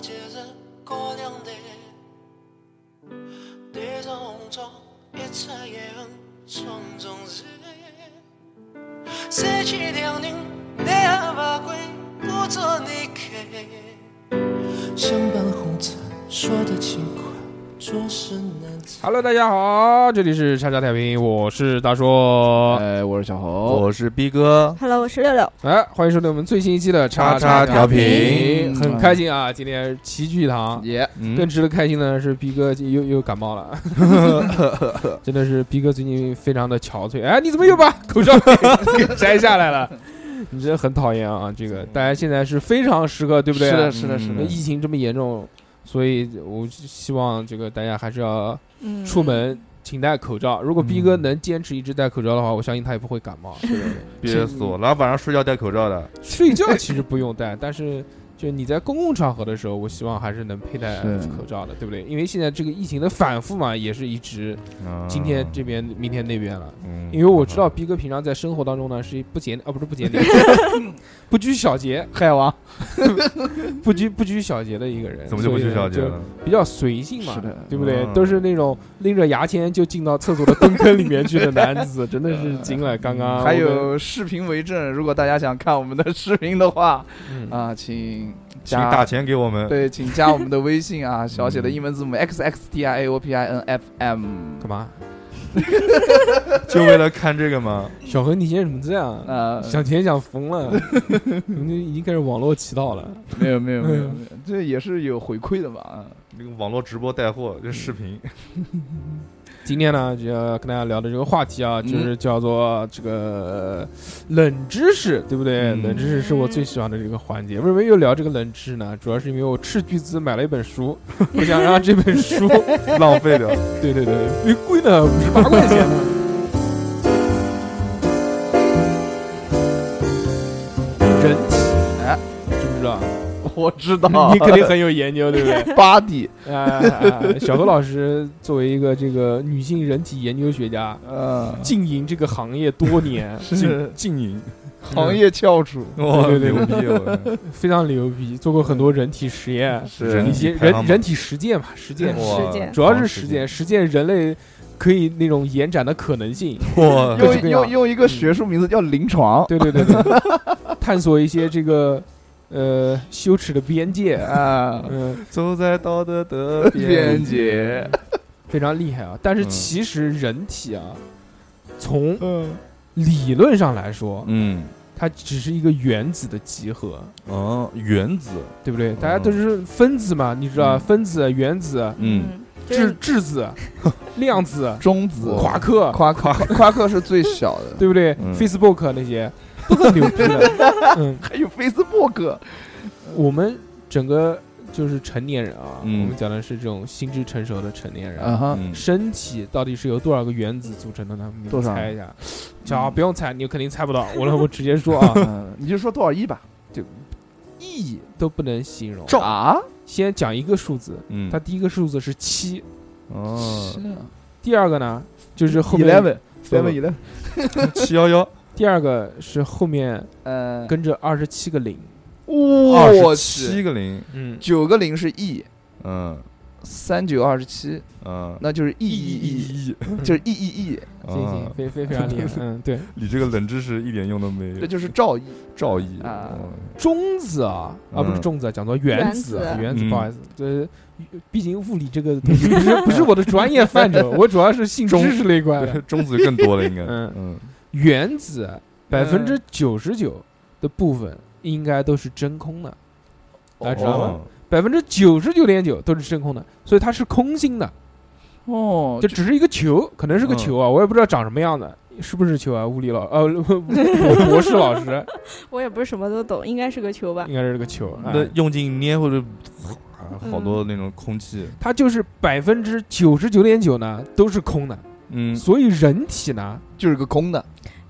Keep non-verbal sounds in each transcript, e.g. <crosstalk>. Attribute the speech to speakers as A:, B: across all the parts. A: 戒指过量的，对着红烛一眨眼匆匆日夜，失去了你，你也把鬼不做你给，相伴红尘说的轻快，着实难猜。
B: Hello，大家好，这里是叉叉调频，我是大硕。
C: 哎，我是小猴，
D: 我是逼哥，
E: Hello，我是六六，
B: 哎，欢迎收听我们最新一期的叉
D: 叉
B: 调
D: 调频
B: 很开心啊，今天齐聚一堂。
C: 嗯也
D: 嗯，
B: 更值得开心的是，逼哥又又感冒
D: <laughs>
B: 了，真的是逼哥最近非常的憔悴。哎，你怎么又把口罩给 <laughs> 给摘下来了？你真的很讨厌啊！这个大家现在是非常时刻，对不啊对？
C: 是的，是的，是
B: 那
C: 的
D: 嗯，
B: 疫情这么严重，所以我希望这个大家还是要
E: 嗯，
B: 出门请戴口罩。如果逼哥
D: 嗯
B: 能坚持一直戴口罩的话，我相信他也不会感
D: <laughs>
B: 冒。
D: 憋死我了，晚上睡觉戴口罩的，
B: 睡觉其实不用戴，但是就你在公共场合的时候，我希望还是能佩戴
C: 是
B: 口罩的，对不对？因为现在这个疫情的反复嘛，也是一直
D: 嗯
B: 今天这边，明天那边了。
D: 嗯
B: 因为我知道逼哥平常在生活当中呢是不检啊不是不检
D: <laughs>
B: 点，不拘小节，
C: 海王，
B: 不拘不拘小节的一个人，
D: 怎么就不去小姐
B: 所以呢就
D: 了？
B: 比较随性嘛
C: 是，的，
B: 对不对？
D: 嗯
B: 都是那种拎着牙签就进到厕所的蹲坑里面去的男子，
C: <laughs>
B: 真的是惊了。刚刚
C: 嗯还
B: 我们，
C: 有视频为证，如果大家想看我们的视频的话
B: 嗯
C: <laughs> 啊，请
D: 请
C: 加
D: 打钱给我们，
C: 对，请加我们的微信 <laughs> 啊，小写的英文字母 x x t i a o p i n f m
B: 干嘛？
D: 就为了看这个吗？
B: 小何，你现在怎么这样？
C: 啊，
B: 想钱想疯
C: <laughs>
B: 了，我们就已经开始网络祈祷了。
C: 没有没有没有，没有这也是有回馈的嘛，啊
D: 那个网络直播带货，这
B: <laughs>
D: 视频，
B: 今天呢，就要跟大家聊的这个话题啊，
C: 嗯
B: 就是叫做这个呃冷知识，对不对？
D: 嗯
B: 冷知识是我最喜欢的这个环节。为什么又聊这个冷知识呢？主要是因为我斥巨资买了一本
C: <laughs>
B: 书，我想让这本书，
D: 浪费掉，
B: 对对对，别贵呢，五十八块钱。人体，
C: 哎
B: 知不知道？
C: <laughs> 我知道，
D: 哦
B: 你肯定
C: <laughs>
B: 很有研究，对不对？ <laughs>
C: 巴蒂，
B: 哎哎哎小何老师作为一个这个女性人体研究学家，
C: 嗯，
B: 经营这个行业多
D: <laughs>
B: 年，
C: 是
D: 静静音，
C: 行业翘楚，
D: <laughs> 哇，
B: 对对
D: 牛逼啊我，
B: 非常牛逼，做过很多人体实验，
D: 是
B: 一
D: 人
B: 些
D: 体排
B: 人
D: 行
B: 人体实践嘛，实践
E: 人体
D: 哇
E: 实践
B: 主要是实践，，实践人类可以那种延展的可能性。
D: 哇，
B: 又
C: 用
B: 是这样
C: 用用一个学术名字叫临床，
B: 对对对对，
D: <laughs>
B: 探索一些这个呃羞耻的边界，
C: 啊，
B: 嗯、
D: 走在道德
B: <laughs>
D: 的边
C: 边
D: 界，
C: 界，
B: 非常厉害啊。但是
D: 嗯
B: 其实人体啊，从
C: 嗯，
B: 理论上来说，
D: 嗯，
B: 它只是一个原子的集合。
D: 哦，原子，
B: 对不对？大家都是分子嘛，你知道，
D: 嗯
B: 分子、原子、
D: 嗯，，
B: 质质子、量子、
C: 中子
B: 夸克，
C: 夸夸夸克是最小
B: <laughs>
C: 的，
B: 对不对
D: 嗯
B: ？Facebook 那些都很牛逼的。嗯，
C: 还有 Facebook，
B: 我们整个就是成年人啊，我
D: 嗯
B: 们讲的是这种心智成熟的成年
C: 啊
B: 人。
C: 哈，
D: 嗯，
B: 身体到底是由多少个原子组成的呢？你
C: 多
B: 们
C: 少，
B: 猜一下。啊，不用猜，你肯定猜不 <laughs> 到。我我直接说啊
C: 嗯，你就说多少亿吧，
B: 亿都不能形容。
C: 啊，
B: 先讲一个数字，
D: 嗯，
B: 它第一个数字是七，
D: 哦，
B: <laughs> 第二个呢就是后面
C: eleven 啊 seven eleven，
D: 七幺幺，
B: 第二个是后面
C: 呃，
B: 跟着二十七个零，
D: 二
C: 我
D: 十
C: 去，
D: 七个零，
B: 嗯，
C: 九个零是亿，
D: 嗯
C: 三九二十七，
D: 嗯，
C: 那就是亿亿亿，
D: 一一，
C: 就是亿亿亿，
B: 嗯行行，
D: 啊
B: 非非非常 <laughs> 厉害，嗯，对，
D: 你这个冷知识一点用都没有
C: 这。就是兆亿，
D: 赵毅哦
C: 啊
B: 中子啊，啊
D: 嗯
B: 不是中子啊，讲错原子啊，
E: 原
B: 原
E: 子
B: 子，
D: 嗯
B: 不好 <laughs> 意思，这毕竟物理这 <laughs> 个东西不是不是我的专业范畴，我主要是性知识那一块的。
D: 对， <laughs> 中子更多了，应该，
B: 嗯
D: 嗯
B: 原子百分之九十九的部分应该都是真空的，大家知道吗？
D: 哦
B: 百分之九十九点九都是真空的，所以它是空心的，
C: 哦
B: 就只是一个球，可能是个球啊，
D: 嗯
B: 我也不知道长什么样子，是不是球啊？物理老呃， <laughs> 博博士老
D: <laughs>
B: 师
E: 我也不是什么都懂，应该是个球吧
B: 应？该是这个球，
E: 啊
B: 哎
D: 那用劲捏或者啊好多那种空气，
B: 它就是百分之九十九点九呢都是空的，
D: 嗯，
B: 所以人体呢，
C: 就是个空的，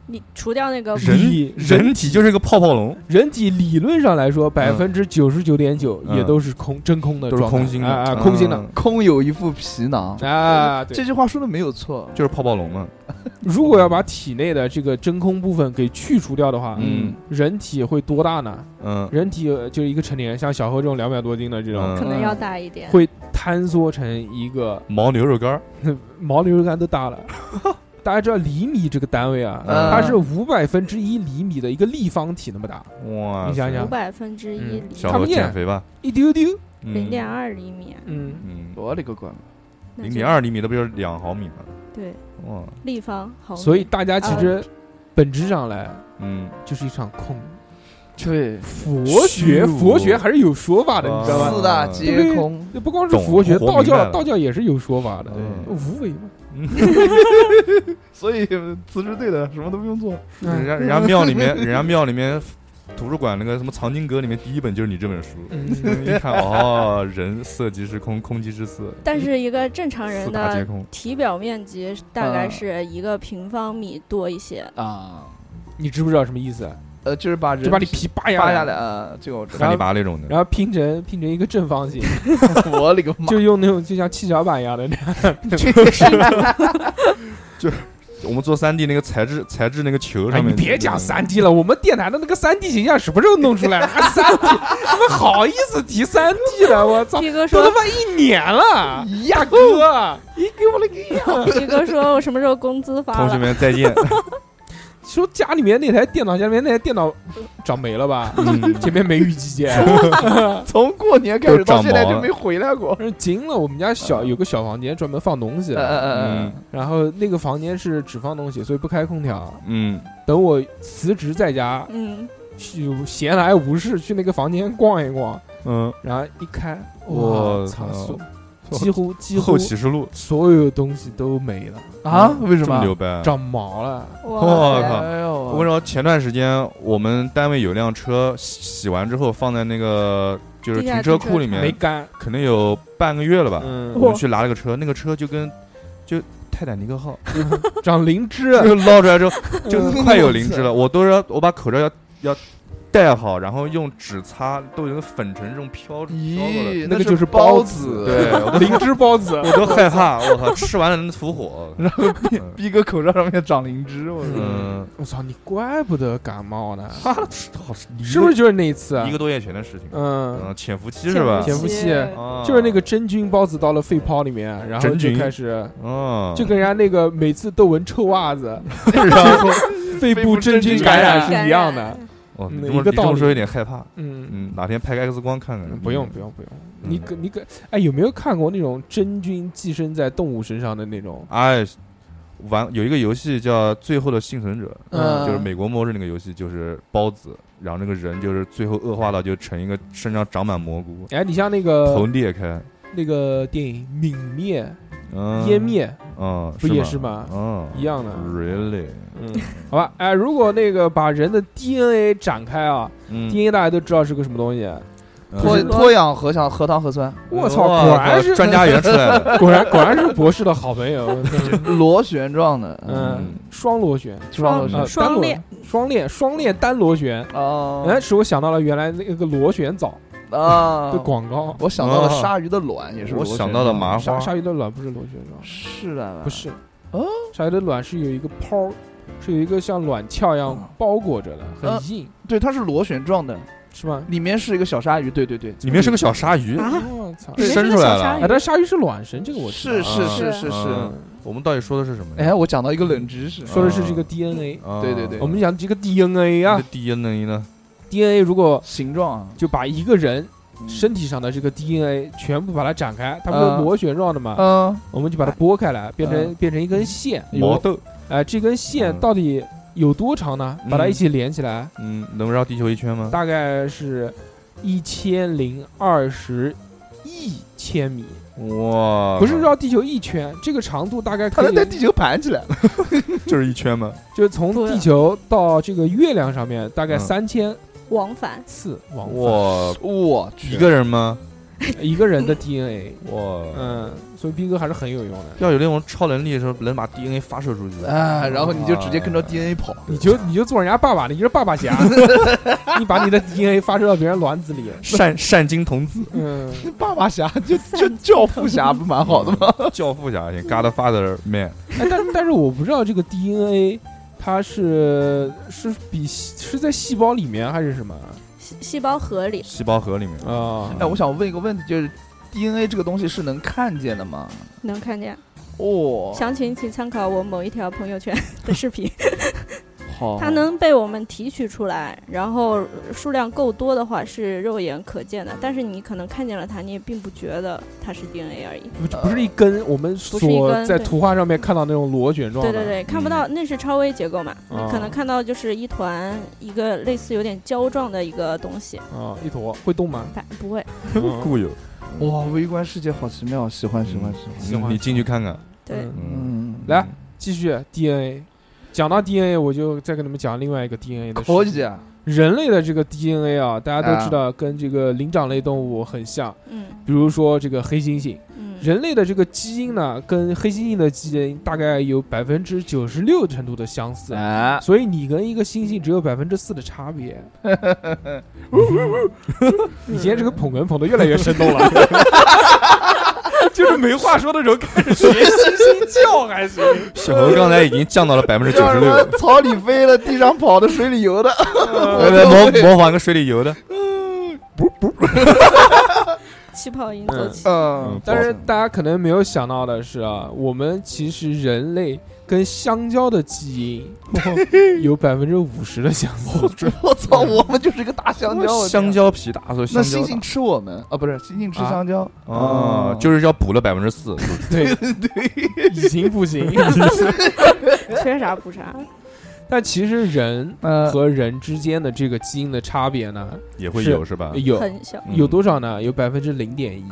E: 你除掉那个
B: 嗯
D: 人
B: 理
D: 人体就是个泡泡龙，
B: 人体理论上来说百分之九十九点九
D: 嗯
B: 也都是空真空的
D: 都是
B: 状态，
D: 空心的
B: 啊啊，空心的
D: 嗯
C: 空有一副皮囊，
B: 啊，对
C: 这句话说的没有错，
D: 就是泡泡龙嘛，啊
B: 如果要把体内的这个真空部分给去除掉的话，
D: 嗯
B: 人体会多大呢？
D: 嗯
B: 人体呃就是一个成年人，像小何这种两百多斤的这种，
E: 可
D: 嗯，
E: 能要大一点。
B: 会坍缩成一个 <laughs>
D: 牦牛肉干儿，
B: 毛牛肉干都大
D: <laughs>
B: 了。大家知道厘米这个单位啊，
C: 嗯
B: 它是五百分之一厘米的一个立方体那么大，
D: 哇塞，
B: 你想想
E: 五百分之一
B: 嗯
E: 厘
D: 小
B: 看
D: 何
B: 不见
D: 减肥吧，
B: 一丢丢。
D: 嗯
E: 零点，二厘米啊，
B: 嗯，
D: 嗯，
C: 我勒个乖嘛！
E: 那
D: 零
E: 就
D: 点二厘米，那不就是两毫米吗？
E: 对
D: 哇，
E: 立方毫米。
B: 所以大家其实本质上来
D: 嗯，
B: 就是一场空。
C: 对，
B: 佛
D: 虚
B: 学，
D: 无
B: 佛学还是有说法的，
D: 啊
B: 你知道吧？
C: 四大皆空，
B: 这不光是
D: 嗯懂
B: 佛学，
D: 活
B: 道
D: 明白
B: 教
D: 了
B: 道教也是有说法的，
D: 对
B: 无为嘛。
C: 所以辞职对的，什么都不用做。
D: 人家人家庙里面，人家庙里面图书馆那个什么藏经阁里面第一本就是你这本书， <laughs>
B: 嗯，
D: 一看哦，人色即是空，空即是色，
E: 但是一个正常
D: 四
E: 人
D: 大皆
E: 的
D: 空，
E: 体表面积大概
C: 嗯
E: 是一个平方米多一
C: <laughs>
E: 些。
C: 啊，
B: 你知不知道什么意思？
C: 呃，就是把
B: <laughs>
C: 人
B: 就把你皮扒
C: 扒
B: 下来，
C: 下来啊，这个我知
D: 汉
C: 道。
D: 尼拔那种的，
B: 然后拼成拼成一个正方 <laughs> 形，
C: 我勒个妈！
B: <laughs> 就用那种就像七巧板一样的那样。
D: 我们做三 D 那个材质材质那个球
B: 哎，
D: 上
B: 你
D: 面，嗯
B: 别讲三 D 了，我们电台的那个三 D 形象什么时候弄出来的？ <laughs> 还三 D，你们好意思提三 D <laughs> 了？我操！
E: 毕哥
B: 都他
E: 说，
B: 妈一年了，大哥，你给我那个
E: <laughs> 毕哥说我什么时候工资
B: 啊
E: 发
D: 同学
E: 了？
D: 们
B: <laughs>
D: 再见，
B: 说家里面那台电脑，家里面那台电脑长霉了 <laughs> 吧？
D: 嗯
B: 前面梅雨季节，
C: 从过年开始到现在就没回来过。
B: 然后惊了。我们家小有个小房间专门放东西
C: 嗯，嗯嗯
D: 嗯
B: 然后那个房间是只放东西，所以不开空调。
D: 嗯，
B: 等我辞职在家，
E: 嗯，
B: 去闲来无事去那个房间逛一逛，
D: 嗯，
B: 然后一开，
D: 我
B: 哇操，
D: 操
B: 所几乎几乎
D: 哦后启示录
B: 所有东西都没了，
C: 嗯啊？为什
D: 这
C: 么
D: 么？牛掰，
B: 长毛了。
D: 我靠
B: 哦
C: 哎
D: 我跟
C: 呦，
D: 你说，前段时间我们单位有辆车洗洗完之后放在那个就是停车库里
B: 没
D: 面，
B: 干，
D: 可能有半个月了吧。
B: 嗯，
D: 我们去拿了个车，那个车就跟就泰坦尼克号，
B: 长灵芝，
D: <laughs> 就捞出
B: <laughs>
D: 来之后就
C: 嗯
D: 快有灵芝了。我都要我把口罩要要戴好，然后用纸擦，都有那个粉尘这种飘飘过来，
C: 咦，
B: 那个
C: 是
B: 就是
C: 包
B: 包
C: 子。
D: 对，我都
B: 灵芝包子，
D: 我都害怕，我操，吃完了能吐火。
C: 然后逼逼哥口罩上面长灵芝，我
B: <laughs>
C: 操！
D: 嗯，
B: 我操，你怪不得感冒呢，
D: 哈，好一个
B: 是不是就是那一次？啊
D: 一个多月前的事情？
B: 嗯，
D: 嗯，潜伏期是吧？
B: 潜伏期
D: 啊
B: 就是那个真菌孢子到了肺泡里面，然后
D: 真
B: 就
D: 菌
B: 开始。
D: 哦，
B: 就跟人家那个每次都闻臭袜子，
D: 然后
B: 肺
C: 部
B: 部真
C: 真
B: 菌
C: 菌
B: 感
C: 感
B: 染是一样的。。
D: 哦，
B: 嗯
D: 你这
B: 一
D: 么
B: 个
D: 你
B: 道
D: 这么
B: 理
D: 说有点害怕。
B: 嗯，
D: 嗯，哪天拍个 X 光看看？
B: 不用不用不用，
D: 嗯
B: 你可你可哎有没有看过那种真菌寄生在动物身上的那种？
D: 哎，玩有一个游戏叫《最后的幸存者》，
B: 嗯
D: 就是美国末日那个游戏，就是包子，然后那个人就是最后恶化到就成一个身上长满蘑菇，
B: 哎，你像那
D: 头
B: 个
D: 裂开，
B: 那个电影《泯灭》
D: 嗯，
B: 湮，灭，
D: 嗯，
B: 不也是吗
D: 嗯，
B: 一样的啊
D: ，really，
B: 嗯，好吧，哎，如果那个把人的 DNA 展开啊
D: 嗯，
B: ，DNA 大家都知道是个什么东西，
D: 嗯 <laughs>
C: 脱脱氧核糖核糖核酸，
B: 我操，
D: 哇
B: 果然是
D: 专家员出来了，
B: <laughs> 果然果然是博士的好朋友，我操
C: 螺旋状的，嗯，
B: 嗯，双螺旋，
C: 双螺
B: 呃，
C: 旋
E: 双
B: 单螺
E: 链，
B: 双链，双链单螺旋，哎，
D: 嗯
C: 哦
B: 使我想到了原来那个螺旋藻
C: 啊
D: 嗯
B: 的！广告，
C: 我想到了
D: 哦
C: 鲨鱼的卵，也是
D: 我
C: 螺旋
D: 想到了
C: 状的
D: 麻
B: 鲨
D: 花，
B: 鲨鱼的卵不是螺旋藻，
C: 啊是的吧，
B: 不是，
C: 哦，
B: 鲨鱼的卵是有一个泡儿，是有一个像卵鞘一
C: 嗯
B: 样包裹着的，
C: 呃
B: 很硬，
C: 对，它是螺旋状的，
B: 是吧？
C: 里面是一个小鲨鱼，对对对，
D: 里面是个小鲨鱼，
E: 啊
B: 我操！
E: 里面是
D: 生
E: 个
D: 出来
E: 小
D: 了
E: 鲨鱼
B: 哎，但鲨鱼是卵生，这个我知
C: 是
B: 道
C: 是
D: 啊
C: 是是是，
B: 嗯
D: 我们到底说的是什么呀？
C: 哎，我讲到一个冷知识，
B: 说的是这个 DNA。
D: 啊，
C: 对对对
B: 我们讲这个 DNA
D: 那
C: 嗯
B: 啊
D: DNA 呢？
B: ，DNA 如果
C: 形状啊，
B: 就把一个人
C: 嗯
B: 身体上的这个 DNA 全部把它展开，它不
C: 嗯
B: 是螺旋状的嘛，
C: 嗯，
B: 我们就把它拨开来，变成
C: 嗯
B: 变成一根线。
D: 毛豆，
B: 哎，这根线
D: 嗯
B: 到底有多长呢？把它
D: 嗯
B: 一起连起来，
D: 嗯，能绕地球一圈吗？
B: 大概是一千零二十亿千米，
D: 哇，
B: 不是绕地球一圈，这个长度大概
C: 它
B: 可
C: 能
B: 以
C: 在，地球盘起来，
D: 就是一圈
B: <laughs>
D: 吗？
B: 就是从
E: 对啊
B: 地球到这个月亮上面大概
D: 嗯
B: 三千
E: 往返
B: 次往返。
D: 哇，
C: 我去，
D: 一个人吗？
B: 一个
E: <laughs>
B: 人的 DNA。
D: 哇，
B: 嗯，所以逼哥还是很有用的。
D: 要有那种超能力的时候，能把 DNA 发射出去
B: 哎
C: 啊，然后你就直接跟着 DNA 跑，
B: 你就你就做人家爸爸，你就是爸爸侠，你把你的 DNA 发射到别人卵子里。
D: 善善金童子，
B: 嗯，
C: <laughs> 爸爸 <laughs> 侠就就教父侠不蛮好的吗？
D: 教父侠也，Godfather Man，
B: 哎，但但是我不知道这个 DNA 它是是比是在细胞里面还是什么
E: 细细胞核里
D: 细胞核里面， <laughs>
B: 啊？
C: <laughs> 哎，我想问一个问题，就是 DNA 这个东西是能看见的吗？
E: 能看见。
C: 哦，
E: 详情请参考我某一条朋友圈的视频。
B: 哦
C: 好，
E: 它能被我们提取出来，然后数量够多的话是肉眼可见的，但是你可能看见了它，你也并不觉得它是 DNA 而已。
B: 不不是一根，我们
E: 呃不是一
B: 所
E: 根
B: 在
E: 对
B: 图画上面看到那种螺旋状
E: 对
B: 的，
E: 对对，看不到，那是超微结构嘛，你
B: 哦
E: 可能看到就是一团一个类似有点胶状的一个东西，
B: 啊，一坨会动吗？
E: 它不会，
B: 嗯
D: 有，
C: 哇，微观世界好奇妙，喜欢喜欢喜欢。
B: 喜欢
D: 嗯你进去看看，
E: 对，
B: 嗯
D: 嗯，
C: 嗯，
B: 来继续啊 DNA。讲到 DNA，我就再跟你们讲另外一个 DNA 的
C: 可
B: 事情。
C: 以啊，
B: 人类的这个 DNA 啊，大家都
C: 啊
B: 知道跟这个灵长类动物很像，
E: 嗯
B: 比如说这个黑猩猩。
E: 嗯，
B: 人类的这个基因呢，跟黑猩猩的基因大概有百分之九十六程度的相似，
C: 哎，
B: <laughs> 所以你跟一个猩猩只有百分之四的差
C: <laughs>
B: 别。 <laughs> 你今天这个捧哏捧的越来越生动了，啊就是没话说的时候开始学猩猩叫还 <laughs> 行。
D: 小何刚才已经降
C: <laughs>
D: 到了百分之九
C: 叫
D: 十
C: 什
D: 六，
C: 么草里飞了，地上跑的，水里游 <laughs> 的，
D: 哎来
C: 呃
D: 来模模仿个水里游的，
E: 气泡音奏起，
C: <laughs> 嗯，
B: 但是大家可能没有想到的是啊，我们其实人类跟香蕉的基 <laughs> 因有百分之五十的相似。
C: <laughs> 我操，我们就是一个大香蕉，啊我
D: 香
C: 天。
D: 蕉皮大，所以
C: 嗯那
D: 香
C: 猩
D: 蕉
C: 猩
D: 大
C: 吃我们啊？不是，猩猩吃
B: 啊
C: 香蕉嗯
D: 哦，就是要补了百分之四，
B: 对对，已经不 <laughs> 行。
E: 缺啥补啥，
B: 但其实人
C: 呃，
B: 和人之间的这个基因的差别呢，
D: 也会
B: 是
D: 有是吧？
B: 有
E: 很小，
D: 嗯
B: 有多少呢？有百分之零点一，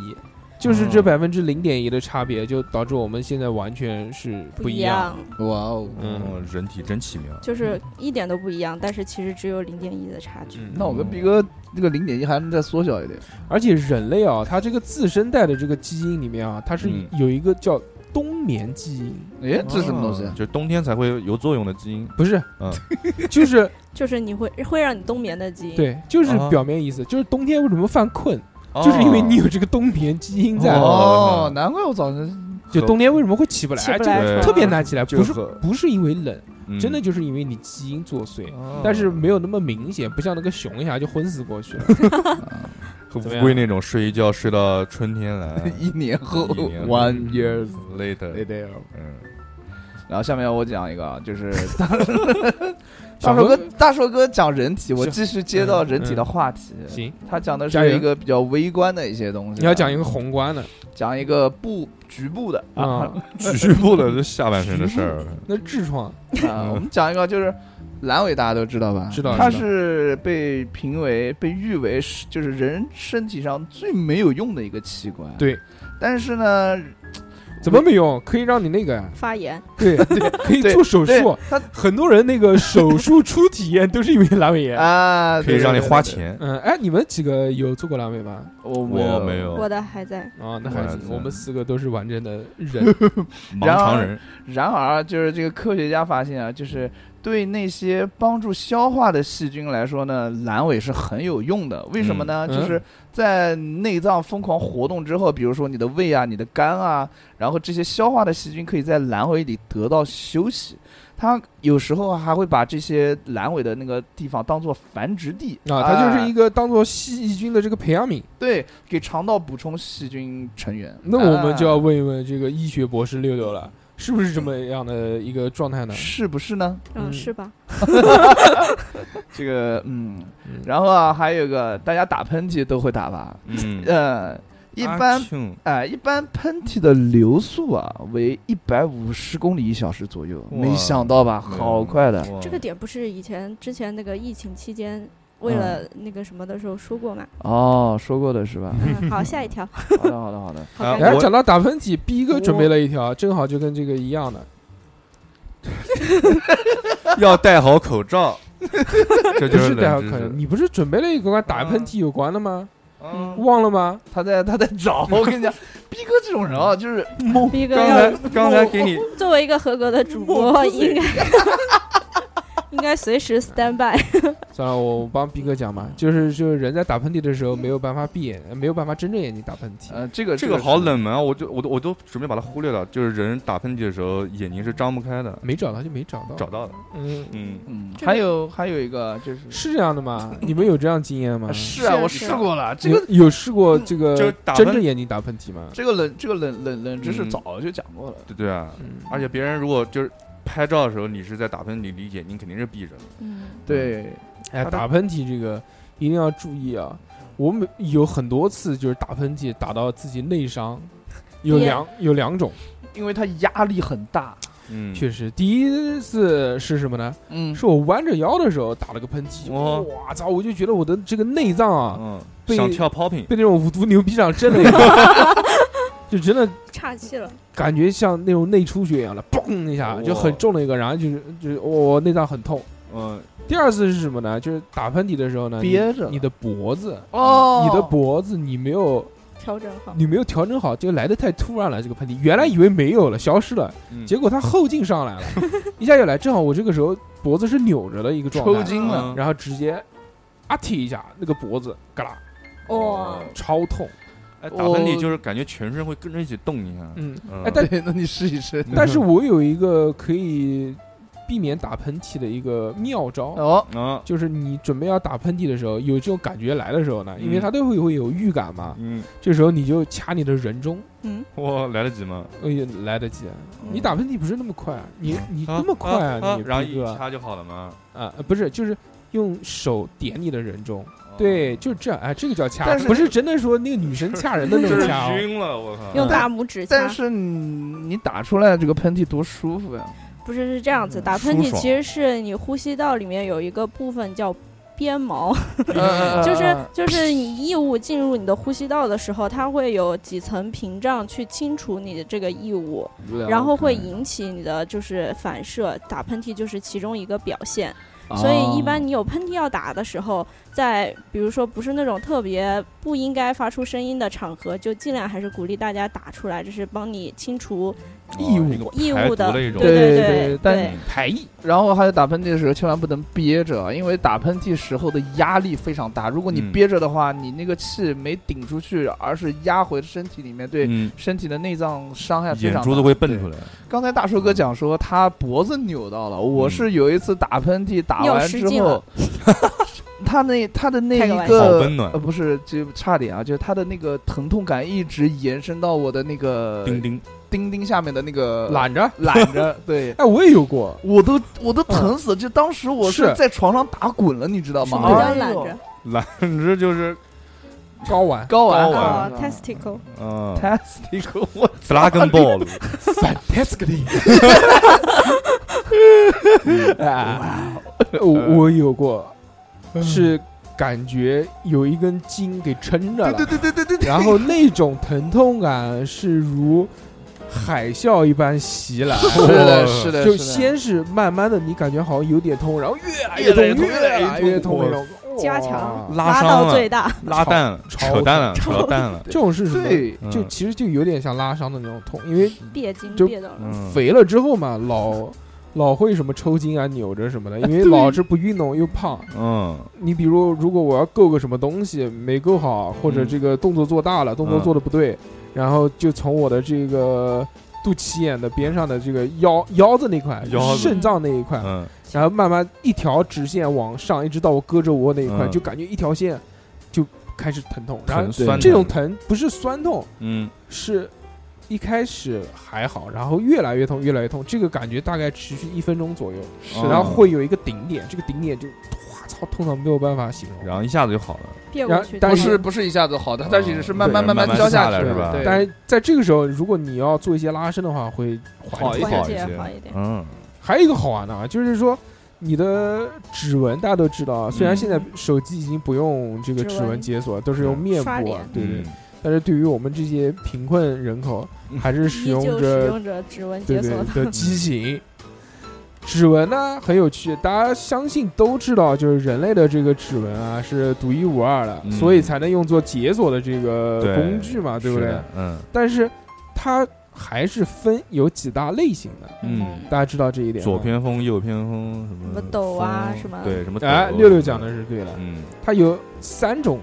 B: 就是这
C: 哦
B: 百分之零点一的差别，就导致我们现在完全是不
E: 一
B: 一样。
E: 样，
C: 哇哦，
B: 嗯
D: 嗯，人体真奇妙。
E: 就是一点都不一样，但是其实只有零点一的差距。
B: 嗯
C: 那我跟逼哥这个零点一还能再缩小一点，
B: 而且人类啊，它这个自身带的这个基因里面啊，它是
D: 嗯
B: 有一个叫冬眠基因，
C: 哎，这是什么东西
D: 哦？就是冬天才会有作用的基因。
B: 不是，
D: 嗯，
B: <laughs> 就是
E: 就是你会会让你冬眠的基因，，
B: 对，就是
D: 啊
B: 表面意思，就是冬天为什么犯困，
D: 哦
B: 就是因为你有这个冬眠基因在，
C: 哦，难怪我早晨
B: 就冬天为什么会起不来，
E: 起不
B: 这个
E: 来
D: 对
E: 床，
B: 特别难起来，
D: 就
B: 不是
D: 和
B: 不是因为冷。
D: 嗯
B: 真的就是因为你基因作祟，
D: 哦
B: 但是没有那么明显，不像那个熊一下就昏死过去了。怎么
D: 和乌
B: 样
D: 龟那种睡一觉睡到春天来
C: <laughs> 一年后
D: 一年后
C: one years
D: later，
C: later，
D: 嗯，
C: 然后下面我讲一个啊，就是
B: 小
C: 大硕
B: 何
C: 哥，大硕哥讲人体，我
B: 行
C: 继续接到人体的话题。
B: 行，
C: 他讲的
B: 嗯加油
C: 是一个比较微观的一些东西。啊
B: 你要讲一个宏观的
C: 讲一个部局部的
B: 啊，
D: 局部的这下半身的事儿，
B: 那痔疮
C: <laughs> 啊，我们讲一个就是阑尾，大家都知道吧？
B: 嗯知道
C: 它
B: 知道
C: 是被评为被誉为是就是人身体上最没有用的一个器官。
B: 对，
C: 但是呢，
B: 怎么没用？可以让你那个呀，
E: 发炎，
B: <laughs> 对对，可以做手
C: 对
B: 术。
C: 它
B: 很多人那 <laughs> 个手术初体验都是因为阑尾炎。
C: 啊，
D: 可以
C: 对
D: 让你花。
C: 对对
D: 钱。
B: 嗯，哎，你们几个有做过阑尾吗？
C: 对我
D: 我
C: 没
D: 没
B: 哦
C: 有。
E: 我
D: 有，
E: 的还在，
B: 啊，那还
D: 我
B: 行，
D: 操
B: 我们四个都是完整的人。
D: <laughs> 盲肠人
C: 然而，就是这个科学家发现啊，就是对那些帮助消化的细菌来说呢，阑尾是很有用的。为什么呢？
B: 嗯
C: 就是在内脏疯狂活动之后，比如说你的胃啊、你的肝啊，然后这些消化的细菌可以在阑尾里得到休息。它有时候还会把这些阑尾的那个地方当做繁殖地
B: 啊，它就是一
C: 哎
B: 个当做细菌的这个培养皿。
C: 对给肠道补充细菌成员。
D: 哎
B: 那我们就要
C: 啊
B: 问一问这个医学博士六六了，是不是这么样的一个状态呢？
C: 是不是呢？
E: 嗯，
B: 嗯
E: 是吧？
C: 这个嗯
B: 嗯，
C: 然后啊，还有一个大家打喷嚏都会打吧？
D: 嗯，
C: 呃，一般
D: 阿庆
C: 哎、一般喷嚏的流速啊为一百五十公里一小时左右，
D: 哇
C: 没想到吧？
D: 没有
C: 好快的，
D: 哇
E: 这个点不是以前之前那个疫情期间为了那个什么的时候说过嘛？
C: 哦，说过的是
D: <laughs>
C: 吧？
E: 嗯，好，下一条，
C: 好的，好的，好的。
E: 好
D: 啊
E: 尴
B: 哎，
E: 尬
D: 我，
B: 讲到打喷嚏，逼哥准备了一条，正好就跟这个一样的。
D: <laughs> 要戴好口罩，这
B: 不
D: 就是是
B: 戴好
D: 冷知
B: 口罩，
D: 识。
B: 你不是准备了一个跟打喷嚏有关的吗？
D: 嗯，
B: 忘了吗？
C: 他在他在找，我
D: <laughs>
C: 跟你讲，逼哥这种人啊，就是懵。
E: 逼哥
D: 刚
E: 要
D: 才刚才给你
E: 作为一个合格的主播，应该 <laughs> 应该随时 stand by。
B: 算了，我我帮逼哥讲吧，
D: 嗯
B: 就是就是人在打喷嚏的时候没有办法闭眼，呃没有办法睁着眼睛打喷嚏。
C: 呃，这个
D: 这个好
C: 是
D: 冷门啊！我就我都我都准备把它忽略了。就是人打喷嚏的时候眼睛是张不开的，
B: 没找到就没找到，
D: 找到的。
B: 嗯，
D: 嗯，
C: 嗯，
E: 这个
C: 还有还有一个就是
B: 是这样的吗？你们有这样经验吗？
C: 是啊，
E: 是
C: 我
E: 是
C: 试过了，这
B: 有
C: 个
B: 有试过这
D: 嗯就是
B: 个
D: 打
B: 睁
D: 喷
B: 着眼睛打喷嚏吗？
C: 这个冷这个冷冷冷知识
D: 嗯
C: 早就讲过了。
D: 对对啊。
B: 嗯，
D: 而且别人如果就是拍照的时候你是在打喷嚏，你眼睛肯定是闭着的。
E: <laughs> 嗯，
C: 对，
B: 哎，
D: 他的
B: 打喷嚏这个一定要注意啊！我每有很多次就是打喷嚏打到自己内伤，
D: 嗯
B: 有
E: 也
B: 两有两种，
C: 因为他压力很大。
D: 嗯，
B: 确实，第一次是什么呢？
C: 嗯
B: 是我弯着腰的时候打了个喷嚏，
D: 哦
B: 我操！我就觉得我的这个内脏啊，
D: 嗯，
B: 被
D: 想跳 popping，
B: 被那种无毒牛逼上震了一下，就真的
E: 岔气了。
B: 感觉像那种内出血一样的，嘣一下
D: 哇
B: 就很重的一个，然后就是就是我、内脏很痛。
D: 嗯，
B: 第二次是什么呢？就是打喷嚏的时候呢，
C: 憋着
B: 啊你你的脖子，
C: 哦
B: 你的脖子你没有
E: 调整好，
B: 你没有调整好，就来的太突然了。这个喷嚏原来以为没有了，消失了，
D: 嗯
B: 结果它后劲上来了，一下就来。正好我这个时候脖子是扭着的一个状
C: 抽
B: 态，
C: 筋了，
D: 嗯
B: 然后直接啊踢一下那个脖子，嘎啦，
E: 哇，
B: 超痛。
D: 哎，打喷嚏就是感觉全身会跟着一起动一下。
B: 嗯，
D: 嗯
B: 哎但
C: <laughs> 对，那你试一试。
B: <laughs> 但是我有一个可以避免打喷嚏的一个妙招，
C: <laughs> 哦，
D: 啊，
B: 就是你准备要打喷嚏的时候，有这种感觉来的时候呢，因为
D: 嗯
B: 它都会会有预感嘛，
D: 嗯，
B: 这时候你就掐你的人中，
E: 嗯，
D: 哇，来得及吗？
B: 哎呀，来得及。你打喷嚏不是那么快，你你
D: 啊
B: 那么快
D: 嗯啊
B: 你
D: 然后
B: 逼
D: 一
B: 哥
D: 掐就好了吗？
B: 啊，呃不是，就是用手点你的人中，
D: 哦
B: 对，，就是这样，哎，这个叫掐
C: 但，是
B: 不是真的说那个女生掐人的那
D: 就
B: 种
D: <laughs> 是
B: 掐哦，
D: 晕了，我靠！
E: 用大拇指掐。
C: 但是你你打出来的这个喷嚏多舒服呀！
B: <laughs>
E: 不是是这样子，打
D: 舒
E: 喷嚏
D: 爽
E: 其实是你呼吸道里面有一个部分叫鞭毛，
B: 啊
C: 嗯
E: 就是就是你异物进入你的呼吸道的时候，它会有几层屏障去清除你的这个异物，然后会引起你的就是反射，打喷嚏就是其中一个表现。
B: 哦
E: 所以一
C: 哦
E: 般你有喷嚏要打的时候，在比如说不是那种特别不应该发出声音的场合，就尽量还是鼓励大家打出来，就是帮你清除
B: 异物
D: 哦
E: 异
D: 排
E: 物
D: 毒
E: 的，
D: 的一
E: 对
D: 种
C: 对对
E: 对
C: 但
E: 对，
B: 排异，
C: 然后还有打喷嚏的时候，千万不能憋着，啊因为打喷嚏时候的压力非常大。如果你
D: 嗯
C: 憋着的话，你那个气没顶出去，而是压回身体里面，对
D: 嗯，
C: 身体的内脏伤害非
D: 眼
C: 常大。
D: 珠子会蹦出
C: 来。
D: 来。
C: 刚才大叔哥讲说他脖子扭到
D: 嗯
C: 了，我是有一次打喷嚏打
E: 尿
C: 完
E: 失
C: 之
E: 禁
C: 后
E: 了，
C: <laughs> 他那他的那
E: 开个
C: 一
E: 玩
D: 笑好
C: 个
D: 温暖
C: 呃不是就差点啊，就是他的那个疼痛感一直延伸到我的那个
D: 钉钉，
C: 钉钉下面的那个
B: 懒着。
C: 懒
D: <laughs>
C: 着，对。
B: 哎，我也有过，
C: 我都我都疼
D: 嗯
C: 死了，就当时我是
B: 是
C: 在床上打滚了，你知道
E: 什
C: 吗？
E: 么叫
C: 哎呦
E: 懒着？
D: <laughs> 简直就是
B: 睾
D: <laughs>
B: 丸，
C: 睾丸
D: 睾丸
E: 哦
D: 啊
E: ，testicle，
D: 嗯
C: t e <laughs> s t i c l 我
D: ，Dragon Ball，
B: fantastically，哎
D: 哦
B: <laughs> 我我有过，是感觉有一根筋给撑着
C: 对
B: 了，
C: 对对对对对对，
B: 然后那种疼痛感是如海啸一般袭 <laughs> 来。
C: 是的，是的，
B: 就是
C: 的
B: 先是慢慢的，你感觉好像有点痛，然后越来
C: 越来
B: 痛，
C: 越痛
B: 越来
C: 越来越
B: 越痛
D: 痛
B: 那种。
E: <laughs>
B: 哇
E: 加强
D: 拉伤
E: 到
D: 了 <laughs>
E: 最大，
D: 拉蛋了，
B: 超
D: 扯淡了，
E: 超
D: 扯淡了。
B: 这种是什么？
C: 对，
D: 嗯
B: 就其实就有点像拉伤的那种痛，因为
E: 别筋
B: 就
E: 别到了。
D: 嗯，
B: 肥了之后嘛，老老会什么抽筋啊、扭着什么的，因为老是不运动又胖。
D: 嗯，
B: 你比如，如果我要够个什么东西没够好，或者
D: 嗯
B: 这个动作做大了，动作
D: 嗯
B: 做的不对，然后就从我的这个肚脐眼的边上的这个腰腰子那块
D: 腰，子
B: 肾脏那一块，
D: 嗯，
B: 然后慢慢一条直线往上，一直到我胳肢窝那一块，
D: 嗯
B: 就感觉一条线就开始疼痛，然
D: 疼
B: 后
D: 酸
B: 这种，疼不是酸痛，
D: 嗯，
B: 是一开始还好，然后越来越痛，越来越痛，这个感觉大概持续一分钟左右，
D: 嗯
B: 然后会，有一个顶点，这个顶点就哇操，痛到没有办法形容。
D: 然后一下子就好了。
E: 别
B: 然
E: 过
B: 后
E: 去，
B: 但
C: 不
E: 就是
C: 不是一下子好的，它其实是慢慢
D: 对
C: 慢
D: 慢慢
C: 教
D: 下
C: 去
D: 来
C: 的
D: 是吧
C: 对
B: 但是在这个时候，如果你要做一些拉伸的话，会缓
C: 好
B: 解
C: 一
E: 缓
C: 点
E: 解
D: 好一些
E: 好一点
D: 嗯，
B: 还有一个好玩的啊，就是说你的指纹，大家都知道啊，虽然现在
D: 嗯
B: 手机已经不用这个
E: 指
B: 指
E: 纹
B: 纹解锁，都是用面
E: 刷
B: 部啊
E: 脸，
B: 对
D: 嗯
B: 对。但是对于我们这些贫困人口，还是使
E: 依旧使
B: 着
E: 用着指纹
B: 对
E: 解
B: 对
E: 锁的，
B: 的畸形。指指纹呢很有趣，大家相信都知道，就是人类的这个指纹啊是独一无二的，
D: 嗯
B: 所以才能用作解锁的这个
D: 对
B: 工具嘛，啊对不
D: 是
B: 对？
D: 的？嗯
B: 但是它还是分有几大类型的，
D: 嗯，
B: 大家知道这一点吗？
D: 左偏锋、右偏锋，什
E: 什
D: 么
E: 么斗啊
D: 风
E: 什么
D: 对，什么
B: 哎，
D: 斗
B: 六六讲的，是对的，
D: 嗯
B: 它有三种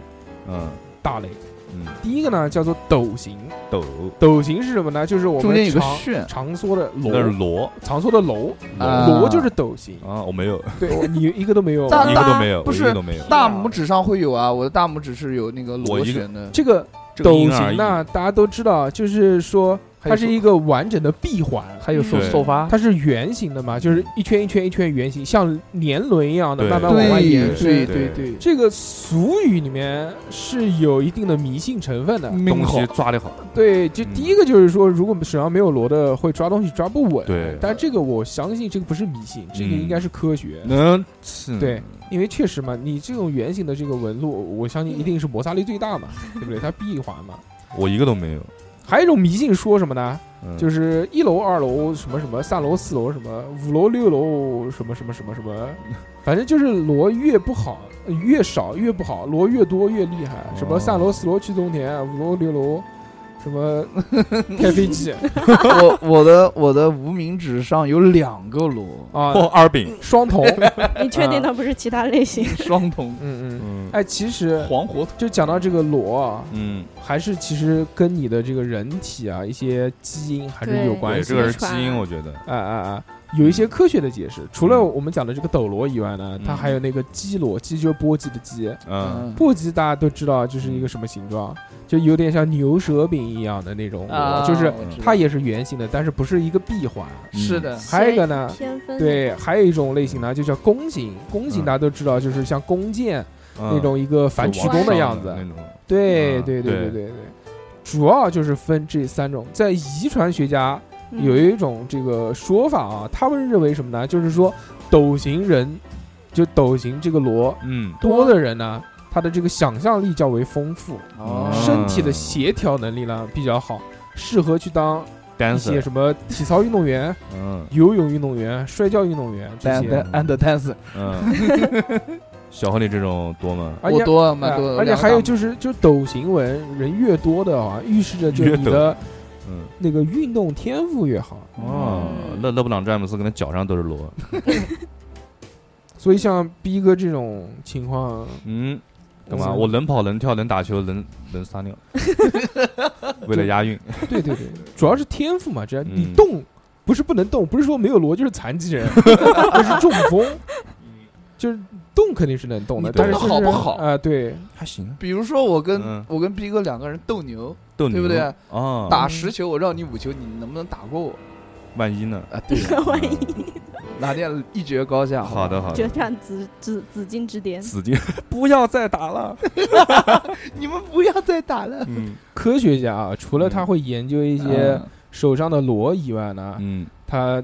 D: 嗯
B: 大类。
D: 嗯，
B: 第一个呢叫做斗形，
D: 斗
B: 斗形是什么呢？就是我
C: 中间
B: 们
C: 有个
B: 常
C: 旋
B: 常说的
D: 那是
B: 罗，
D: 罗
B: 常说的楼，
C: 啊
B: 罗就是斗形。
D: 啊，我没有，
B: 对你一个都没有，
C: 大
D: 一
C: 啊大
D: 个都没有，
C: 不
D: 我一
C: 是
D: 个都没有，
C: 大拇指上会有啊，我的大拇指是有那个
D: 我
C: 螺
D: 一个
C: 旋的，
B: 这个
D: 这个
B: 斗
D: 因人而
B: 形呢，
D: 异，
B: 大家都知道，就是说
C: 还有
B: 它是一个完整的闭环，
C: 还有
D: 手
C: 手
D: 对
C: 手发，
B: 它是圆形的嘛，就是一圈一圈一圈圆形，像年轮一样的
D: 对
B: 慢慢往外
C: 对
B: 延
C: 对
B: 伸。
D: 对
C: 对对，
B: 这个俗语里面是有一定的迷信成分的，
C: 嗯
D: 东西抓得好，
B: 对，就
D: 嗯
B: 第一个就是说，如果手上没有螺的，会抓东西抓不稳。
D: 对嗯
B: 但这个我相信这个不是迷信，这个应该是科学。
D: 能
B: 嗯对，因为确实嘛，你这种圆形的这个纹路，我相信一定是摩擦力最大嘛，对不对？它闭环嘛。
D: 我一个都没有，
B: 还有一种迷信说什么呢？
D: 嗯
B: 就是一楼、二楼什么什么，三楼、四楼什么，五楼、六楼什么什么什么什么，反正就是螺越不好，呃越少越不好，螺越多越厉害。什么
D: 哦
B: 三楼、四楼去种田，五楼、六楼什
D: <laughs>
B: 么开飞机
C: 我我的我的无名指上有两个螺，
B: 啊，
D: 哦，二饼，
B: 双
D: <laughs>
B: 瞳，
E: <laughs> 你确定它不是其他类型？
C: 双瞳
B: 嗯嗯。
D: 嗯
B: 哎，其实
C: 黄火腿，
B: 就讲到这个螺啊，
D: 嗯，
B: 还是其实跟你的这个人体啊一些基因还是
E: 对
B: 有关
D: 对，
B: 系
D: 这
B: 的。
D: 个
E: 个
D: 是
E: 是
D: 基
E: 基
D: 因，
E: 因
D: 我觉得，
B: 啊啊啊！有一些科学的解释，除了我们讲的这个斗罗以外呢，
D: 嗯
B: 它还有那个鸡螺，鸡就是波鸡的鸡。
D: 嗯，
C: 嗯，
B: 波鸡大家都知道，就是一个什么形状，就有点像牛舌饼一样的那种螺，
C: 啊
B: 就是
C: 我知道
B: 它也是圆形的，但是不是一个闭环。
D: 嗯
C: 是的，
B: 还有一个呢，
E: 偏分
B: 对，还有一种类型呢，就叫弓形。弓形
D: 嗯
B: 大家都知道，就是像弓箭
D: 那
B: 那种一个反曲弓的样子。
D: 嗯那种，
B: 对
D: 嗯
B: 对对
D: 对
B: 对对对，主要就是分这三种。在遗传学家
E: 嗯
B: 有一种这个说法啊，他们认为什么呢？就是说斗形人，就斗形这个螺
D: 嗯，
B: 多的人呢，他的这个想象力较为丰富，
D: 嗯
C: 哦
B: 身体的协调能力呢比较好，适合去当一
D: 单
B: 些
D: 色，
B: 什么体操运动员、
D: 嗯
B: 游泳运动员、摔跤运动员这
C: 单
B: 些。
C: 单 and dance，
D: 嗯，小何你这种多吗？
B: 而
C: 我
B: 且
C: 多啊
B: 哎
C: 蛮多，
B: 而且
C: 两个
B: 还有
C: 大拇
B: 就是，就斗形纹人越多的啊，预示着就
D: 越
B: 你
D: 斗
B: 的
D: 嗯，
B: 那个运动天赋越好。
D: 哦，勒勒布朗詹姆斯可能脚上都是螺，
B: 所以像逼哥这种情况，
D: 嗯，干嘛？
B: 嗯
D: 我能跑，能跳，能打球，能能撒尿，为了押韵，
B: <laughs> 对对对，主要是天赋嘛，这样
D: 嗯
B: 你动不是不能动，不是说没有螺就是残疾
D: <laughs>
B: 人，而是中风，
D: 嗯
B: 就是动肯定是能动的，
C: 你
B: 但
C: 动
B: 是
C: 得
B: 就是
C: 好不好
B: 啊？
C: <laughs>
B: 对，
D: 还行，
C: 比如说我跟、
D: 嗯
C: 我跟逼哥两个人斗牛，
D: 斗牛
C: 对不对
D: 啊，
C: 打十球，我让你五球，你能不能打过我
D: 万一呢？
C: 啊？对，
E: <laughs> 万一
C: 哪天一决高下。
D: 好的，好
E: 决
D: 的，
E: 战紫紫紫禁之巅，
D: 死定，不要再打了，
C: 你们不要再打了。
D: 嗯
B: 科学家啊，除了他会研究一些
C: 嗯
B: 手上的螺以外呢，
D: 嗯
B: 他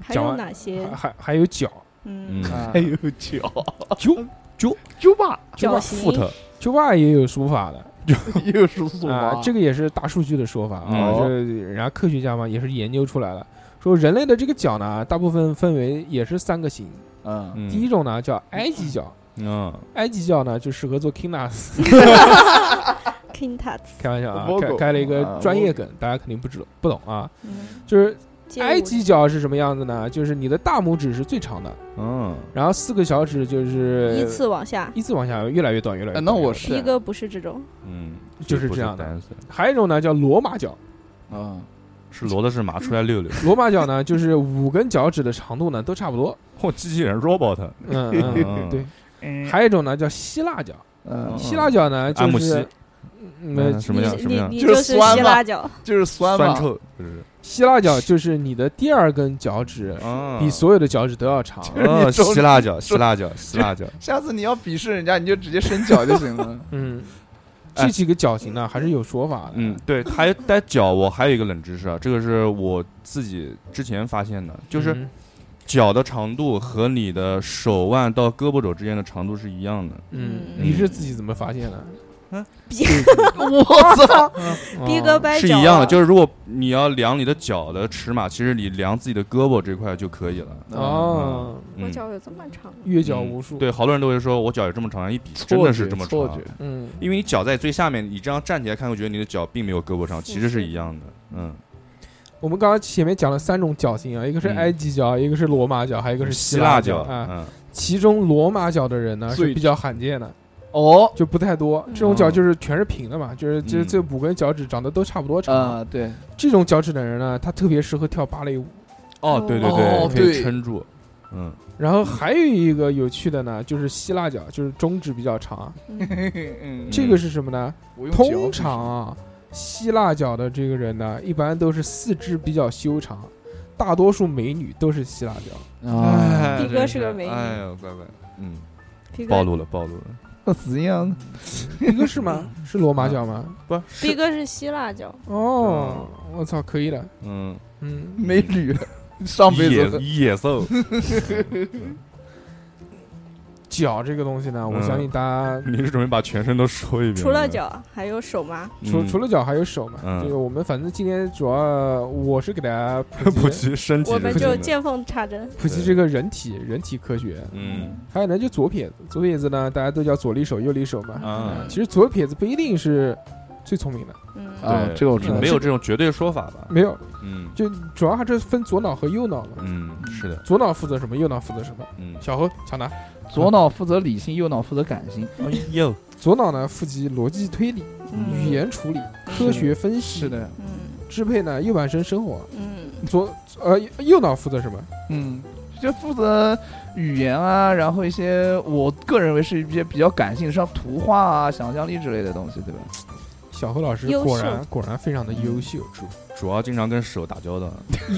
E: 还
B: 讲
E: 有
B: 完
E: 哪些
B: 还？还还有脚，
E: 嗯
D: 嗯，
C: 啊还有 <laughs>
D: 脚
B: 啾
C: 九把
E: 哦脚
D: 腹
E: 型
D: 特，
B: 啾吧也有说法的。
C: <laughs> 又是速
B: 啊、
C: 八，
B: 这个也是大数据的说法啊，
D: 嗯
B: 就是人家科学家嘛也是研究出来了，说人类的这个脚呢，大部分分为也是三个型，
C: 嗯，
B: 第一种呢叫埃及
C: <laughs>
B: 脚，
D: 嗯啊，
B: 埃及脚呢就适合做 knas，
E: King Tat，
B: <laughs> 开玩
C: <laughs>
B: 笑啊，
C: Vogue
B: 开开了一个
C: 啊
B: 专业梗，大家肯定不知道不懂啊，
E: 嗯，
B: 就是
E: 街舞
B: 埃及脚是什么样子呢？就是你的大拇指是最长的，
D: 嗯
B: 然后四个小指就是
E: 依次往下，
B: 依次往下越来越短，越来越
C: 哎
B: 短。
C: 那我
B: 越来越
C: 是
E: 逼哥不是这种，
D: 嗯，
B: 就是
D: 不
B: 这样的
D: 单色
B: 短还有一种呢叫罗马脚， <laughs>
C: <laughs> 嗯，
D: 是骡子是马出来溜溜，
B: 罗马脚呢就是五根脚趾的长度呢都差不多，
D: 嚯，机器人 robot，
B: 嗯
C: <laughs>
B: 嗯
D: 嗯
B: 嗯，对。还有一种呢叫希腊脚，
C: 嗯，
B: 希腊脚呢
D: 按
B: 就
D: 摩膝
B: 是，嗯，
D: 什么样
E: 你
D: 什么
E: 你
D: 样
E: 你
C: 就是
E: 就是
C: 酸
E: 希
C: 嘛
E: 腊脚，
C: 就是酸
D: 酸
C: 嘛，
D: 臭，就是
B: 希腊脚就是你的第二根脚趾
C: 嗯
D: 啊
B: 比所有的脚趾都要 <laughs>
C: <laughs>
B: 长，
D: 哦，
C: 你中
D: 希腊脚，希腊脚，希腊脚，
C: 下次你要鄙视人家，你就直接伸脚就行
B: <laughs>
C: 了。
B: 嗯，
D: 哎
B: 这几个脚型呢还是有说法的，
D: 嗯，对，还有带脚，我还有一个冷知识啊，这个是我自己之前发现的，就是
B: 嗯
D: 脚的长度和你的手腕到胳膊肘之间的长度是一样的。
B: 嗯，
E: 嗯
B: 你是自己怎么发现的？
D: 嗯 <laughs>
E: 逼
C: 我
E: <laughs>
C: 操！
E: 啊逼哥
B: 哦
E: 掰啊
D: 是
E: 脚
D: 一样的，
E: 了
D: 就是如果你要量你的脚的尺码，其实你量自己的胳膊这块就可以了。
C: 嗯
B: 哦，
E: 我
D: 嗯，
E: 脚有这么长吗，
B: 越脚无数，，
D: 对，好多人都会说我脚有这么长，一比
C: 错
D: 真
C: 觉
D: 的是这么
C: 错
D: 长啊
C: 觉，，
B: 嗯，
D: 因为你脚在最下面，你这样站起来看，会觉得你的脚并没有胳膊长，其实是一样的。嗯，
B: 我们刚刚前面讲了三种脚型啊，一个是
D: 嗯
B: 埃及脚，一个是罗马脚，还有一个是
D: 希
B: 腊
D: 腊脚，
B: 啊。
D: 嗯，
B: 其中罗马脚的人呢
C: 最
B: 是比较罕见的，
C: 哦，
B: 就不太多。
E: 嗯
B: 这种脚就是全是平的嘛，就是就是
D: 哦嗯
B: 这五根脚趾长得都差不多长。
C: 啊，对，
B: 这种脚趾的人呢，他特别适合跳芭蕾舞。
D: 哦，对对
C: 哦
D: 可以
C: 对
D: 撑住。嗯，
B: 然后还有一个有趣的呢，就是希腊脚，就是中指比较长。
C: 嗯
B: 这个是什么呢？
C: 我用脚
B: 通常啊，希腊脚的这个人呢，一般都是四肢比较修长，大多数美女都是希腊脚。
C: 哎，
E: 逼哥是个美女
D: 哎呦，乖乖，嗯，
E: 逼
D: 暴
E: 哥
D: 露了，暴露了，
C: 怎样？
B: 一个是吗？ <laughs> 是罗马脚吗？
D: 不
E: 逼
D: 是，
E: 哥是希腊脚，
B: 哦，我操，可以了。
D: 嗯，
B: 嗯，
C: 美女，上辈
D: 野
C: 子
D: 野兽，
B: 脚这个东西呢，我
D: 嗯
B: 相信大家
D: 你是准备把全身都说一遍？
E: 除了，脚还有手吗？
B: 除
D: 嗯
B: 除了脚还有手嘛。
D: 嗯
B: 这个我们反正今天主要我是给大家
D: <laughs> 不 <laughs>
B: 普及
D: 及身体
E: 我
D: 是
E: 们
D: 不
E: 就
D: 行的
E: 见缝插针。
B: 普及这个人体人体科学。
D: 嗯
B: 还有呢，就左撇子，左撇子呢，大家都叫左利手、右利手嘛。
D: 啊，
B: 其实左撇子不一定是最聪明的，
E: 嗯，
C: 啊
D: 对
C: 这个我知道
D: 没有这种绝对说法吧？
B: 没有，
D: 嗯
B: 就主要还是分左脑和右脑嘛。
D: 嗯，是的，
B: 左脑负责什么，右脑负责什么？
D: 嗯，
B: 小何抢答，
C: 左脑负责理性，右脑负责感性。
D: 哎呦，
B: 左脑呢负责逻辑推理、
E: 嗯
B: 语言处理、科学分析，
C: 的，
E: 嗯
B: 支配呢右半身生活。
E: 嗯
B: 左呃右脑负责什么？
C: 嗯，就负责语言啊，然后一些我个人为是一些比较感性，像图画啊、想象力之类的东西，对吧？
B: 小何老师
E: 优秀
B: 果然果然非常的优秀。
E: <laughs>
D: 主要经常跟手打交道，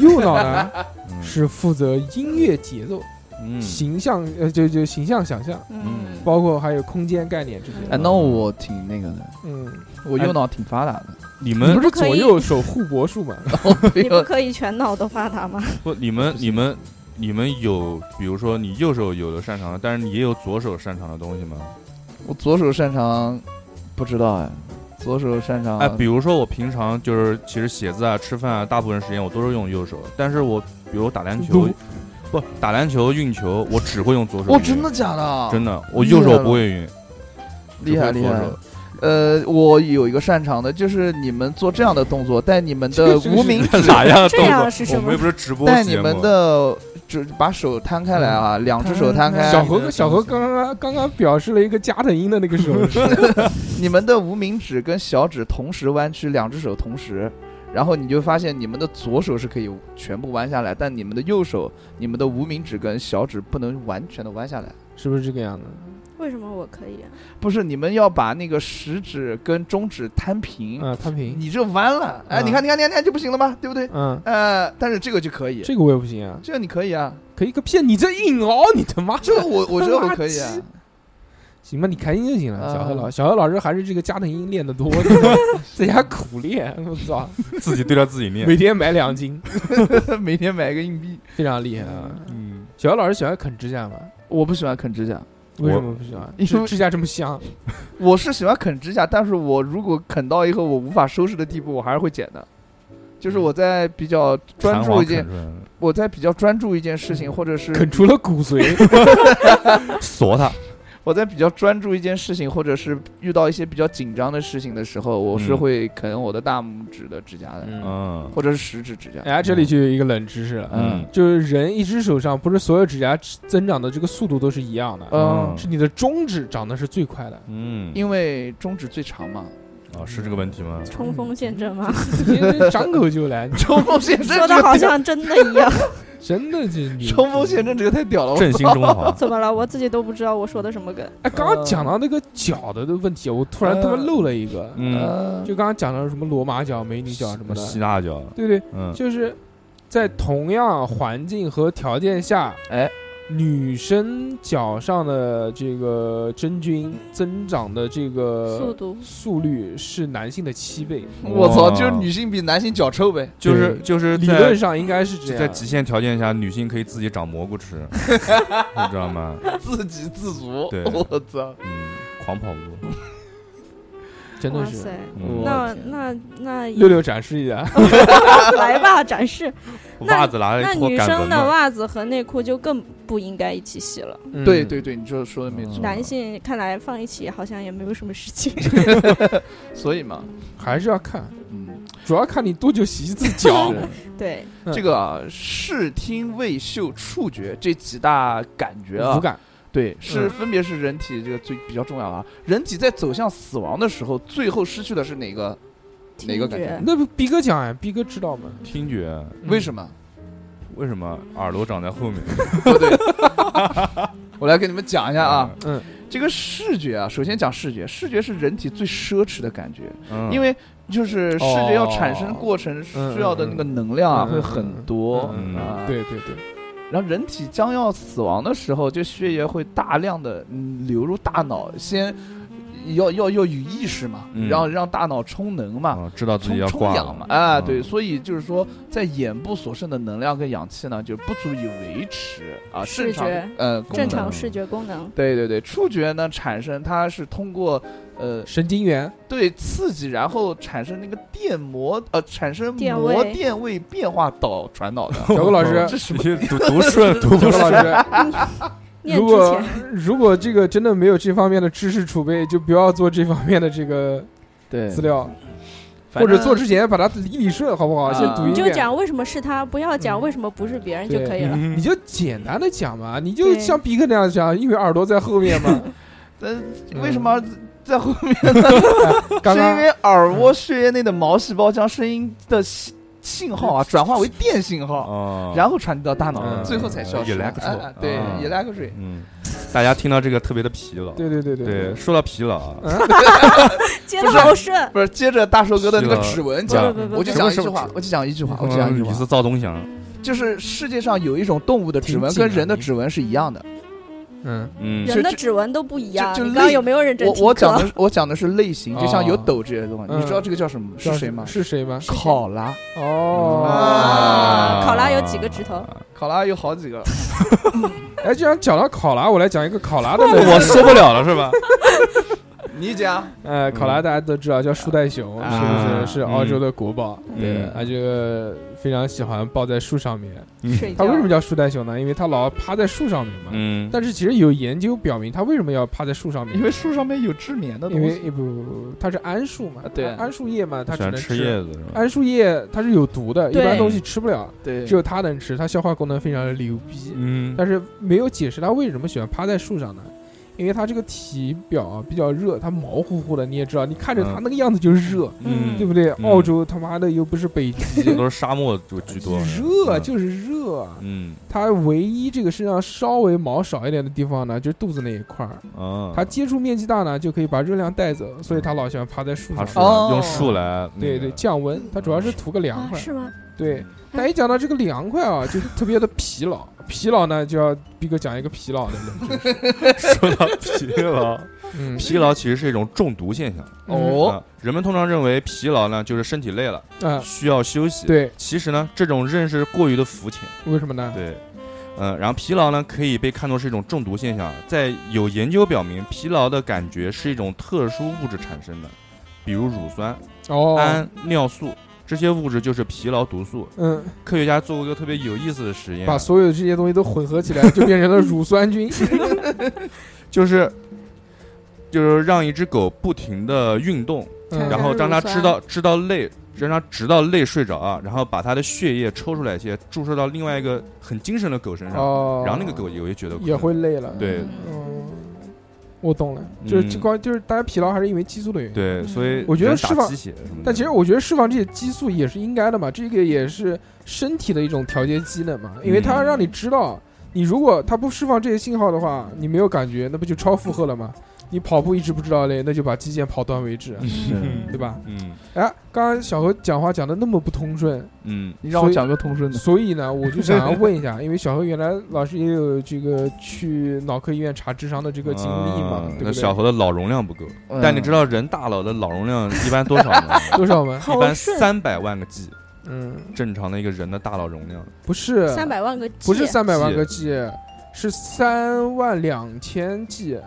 B: 右脑呢
D: <laughs> 嗯
B: 是负责音乐节奏、
D: 嗯
B: 形象呃就就形象想象，
E: 嗯，
B: 包括还有空间概念这些。
C: 哎，那我挺那个的，
B: 嗯，
C: 我
D: 哎
C: 右脑挺发达的。
D: 你
B: 你
D: 们
B: 不是
E: 不可
B: 左
E: 以
B: 右手互搏术吗？
C: <laughs>
E: 你不可以全脑都发达吗？
D: 不，你们你们你们有，比如说你右手有的擅长的，但是你也有左手擅长的东西吗？
C: 我左手擅长，不知道哎，左手擅长。哦
D: 哎，比如说我平常就是其实写字啊、吃饭啊，大部分时间我都是用右手，但是我比如我打篮球
B: 撸，
D: 不打篮球、运球，我只会用左手运。
C: 哦，真的假的？
D: 真的，我右手不会运，
C: 厉害
D: 只
C: 厉
D: 会左
C: 害
D: 手。。
C: 呃，我有一个擅长的，就是你们做这样的动作，但你们的
B: 这是
C: 无
D: <laughs>
C: 名指，
D: 哪样的
E: 这
D: 动
E: 样
D: 作
E: 是什
D: 我
E: 么
D: 们又不是直
C: <laughs>
D: 播
C: 但你
D: 节
C: 们
D: 目
C: 的只把手摊开来啊，两只手摊开，
B: 小何小何刚刚刚刚表示了一个加藤鹰的那个手势，
C: <laughs> 你们的无名指跟小指同时弯曲，两只手同时，然后你就发现你们的左手是可以全部弯下来，但你们的右手，你们的无名指跟小指不能完全的弯下来。
B: 是不是这个样子？
E: 为什么我可以啊？
D: 嗯
C: 不是，你们要把那个食指跟中指摊平，
B: 嗯，摊平，
C: 你这弯了，哎，
B: 嗯
C: 你看，你看，你看，你看就不行了吧，对不对？
B: 嗯，
C: 呃，但是这个就可以，
B: 这个我也不行啊，
C: 这个你可以啊，
B: 可以个屁！你这硬熬，你他妈
C: 这个我我觉得我可以啊
B: 垃，圾行吧，你开心就行了。
C: 啊
B: 小何老小何老师还是这个家庭音练得多，对吧在家苦练，我操，
D: 自己对着自己念
B: 每，天买两斤，
C: <laughs> 每天买个硬币。
B: 非常厉害啊！
D: 嗯，
B: 小何老师喜欢啃指甲吗？
C: 我不喜欢啃指甲，
B: 为
D: 我
B: 什么不喜欢？
C: 因为
B: 指指甲这么香，
C: 我是喜欢啃指甲，但是我如果啃到以后我无法收拾的地步，我还是会剪的。就是我在比较专
D: 嗯弹
C: 注
D: 簧
C: 一件
D: 啃，嗯出来了
C: 我在比较专注一件事情，或者
B: 啃
C: 是
B: 出了骨髓。
D: 锁他，
C: 我在比较专注一件事情，或者是遇到一些比较紧张的事情的时候，我是
D: 嗯
C: 会啃我的大拇指的指甲的，
B: 嗯，
D: 嗯
C: 或者是食指指甲。
B: 哎，这里就有一个冷知识了，
D: 嗯
C: 嗯
B: 就是人一只手上不是所有指甲增长的这个速度都是一样的，
C: 嗯，
B: 是你的中指长得是最快的。
D: 嗯，
C: 因为中指最长
D: <laughs>
C: 嘛。
D: 啊，是这个问
C: <laughs>
D: 题吗？
E: 冲锋陷阵吗？
B: 你这张口就来，你
C: 冲锋陷阵
E: 说的好像真的一样。 <laughs>
B: 真的就
C: <laughs>
D: 嗯
B: 牛逼
C: 冲锋陷阵这个太屌了，我
D: 振兴中
C: <laughs>
D: 华，
E: 怎么了？我自己都不知道我说的什么梗。
B: 哎，刚刚讲到那个脚的的问题，我突然他妈漏了一个，
D: 嗯，
C: 呃
B: 就刚刚讲到什么罗马脚、美女脚什么
D: 希
B: 的，
D: 腊脚，
B: 对对，
D: 嗯，
B: 就是在同样环境和条件下，
C: 哎，
B: 女生脚上的这个真菌增长的这
D: 呃
B: 个
E: 速度
B: 速率是男性的七倍，
C: 我操，
D: 哇
C: 就是女性比男性脚臭呗。
D: 就是就是
B: 理
D: 在
B: 论上应该是这
D: 就
B: 样。
D: 在极限条件下，女性可以自己长蘑菇吃，
B: <laughs>
D: 你知道吗？
C: <laughs> 自给自足
D: 对。
C: 我操，
D: 嗯，狂跑屋，
B: 真的
E: 哇
B: 是
E: 塞，
D: 嗯
E: 那那那
B: 六六展示一下，
E: 来吧，展示。那
D: 袜子拿
E: 那
D: 来哎脱
E: 女
D: 敢闻
E: 生的
D: 吗？
E: 袜子和内裤就更不应该一起洗了。
B: 嗯
C: 嗯
D: 嗯
C: 对对对，你这说的没错。
E: 男性看来放一起好像也没有什么事情。
C: <laughs> 所以嘛，
B: 还是要看， <laughs>
C: 嗯，
B: 主要看你多久洗一次
C: <laughs>
B: 脚。
E: 对，
B: 嗯
C: 这个啊视听味嗅触觉这几大感觉啊
B: 无，感，嗯
C: 对，是分别是人体这个最比较重要啊。人体在走向死亡的时候，最后失去的是哪个？哪个
E: 听
C: 感
E: 觉
C: 觉？
B: 那不逼哥讲呀，逼哥知道吗？
D: 听觉
B: 嗯
C: 嗯为什么？
D: 为什么耳朵长在后面？
C: 不对，我来给你们讲一下啊。
B: 嗯，
C: 这个视觉啊，首先讲视觉，视觉是人体最奢侈的感觉，
D: 嗯，
C: 因为就是视觉要产生过程
B: 哦嗯
C: 需要的那个能量啊
B: 嗯嗯
C: 会很多
D: 嗯嗯
C: 啊。，
B: 对对对，
C: 然后人体将要死亡的时候，这血液会大量的流入大脑，先要要要有意识嘛，
D: 嗯
C: 然后让大脑充能嘛。
D: 啊知道自己
C: 充
D: 要
C: 充
D: 挂
C: 氧嘛
D: 了，
C: 啊，
D: 嗯
C: 对，所以就是说，在眼部所剩的能量跟氧气呢，就不足以维持啊
E: 视
C: 正常
E: 觉嗯
C: 呃功能
E: 正常视觉功能。
C: 对对对，触觉呢产生，它是通过呃
B: 神经元
C: <laughs> 对刺激，然后产生那个电膜呃产生
E: 电
C: 膜
E: 位
C: 电位变化导传
D: <laughs>
C: 导的。
B: 小顾老师
C: 这什么？
D: 你读
B: <laughs>
D: 读顺读
B: 小
D: 不
B: 何
D: 顺
B: 老师，
E: 念
B: 如
E: 之
B: 果
E: 前，
B: 如果这个真的没有这方面的知识储备，就不要做这方面的这个
C: 对
B: 资料，
C: 反
B: 或者
C: 正
B: 做之前把它理理顺，好不好？
C: 啊
B: 先读
E: 你
B: 一
E: 就
B: 遍，
E: 讲为什么是他，不要讲
B: 嗯
E: 为什么不是别人就
B: 对
E: 可
D: <laughs>
E: 以了。
D: 嗯
B: 你就简单的讲嘛，你就
E: 对
B: 像逼哥那样讲，因为耳朵在后面
E: <laughs>
B: 嘛。
C: 呃
B: 嗯
C: 为什么在后面？
B: 刚
C: 是因
B: 刚
C: 为耳蜗血液内的毛细胞将声音的信信号
B: 嗯
C: 啊转化为电信
B: 哦
C: 号，
D: 啊，
C: 然后传递到大脑，
D: 嗯
C: 最后才消失。
D: Electro，
C: 啊对
D: 啊
C: ，electro。
D: 嗯，大家听到这个特别的疲劳。
B: 对对对对嗯
D: 对，，说到疲劳啊，
E: 接
C: 不
E: 的
C: 是
E: 好顺，
C: 不是，接着大寿哥的那个
D: 是了
C: 指纹
E: 不
C: 讲
E: 不，不
C: 我
E: 不
C: 就
E: 不
C: 讲一
B: 啊什
C: 句
B: 么
C: 话，我就讲一句话，我就讲一句
D: 嗯你
C: 话
D: 是，赵忠祥，
C: 就是世界上有一种动物的指纹
B: 挺紧
C: 跟
B: 的
C: 人的
B: 你
C: 指纹是一样的。
B: 嗯，
D: 嗯，
E: 人的
C: 就
E: 指纹都不一样。
C: 就就
E: 你刚刚
C: 类
E: 有没有认真
C: 我
E: 听
C: 我
E: 课
C: 讲的是我讲的是类型，
B: 哦
C: 就像有斗这些东西，
B: 嗯
C: 你知道这个叫什么 <laughs> 是谁吗？
B: 是谁吗？
E: 是谁
C: 考拉，
B: 哦，
E: 啊考拉有几个指头？
C: 考拉有好几
B: <laughs>
C: 个。
B: 哎，既然讲到考拉，我来讲一个考拉
D: <laughs>
B: 的那
D: 我
B: 个。
D: 受不了了
B: <laughs>
D: 是吧？
C: 你讲，
B: 呃，考拉大家都知道叫树袋熊，
C: 啊
B: 是不是
C: 啊
B: 是
D: 嗯
B: 澳洲的国宝？
D: 对
B: 啊，这个非常喜欢抱在树上面。
E: 睡
B: 它
E: 觉
B: 为什么叫树袋熊呢？因为它老趴在树上面嘛。
D: 嗯，
B: 但是其实有研究表明，它为什么要趴在树上面？
C: 因为树上面有制棉的
B: 因
C: 东
B: 为
C: 西，
B: 不不不不，它是桉树嘛
C: 啊，对
B: 桉桉树叶嘛，它
D: 喜
B: 只
D: 欢
B: 能
D: 吃叶子是吧？
B: 桉树叶它是有毒的，一
E: 对
B: 般东西吃不了，
C: 对，
B: 只有它能吃，它消化功能非常的牛逼。
D: 嗯，
B: 但是没有解释它为什么喜欢趴在树上呢？因为它这个体表啊比较热，它毛乎乎的，你也知道，你看着它
D: 嗯
B: 那个样子就是热，
D: 嗯
B: 对不对？
D: 嗯
B: 澳洲他妈的又不是北极，
D: 这都是沙漠就 <laughs> 居多，
B: 热
D: 嗯
B: 就是热。
D: 嗯
B: 它唯一这个身上稍微毛少一点的地方呢，就是肚子那一块儿，
D: 啊，
B: 它接触面积大呢，就可以把热量带走，所以它老喜欢爬在树
D: 爬
B: 上。
D: 树啊
C: 哦
D: 用树来那
B: 对
D: 个
B: 对，降温，
D: 嗯
B: 它主要是图个凉
E: 啊？
B: 快。
E: 是吗？
B: 对，但一讲到这个凉快啊，就特别的疲劳。疲劳呢，就要逼哥讲一个疲劳的人。
D: <laughs> 说到 <laughs> 疲劳，
B: 嗯，
D: 疲劳其实是一种中毒现象。
C: 哦，
D: 啊人们通常认为疲劳呢就是身体累了，
B: 嗯啊，
D: 需要休息。，
B: 对，啊
D: 其实呢这种认识过于的肤浅。
B: 为什么呢？
D: 对，嗯，然后疲劳呢可以被看作是一种中毒现象，在有研究表明，疲劳的感觉是一种特殊物质产生的，比如乳酸、
B: 哦，
D: 氨、尿素这些物质就是疲劳毒素。
B: 嗯，
D: 科学家做过一个特别有意思的实验啊，
B: 把所有这些东西都混合起来，就变成了乳酸菌。
D: 就是就是让一只狗不停的运动，
B: <laughs> 嗯
D: 然后让它吃到吃到累，让它直到累睡着啊，然后把它的血液抽出来一些，注射到另外一个很精神的狗身上，
B: 哦，
D: 然后那个狗也会觉得困
B: 也会累了。，
D: 对
B: 嗯，我懂了，就是
D: 嗯
B: 就光就是大家疲劳还是因为激素的原因。
D: 对，所以
B: 我觉得
D: 只
B: 释
D: 能打
B: 放
D: 鸡血什么的。
B: 但其实我觉得释放这些激素也是应该的嘛，这个也是身体的一种调节机能嘛，因为
D: 嗯
B: 它要让你知道，你如果它不释放这些信号的话，你没有感觉，那不就超负荷了吗？你跑步一直不知道累，那就把肌腱跑断为止，对吧？
D: 嗯
B: 哎，刚刚小何讲话讲的那么不通顺，
D: 嗯
C: 你让我讲个
B: <laughs>
C: 通顺的。
B: 所以呢，我就想要问一
D: <laughs>
B: 下，因为小何原来老师也有这个去脑科医院查智商的这个经历嘛
D: 啊，
B: 对
D: 那
B: 不
D: 小
B: 对？
D: 何的脑容量不够，
C: 嗯
D: 但你知道人大脑的脑容量一般多少
B: <laughs>
D: 吗？
B: 多少吗？
D: 一
E: 好
D: 般
E: 顺，
D: 三百万个 G，
B: 嗯，
D: 正常的一个人的大脑容量。
B: 不是
E: 三百万个 G，
B: 不是三百万
D: ，G
B: 个 G，是三万两千 G。
D: 啊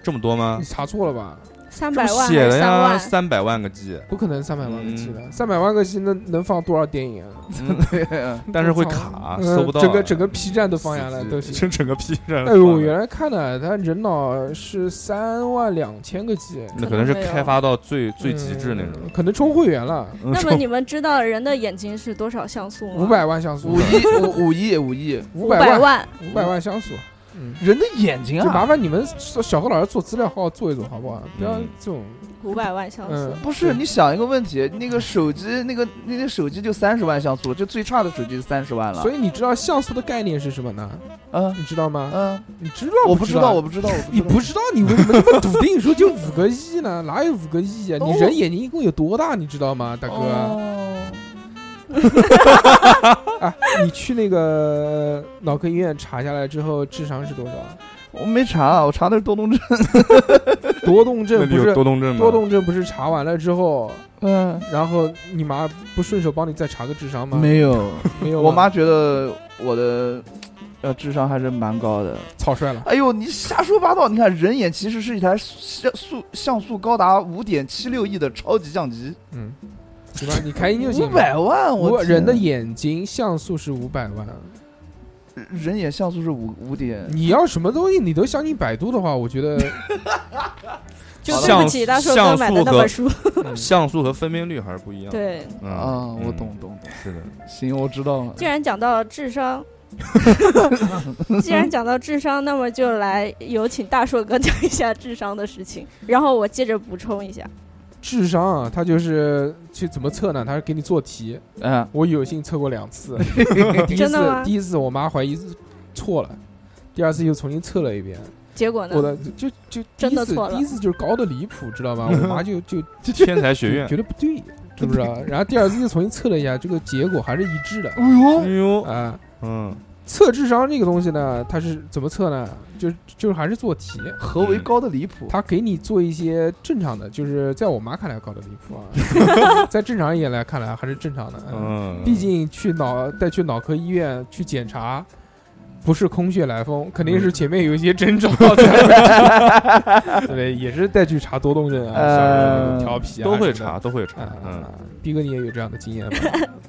D: 这么多吗
B: 你？查错了吧？
E: 三
D: 这
E: 百
D: 不
E: 万
D: 写
E: 还
D: 的
E: 是三
D: 呀，
E: 万？嗯
D: 三百万个 G，
B: 不可能三百万个 G
D: 嗯
B: 的，三百万个 G 能能放多少电影啊？
D: <laughs> 但是会
B: 操 <laughs>
D: 卡
B: 嗯
D: 搜不到啊
B: 整个
D: 了
B: 整个 P 站都放下来都是。
D: 整整个 P 站。
B: 哎呦，我原来看的，它人脑是三万两千个 G，
D: 那可能是开发到最最极致那种嗯
B: 嗯，。可能充会员了，
E: 那
B: <laughs>
E: 么你们知道人的眼睛是多少像素吗？
B: 五百万像素，
C: 五亿五五亿五亿，
B: 五
E: 五
B: 百
E: 百
B: 万
E: 万，
B: 五百万像素，嗯，
C: 人的眼睛
B: 就
C: 啊
B: 麻，烦你们小小何老师做资料好好做一做，好不好？不要
D: 嗯
B: 这种，
E: 五百万像素
B: 嗯。，
C: 不是你想一个问题，那个手机那个那个手机就三十万像素，就最差的手机就三十万了
B: 所。以你知道像素的概念是什么呢？
C: 嗯
B: 你知道吗？
C: 嗯，
B: 你知道
C: 我
B: 不
C: 不知道，
B: 道。啊
C: 我不知道，我不
B: 你
C: 知道。
B: 不知道，你为什么这么笃定说就五个亿呢？哪有五个亿啊？
C: 哦
B: 你人眼睛一共有多大？你知道吗，大哥？
C: 哦，
B: 啊，你去那个脑科医院查下来之后，智商是多少？
C: 我没查，啊我查的是多动症。
B: 多动
D: 那
B: 症
D: 里
B: 不
D: 有
B: 是
D: 多动症吗？
B: 多动症不是查完了之后，
C: 嗯，
B: 然后你妈不顺手帮你再查个智商吗？
C: 没有，
B: 没有吗，
C: 我妈觉得我的呃智商还是蛮高的。
B: 草率了。
C: 哎呦，你瞎说八道！你看，人眼其实是一台像素像素高达五点七六亿的超级相机，
B: 嗯，行吧，你开心就行
C: 五。百万，我
B: 我人的
C: 天
B: 眼睛像素是五百万，
C: 人眼像素是五五点，
B: 你要什么东西你都相信百度的话，我
C: <laughs>
B: 觉得
E: 就对不起，
D: 像
E: 到时候刚买的那本书，
B: 嗯
D: 像素和分辨率还是不一样。，
E: 对，
D: 嗯
C: 啊，我
D: 嗯
C: 懂懂懂，
D: 是
B: <laughs>
D: 的，
C: 行，我知道了。
E: 既然讲到智商，既然讲到智商，那么就来有请大硕哥讲一下智商的事情，然后我接着补充一下。
B: 智商啊，它就是去怎么测呢？它是给你做题，
C: 嗯，
B: 我有幸测过两次，
C: <laughs>
B: 第一
E: 真的
B: 次
E: 吗
B: 第一次我妈怀疑是错了。第二次又重新测了一遍，
E: 结果呢
B: 我？的就就
E: 真的
B: 第一次
E: 错了
B: 第一次就是高的离谱，知道
C: <laughs>
B: 吧？我妈就就
D: 天才学院
B: 觉。得不对，知不知
D: <laughs>
B: 道？然后第二次又重新测了一下，这个结果还是一致的
C: 哎
D: 哎
C: 呦，
D: 呦，
B: 啊。
D: 嗯，
B: 测智商这个东西呢，它是怎么测呢？就是就是还是做题，
C: 何
D: 嗯
C: 为高的离谱？
B: 它给你做一些正常的，就是在我妈看来高的离谱啊，
D: <laughs>
B: 在正常人来看来还是正常的。嗯，
D: 嗯，
B: 毕竟去脑带去脑科医院去检查，不是空穴来风，肯
D: 嗯
B: 定是前面有一些征兆
D: <laughs>
B: 对，也是带去查多动症啊，
C: 呃
B: 小时候调皮啊，
D: 都会查，。都会查
B: 啊，，
D: 嗯，
B: 逼哥你也有这样的经验吧？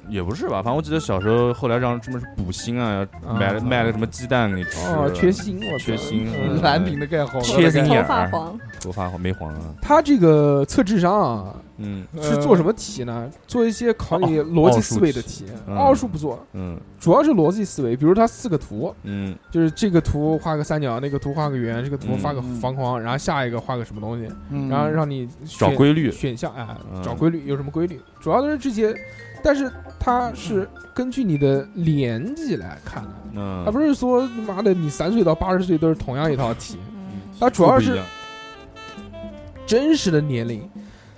D: 也不是吧，反正我记得小时候后来让什么补锌啊，
B: 啊
D: 买了卖了什么鸡蛋给你吃，
B: 哦，缺锌，我操
D: 缺锌
B: 嗯
D: 嗯
C: 蓝屏的盖好了，
D: 切心
E: 头
D: 眼
E: 发
D: 儿，
E: 黄，
D: 头发没黄啊，
B: 他这个测智商啊，
D: 嗯
B: 是做什么题呢？做一些考你逻辑思维的题，
D: 哦奥奥数题嗯
B: 奥数不做，
D: 嗯
B: 主要是逻辑思维。比如它四个图，
D: 嗯
B: 就是这个图画个三角，那个图画个圆，这个图
D: 嗯
B: 画个方框，然后下一个画个什么东西，
C: 嗯
B: 然后让你选
D: 找规律，
B: 选项啊，
D: 嗯
B: 找规律有什么规律？主要都是这些，但是它是根据你的年纪来看的，
D: 嗯，
B: 啊它不是说妈的你三岁到八十岁都是同样一套题，
E: 嗯，
B: 它主要
D: 不一
B: 是
D: 样
B: 真实的年龄，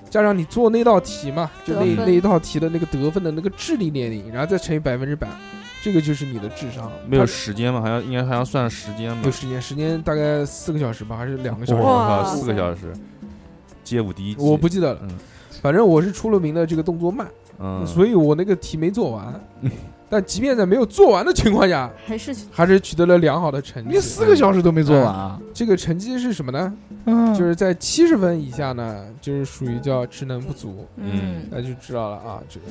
B: 加上你做那道题嘛，就那
E: 得分
B: 那一道题的那个得分的那个智力年龄，然后再乘以百分之百，这个就是你的智商。
D: 没有
B: 它
D: 时间嘛，还要应该还要算时间嘛
B: 有，时间，时间大概四个小时吧，还是两个小时？
D: 哇
E: 哇
D: 四个小时，街舞第一集，
B: 我不记得了
D: 嗯，
B: 反正我是出了名的这个动作慢，
D: 嗯，
B: 所以我那个题没做完。但即便在没有做完的情况下，
E: 还是
B: 还是取得了良好的成绩
C: 你。四个小时都没做完啊？
B: 这个成绩是什么呢？
C: 嗯，
B: 就是在七十分以下呢，就是属于叫智能不足。
E: 嗯
B: 那就知道了啊，这个。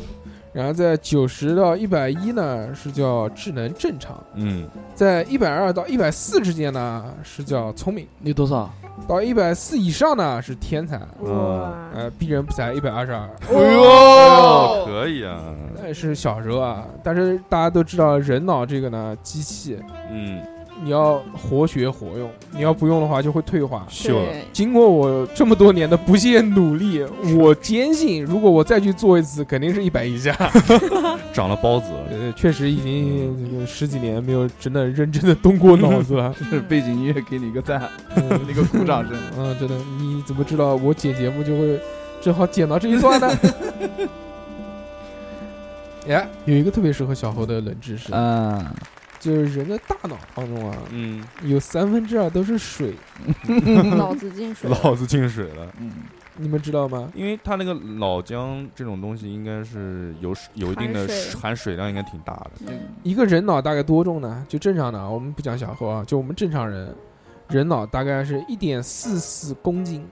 B: 然后在九十到一百一呢是叫智能正常，
D: 嗯
B: 在一百二到一百四之间呢是叫聪明，
C: 你多少？
B: 到一百四以上呢是天才，
E: 嗯
D: 嗯
E: 哇
D: 哎
B: 呃，鄙人不才一百二十二，
C: 哎
D: 哦，
C: 呦，
D: 可以啊，
B: 那是小时候啊。但是大家都知道，人脑这个呢，机器
D: 嗯，
B: 你要活学活用，你要不用的话就会退化。
D: 秀了，
E: 对，
B: 经过我这么多年的不懈努力，我坚信，如果我再去做一次，肯定是一百以下。
D: 长了包子了，
B: 呃，确实已经有十几年没有真的认真的动过脑子
C: <laughs>
B: 了。
C: 是背景音乐给你一个赞，
B: 嗯
C: 那个鼓掌声。
B: <laughs> 嗯，真的，你怎么知道我剪节目就会正好剪到这一段呢？ <laughs> 哎，有一个特别适合小猴的冷知识，
C: 嗯，
B: 就是人的大脑当中啊，
D: 嗯，
B: 有三分之二都是水，
E: 脑子进水了，
D: 老子进水了。
C: 嗯，
B: 你们知道吗？
D: 因为它那个老姜这种东西，应该是有水有一定的
E: 含水
D: 含水量，应该挺大的。
B: 一个人脑大概多重呢？就正常的，啊，我们不讲小猴啊，就我们正常人，人脑大概是一点四四公斤，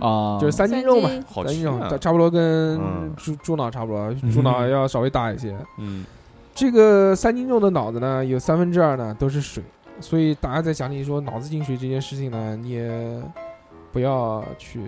C: 啊，
B: 就是三斤肉嘛，
E: 三
D: 好
B: 三斤
D: 吃
B: 肉
D: 啊，
B: 差不多跟
D: 嗯
B: 猪猪脑差不多，
D: 嗯
B: 猪脑要稍微大一些。
D: 嗯，
B: 这个三斤肉的脑子呢，有三分之二呢都是水，所以大家在讲你说脑子进水这件事情呢，你也不要去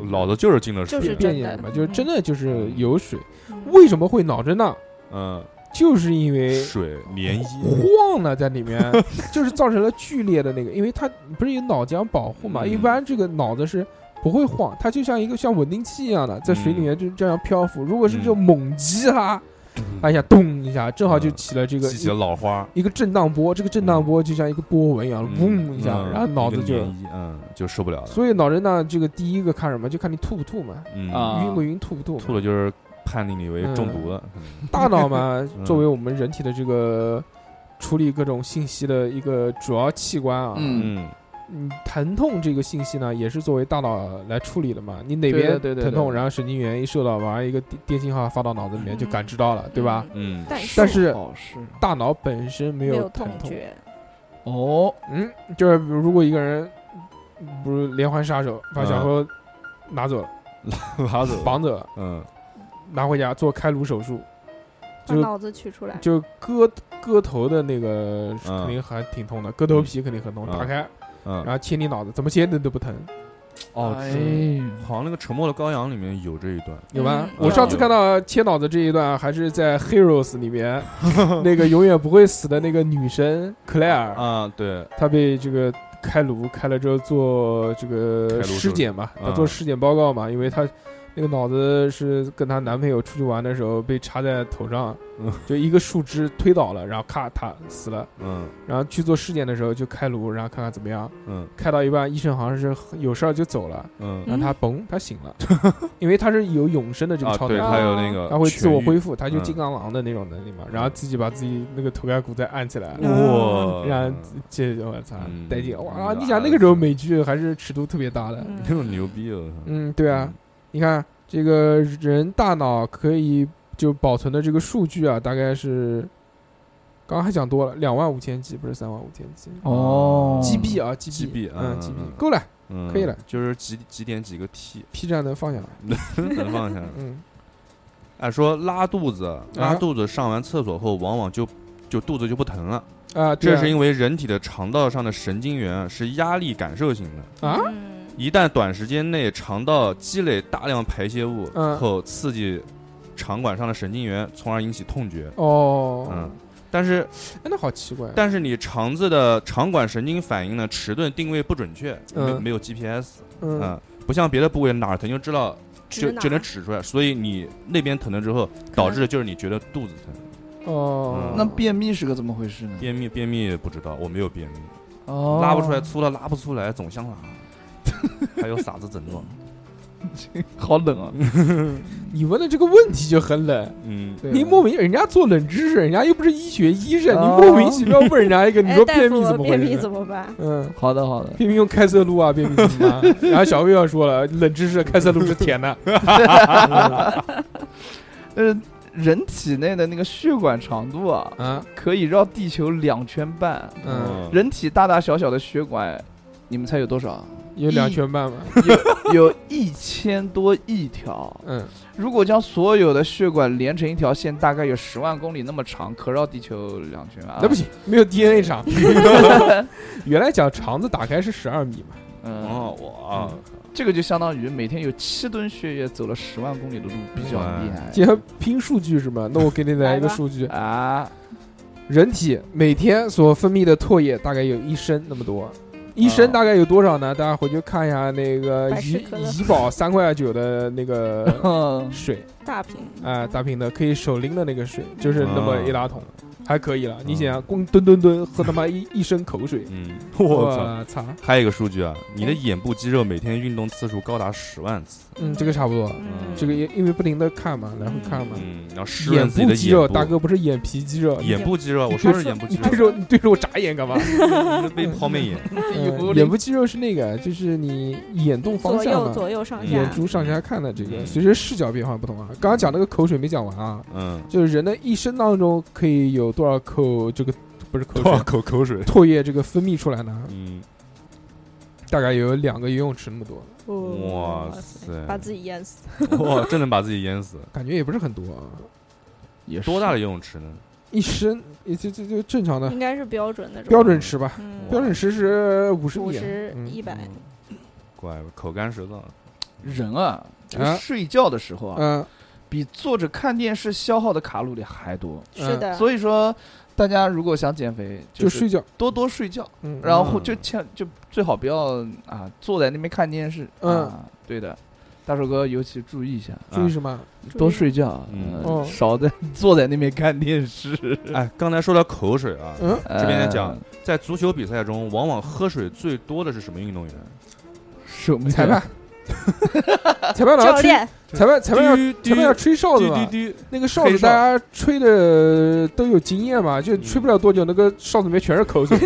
B: 嗯
D: 老子就是进了水，
E: 就是
B: 辩
E: 真
B: 解
E: 的
B: 什么，就是真的就是有水。
E: 嗯
B: 为什么会脑震荡？
D: 嗯，
B: 就是因为
D: 水涟漪，
B: 晃了在里面， <laughs> 就是造成了剧烈的那个，因为它不是有脑浆保护嘛，
D: 嗯
B: 一般这个脑子是不会晃，它就像一个像稳定器一样的，在水里
D: 嗯
B: 面就这样漂浮。如果是这种猛击哈，它一下咚一下，正好就起哎了这个
D: 激嗯起了老花，
B: 一个震荡波，这个震荡波就像一个波纹一样，嗡
D: 嗯
B: 一下，
D: 嗯
B: 然后脑子
D: 一个
B: 就
D: 涟。漪嗯就受不了了，
B: 所以脑震荡这个第一个看什么，就看你吐不吐嘛，
D: 嗯
C: 啊
B: 晕不晕，吐不吐嘛。
D: 吐了 <laughs> 就是判定你为中毒了，
B: 大脑嘛
D: 嗯，
B: 作为我们人体的这个处理各种信息的一个主要器官啊，
C: 嗯，
D: 嗯
B: 嗯，疼痛这个信息呢，也是作为大脑来处理的嘛。你哪边
C: 对的对的
B: 疼
C: 对
B: 痛，
C: 的
B: 然后神经元一受到，马上一个电电信号发到脑子里面
E: 嗯
B: 就感知到了，对吧？？
D: 嗯
E: 但
B: 但是
C: 哦是
B: 大脑本身没
E: 没有
B: 疼
E: 痛觉，
C: 哦，
B: 嗯，就是比如如果一个人嗯不是连环杀手，把
D: 嗯
B: 小偷拿走了、
D: 拉走，
B: 绑走了，
D: 嗯
B: 拿回家做开颅手术，
E: 把
B: 就
E: 脑子取出来，
B: 就割割头的那个
D: 嗯
B: 肯定还挺痛的，割头皮肯定很痛，
D: 嗯
B: 打开然
D: 嗯，
B: 后切你脑子，怎么切的都不疼，
D: 哦，
C: 哎
D: 是好像那个《沉默的羔羊》里面有这一段，
B: 有吧？
E: 嗯
B: 我上次看到切脑子这一段，啊还是在 Heroes 里
D: <laughs>
B: 面，那个永远不会死的那个女生克莱尔，
D: 啊，对，
B: 她被这个开颅开了之后做这
D: 开
B: 个
D: 颅手术
B: 尸检嘛，
D: 嗯
B: 她做尸检报告嘛，因为她那个脑子是跟她男朋友出去玩的时候被插在头上
D: 嗯，
B: <laughs> 就一个树枝推倒了，然后咔她死了，
D: 嗯
B: 然后去做尸检的时候就开颅，然后看看怎么样，
D: 嗯
B: 开到一半医生好像是有事儿就走了。
D: 嗯，
B: 让她嘣，她醒了， <laughs> 因为她是有永生的这个
D: 啊，
B: 超
D: 对，
B: 能力，
D: 他有那个
B: 他会自我
D: 痊愈
B: 恢复，他就
D: 嗯
B: 金刚狼的那种能力嘛，然后自己把自己那个头盖骨再按起来，
D: 嗯
B: 嗯
D: 哇，<laughs>
B: 然后这我操
D: 呃嗯
B: 带劲哇！
D: 嗯
B: 你想那个时候美剧还是尺度特别大的，
E: 嗯
B: <laughs>
D: 这种牛逼哦，
B: 嗯，对啊，你看这个人大脑可以就保存的这个数据啊，大概是刚刚还讲多了，两万五千 G 不是三万五千 G。
C: 哦
B: GB 啊，GB，
D: GB
B: 嗯
D: 嗯
B: ，GB
D: 嗯
B: 够了
D: 嗯，
B: 可以了
D: 就是几几点几个 T， <laughs>
B: ，P 站能放下来。
D: 能放
B: <laughs>
D: 下来。
B: 嗯，
D: 按说拉肚子，
B: 啊
D: 拉肚子上完厕所后，往往就就肚子就不疼了，
B: 啊，对
D: 这
B: 啊
D: 是因为人体的肠道上的神经元啊是压力感受型的，
B: 啊
E: 嗯
D: 一旦短时间内肠道积累大量排泄物
B: 嗯
D: 后，刺激肠管上的神经元，从而引起痛觉。
B: 哦，
D: 嗯，但是
B: 哎，那好奇怪啊。
D: 但是你肠子的肠管神经反应呢，迟钝定位不准确，没
B: 嗯
D: 没有 GPS，
B: 嗯
D: 嗯，不像别的部位哪儿疼就知道，就
E: 指哪
D: 就能指出来，所以你那边疼了之后，导致的就是你觉得肚子疼，
B: 哦
D: 嗯，
C: 那便秘是个怎么回事呢？
D: 便秘便秘不知道，我没有便秘，
C: 哦
D: 拉不出来，，粗了拉不出来，总想拉，
B: <laughs>
D: 还有傻子症状，
C: <laughs> 好冷啊！
B: 你问的这个问题就很冷，
D: 嗯，
C: 对
B: 你莫名人家做冷知识，人家又不是医学医生，
C: 哦
B: 你莫名其妙问人
E: <laughs>
B: 家一 <laughs> 个，你
E: 哎
B: 说
E: 大
B: 便
E: 夫
B: 秘
E: 我
B: 怎么
E: 便秘
B: 回事
E: 怎？么办？
B: 嗯，
C: 好的好的，
B: 便秘用开塞露啊，便秘怎么
E: <laughs>
B: 办？然后小魏要说了，冷知识，开塞露是甜的。
C: 呃，人体内的那个血管长度啊，
B: 啊，
C: 可以绕地球两圈半。
B: 嗯，
C: <laughs> 人体大大小小的血管，你们猜有多少？ <laughs>
B: 有两圈半嘛。
C: 有一千多亿条。
B: 嗯，
C: 如果将所有的血管连成一条线，大概有十万公里那么长，可绕地球两圈啊。
B: 那不行，没有 DNA
E: <laughs>
B: 长。原来讲肠子打开是十二米嘛。
C: <laughs>
E: 哎
C: 嗯，
D: 哦，哇，
C: 这个就相当于每天有七吨血液走了十万公里的路，比较
D: 哇
C: 厉害。
B: 今天拼数据是吗？那我给你来一个
E: 来吧
B: 数据，
C: 啊，
B: 人体每天所分泌的唾液大概有一升那么多，一
C: 啊
B: 升大概有多少呢？大家回去看一下那个
E: 百
B: 怡
E: 事可乐
B: 怡宝三块九的那
E: <laughs>
B: 个水
E: 大瓶
B: 啊、大瓶的可以手拎的那个水，就是那么
D: 啊
B: 一大桶，还可以了。你想想，光蹲蹲蹲喝他妈一 <laughs> 一身口水，
D: 嗯， <laughs> 我操。
B: 我操，
D: 还有一个数据啊，你的眼部肌肉每天运动次数高达十万次，
B: 嗯，这个差不多，
E: 嗯
B: 这个也因为不停的看嘛，来回看嘛，
D: 嗯，然后湿润
B: 眼
D: 自己
B: 部
D: 的
B: 肌肉，
D: 眼
B: 大
D: 部，
B: 哥不是眼皮肌肉，
D: 眼部肌肉，啊我
B: 你
D: 说
B: 对
D: 是眼部肌
B: 你
D: 肉，
B: 对着我你对着我眨眼干嘛？
D: <laughs> 被抛媚眼，
B: 嗯
C: 有
B: 眼部肌肉是那个，就是你眼动方
E: 左
B: 向
E: 右
B: 嘛，
E: 左右上
B: 眼
E: 下，
B: 珠上下看的这个，
D: 嗯
B: 随着视角变化不同啊。刚刚讲那个口水没讲完啊，
D: 嗯，
B: 就是人的一生当中可以有多少口这个不是口
D: 多少
B: 水
D: 口口水， <laughs>
B: 唾液这个分泌出来呢？
D: 嗯，
B: 大概有两个游泳池那么多，
E: 哦
D: 哇塞，
E: 把自己淹死。
D: 哇，真能把自己淹死。
B: 感觉也不是很多啊，
C: <laughs> 也
D: 多大的游泳池呢？
B: 一身也就就就正常的
E: 应该是标准那种
B: 标准池吧，
E: 嗯，
B: 标准池是五十
E: 五
B: 米啊，
E: 十
B: 嗯
E: 一百，
D: 嗯怪不得口干舌燥。
C: 人啊，这个
B: 啊
C: 睡觉的时候啊，
B: 嗯，
C: 比坐着看电视消耗的卡路里还多。
E: 是的，
C: 所以说，大家如果想减肥，
B: 呃就是睡觉，
C: 多多睡觉，
B: 嗯，
C: 然后
D: 嗯
C: 就千就最好不要啊坐在那边看电视。
B: 嗯
C: 啊，对的，大手哥尤其注意一下，
B: 注意什么？
E: 注意
C: 多睡觉，
D: 嗯
C: 呃
B: 哦
C: 少在 <laughs> 坐在那边看电视。
D: 哎，刚才说到口水啊，
B: 嗯，
D: 这边在
C: 呃
D: 讲，在足球比赛中，往往喝水最多的是什么运动员？
C: 什么
B: 裁
C: 呀
B: 判，裁判老要
E: 嗯教
B: 吹，
E: 练
B: 裁判裁判要
D: 滴
B: 裁判要吹哨子嘛，
D: 滴滴滴
B: 那个哨
D: 黑
B: 子
D: 哨
B: 大家吹的都有经验嘛，就吹不了多久，那个哨子里面全是口水，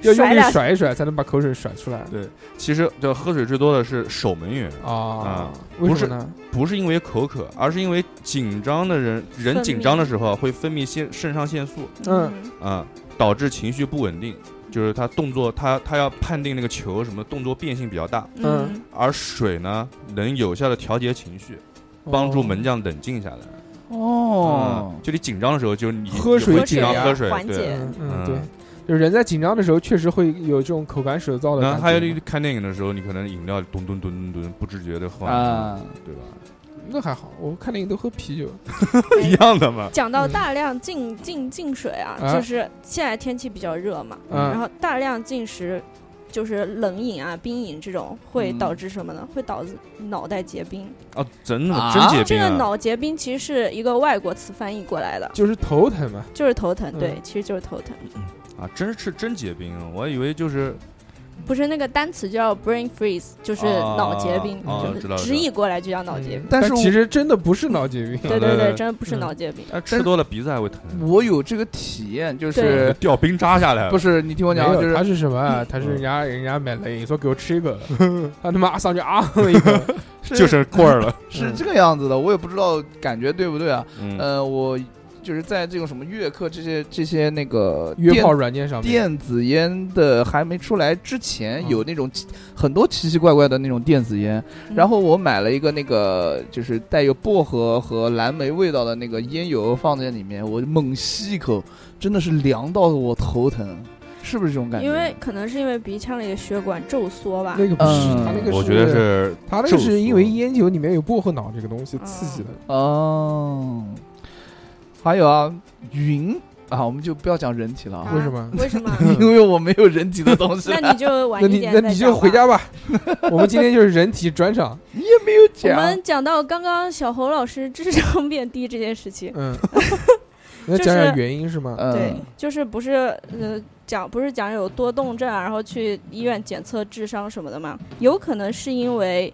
B: 要用
E: 甩
B: 力
E: 两
B: 甩一甩才能把口水甩出来
D: 对，其实就喝水最多的是守门员，
B: 啊
D: 啊。
B: 为
D: 不
B: 什
D: 是
B: 么呢？
D: 不是因为口渴，而是因为紧张的人，人
E: 分
D: 紧
E: 泌
D: 张的时候啊会分泌腺肾上腺素
B: 嗯，
D: 啊、导致情绪不稳定，就是他动作他他要判定那个球什么动作变性比较大，
E: 嗯，
D: 而水呢能有效的调节情绪，
B: 哦
D: 帮助门将冷静下来。
C: 哦
D: 嗯，就你紧张的时候，就你
B: 喝水
D: 你会
E: 解
D: 紧张
B: 压
D: 喝水，
E: 缓
D: 对。
E: 解
B: 嗯嗯，
D: 嗯
B: 对，就是人在紧张的时候，确实会有这种口干舌燥的感
D: 然
B: 觉嘛。
D: 后还有你看电影的时候，你可能饮料咚咚咚咚咚，不自觉的喝，
C: 啊，
D: 对吧？ <laughs>
B: 那还好，我看电影都喝啤酒。
D: 一样的嘛。
E: 讲到大量进进进水啊，
B: 啊
E: 就是现在天气比较热嘛，
B: 嗯
E: 然后大量进食，就是冷饮啊、冰饮这种，会
C: 嗯
E: 导致什么呢？会导致脑袋结冰。
D: 啊，真的
C: 啊
D: 真结
E: 这
D: 冰
E: 个
D: 啊！
E: 脑结冰其实是一个外国词翻译过来的，
B: 就是头疼嘛，
E: 就是头疼。
B: 嗯
E: 对，其实就是头疼，
D: 啊，真是真结冰啊，我还以为就是
E: 不是那个单词叫 brain freeze，就是
D: 啊
E: 脑结冰，
D: 啊
E: 就
D: 知道
E: 是直译过来就叫脑结冰。
B: 嗯但
C: 但是
B: 其实真的不是脑 <laughs> 结冰，
E: 对
D: 对
E: 对，
D: 对
E: 真的不是
B: 嗯
E: 脑结冰。
D: 哎吃多了鼻子还会疼，
C: 我有这个体验，就
E: 对
C: 是
D: 掉冰渣下来了。
C: 不是你听我
B: 没
C: 讲啊，
B: 有
C: 就
B: 他
C: 是
B: 是什么啊？他是人家人家买冷饮说给我吃一个，他他妈上去啊哼一口，
D: 就是棍
E: <laughs>
D: 儿了。
C: 是
B: 嗯
C: 这个样子的，我也不知道感觉对不对啊。
D: 嗯，
C: 呃，我就是在这种什么乐课这些这些那个
B: 约
C: 电
B: 炮软件上面，
C: 电子烟的还没出来之前，
B: 嗯
C: 有那种奇很多奇奇怪怪的那种电子烟。
E: 嗯
C: 然后我买了一个那个就是带有薄荷和蓝莓味道的那个烟油放在里面，我猛吸一口，真的是凉到我头疼，是不是这
D: 嗯
C: 种感觉？
E: 因为可能是因为鼻腔里的血管皱缩吧，
B: 那个不是，
C: 嗯
B: 他那个
D: 我觉得是啊
B: 他那个是因为烟酒里面有薄荷脑这个东西
E: 嗯
B: 刺激的，
C: 哦，还有啊，云啊，我们就不要讲人体了啊，
E: 啊
B: 为什么
E: 为
B: <laughs>
E: 什么？
C: <laughs> 因为我没有人体的东西 <laughs>
E: 那你就晚
B: 那
E: 一
B: 你
E: 点
B: 那
E: 再
B: 你
E: 讲
B: 就
E: 吧
B: 回家。吧， <laughs> 我们今天就是人体专场，
E: 我
C: 讲
E: 们讲到刚刚小侯老师智商变低这件事情， <laughs>
B: 嗯，那
E: 就是
B: 讲讲原因是吗？
C: 嗯
E: 对，就是不是呃讲不是讲有多动症啊，然后去医院检测智商什么的嘛，有可能是因为。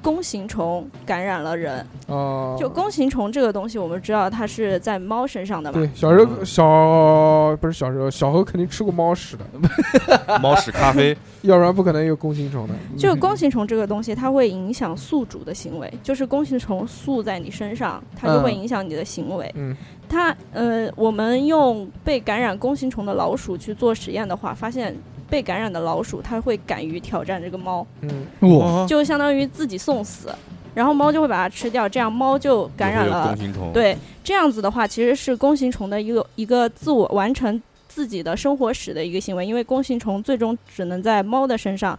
E: 弓形虫感染了人，
B: 哦，
E: 就弓形虫这个东西，我们知道它是在猫身上的嘛
B: 对，，小时候小不是小时候，小猴肯定吃过猫屎的，
D: 猫屎咖
E: <laughs>
D: 啡，
B: 要不然不可能有弓形虫的。
E: 就弓形虫这个东西，它会影响宿主的行为，就是弓形虫宿在你身上，它就会
C: 嗯
E: 影响你的行为。
B: 嗯
E: 它呃，我们用被感染弓形虫的老鼠去做实验的话，发现被感染的老鼠它会敢于挑战这个猫，
B: 嗯，
C: 哇，
E: 就相当于自己送死，然后猫就会把它吃掉，这样猫就感染
D: 也会有
E: 了
D: 弓。形虫，，
E: 对，这样子的话，其实是弓形虫的一个一个自我完成自己的生活史的一个行为，因为弓形虫最终只能在猫的身上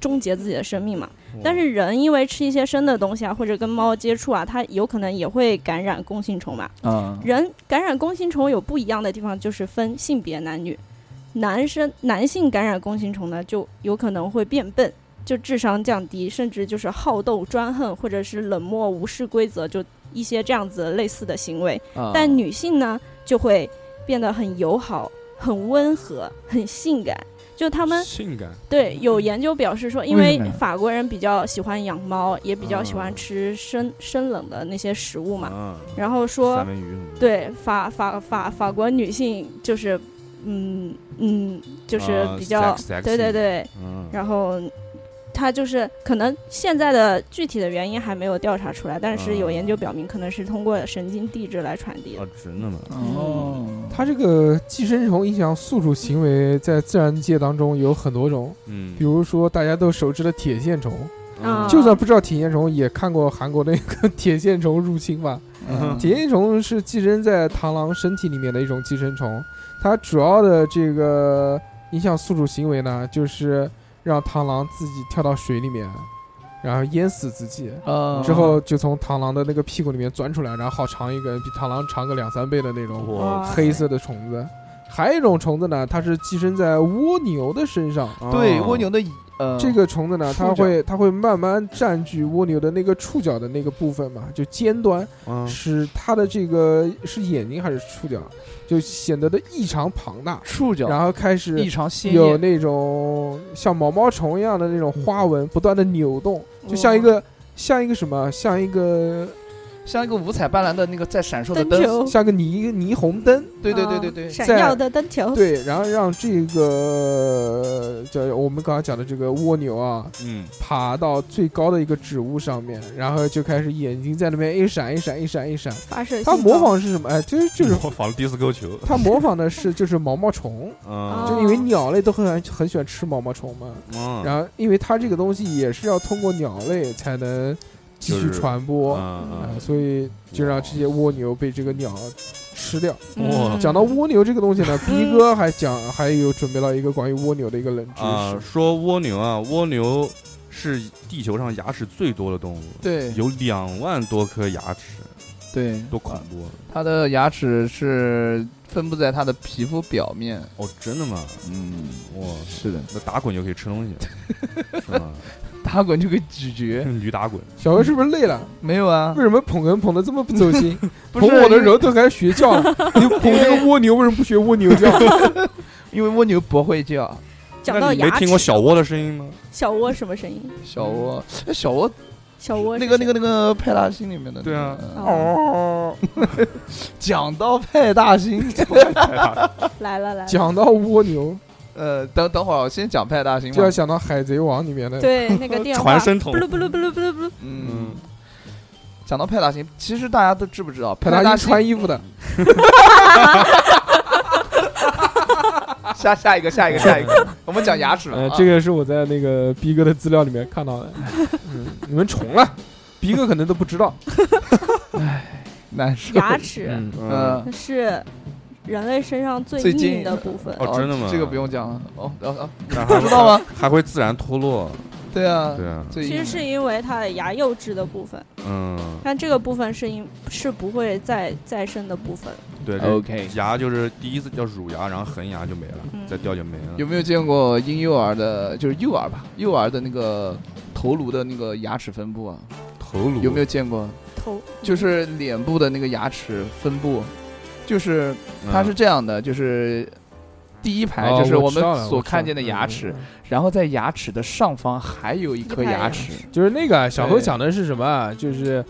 E: 终结自己的生命嘛。
D: 哦
E: 但是人因为吃一些生的东西啊，或者跟猫接触啊，它有可能也会感染弓形虫嘛。
C: 嗯，
E: 人感染弓形虫有不一样的地方，就是分性别男女。男生男性感染弓形虫呢，就有可能会变笨，就智商降低，甚至就是好斗、专横，或者是冷漠、无视规则，就一些这样子类似的行为。
C: 嗯
E: 但女性呢，就会变得很友好、很温和、很性感。就他们
D: 性感，
E: 对，有研究表示说，因
C: 为
E: 为
C: 什么呀啊
E: 法国人比较喜欢养猫，也比较喜欢
D: 嗯
E: 吃生生冷的那些食物嘛。
D: 嗯，
E: 然后说
D: 三，文鱼什么的，
E: 对法法法法国女性就是，嗯嗯，就是
D: 啊
E: 比较，
D: sex-
E: 对对
D: sexy
E: 对，
D: 嗯，
E: 然后。她就是可能现在的具体的原因还没有调查出来，但是有
D: 嗯
E: 研究表明，可能是通过神经递质来传递的。
D: 啊，真的吗？
C: 哦，
B: 它这个寄生虫影响宿主行为，在自然界当中有很多种，
D: 嗯
B: 比，如说大家都熟知的铁线虫，
E: 啊
B: 就算不知道铁线虫，也看过韩国那个 <laughs> 铁线虫入侵吧。
C: 嗯
B: 铁线虫是寄生在螳螂身体里面的一种寄生虫，它主要的这个影响宿主行为呢，就是让螳螂自己跳到水里面，然后淹死自己。
C: 嗯
B: 之后就从螳螂的那个屁股里面钻出来，然后好长一根，比螳螂长个两三倍的那种
D: 我
B: <laughs> 黑色的虫子。还有一种虫子呢，它是寄生在蜗牛的身上。
C: 对蜗牛的呃
B: 这个虫子呢，
C: 触
B: 它
C: 角
B: 会它会慢慢占据蜗牛的那个触角的那个部分嘛，就尖端，
D: 嗯
B: 使它的这个是眼睛还是触角，就显得的异常庞大，
C: 触角
B: 然后开始
C: 异常鲜
B: 有
C: 艳，
B: 那种像毛毛虫一样的那种花
C: 嗯
B: 纹，不断的扭动，
C: 哦
B: 就像一个像一个什么，像一个
C: 像一个五彩斑斓的那个在闪烁的
E: 灯
C: 哦灯。
E: 球，
B: 像个霓霓虹灯，
C: 对对对对
E: 啊
C: 对，
E: 闪
B: 在
E: 耀的灯球，
C: 哦
B: 对，然后让这个叫我们刚刚讲的这个蜗牛啊，
D: 嗯
B: 爬到最高的一个植物上面，然后就开始眼睛在那边一哎闪一闪一闪一闪。
D: 哎
E: 发射信号。
B: 它模仿是什么？哎，就是就是
D: 我仿了迪斯科球，
E: 啊
B: 它模仿的是就是毛毛虫，
D: 嗯
E: 哦
B: 就因为鸟类都很喜欢很喜欢吃毛毛虫嘛。
D: 嗯，
B: 然后因为它这个东西也是要通过鸟类才能继续
D: 就是
B: 传播，
D: 嗯
C: 呃
B: 啊，所以就让这些蜗牛被这个鸟吃掉。
D: 哇
E: 嗯
B: 讲到蜗牛这个东西呢，
E: 嗯
B: 逼哥还讲还有准备了一个关于蜗牛的一个冷知
D: 嗯啊，
B: 识，
D: 说蜗牛啊，蜗牛是地球上牙齿最多的动物，
C: 对
D: 有两万多颗牙齿，
C: 对，啊
D: 多恐怖！啊
C: 它的牙齿是分布在它的皮肤表面。
D: 哦，真的吗？
C: 嗯，
D: 哇，
C: 是的，
D: 那打滚就可以吃
C: <laughs>
D: 东西，是吗？
C: 打滚就给咀嚼。
D: 驴打滚，
B: 小何是不是累了？
C: 没有啊
B: 为，什么捧哏捧的这么不走心？
C: 不
B: 捧
C: 是
B: 我的人都开始学叫
E: <laughs>
B: 了，你捧这个蜗牛为什么不学蜗牛叫？
C: 因为蜗牛不会叫。
E: 讲
D: 那
E: 到
D: 你
E: 牙
D: 没
E: 齿，
D: 听过小蜗的声音吗？
E: 小窝什么声音？
C: 小蜗，哎小蜗
E: 小窝
C: 那个那
E: 嗯是
C: 个那个派大星里面的那个。
D: 对啊
C: 嗯
D: 哦，
C: 讲到派大星，
E: 谁来了来了，
B: 讲到蜗牛，
C: <laughs> 呃，等等会儿，我先讲派大星
B: 就要
C: 吧。
B: 想到《海贼王》里面的，
E: 对那个电话
D: 传，声筒
E: 布，噜布噜布噜布噜布噜，
C: 嗯，讲到派大星，其实大家都知不知道派
B: 派大
C: 大
B: 星穿衣服的，
C: 下下一
B: <laughs>
C: 个下一个下一个，我们讲牙齿了
B: 呃
C: 啊。，
B: 这个是我在那个逼哥的资料里面看
E: <laughs>
B: 到的。嗯，你们重了，逼哥可能都不知道。
C: 难受。
B: <laughs>
E: 牙齿
B: 嗯，
D: 嗯，
C: 嗯，
E: 是人类身上最
C: 最
E: 硬
C: 近
E: 的部分。
D: 哦，真的吗？
C: 这个不用讲了。哦哦哦，
D: 那还
C: 不
D: <laughs> 会，
C: 知道吗？
D: 还会自然脱落，
C: 对啊，
D: 对啊，
C: 最
E: 其实是因为它的牙釉质的部分，
D: 嗯，
E: 但这个部分是因是不会再再生的部分。
D: 对这
C: OK。
D: 牙就是第一次叫乳牙，然后恒牙就没了，
E: 嗯
D: 再掉就没了。
C: 有没有见过婴幼儿的，就是幼儿吧，幼儿的那个头颅的那个牙齿分布啊？
D: 头颅
C: 有没有？见过？
E: 头
C: 就是脸部的那个牙齿分布，啊就是
D: 嗯
C: 它是这样的，就是第一排哎就是
B: 哦我知
C: 们
B: 道了
C: 所
B: 我知道
C: 看见的牙齿
B: 嗯，嗯
C: 然后在牙齿的上方还有一颗
E: 一排
C: 牙
E: 牙
C: 齿，
B: 就是那个啊小何
C: 对
B: 讲的是什么啊？就是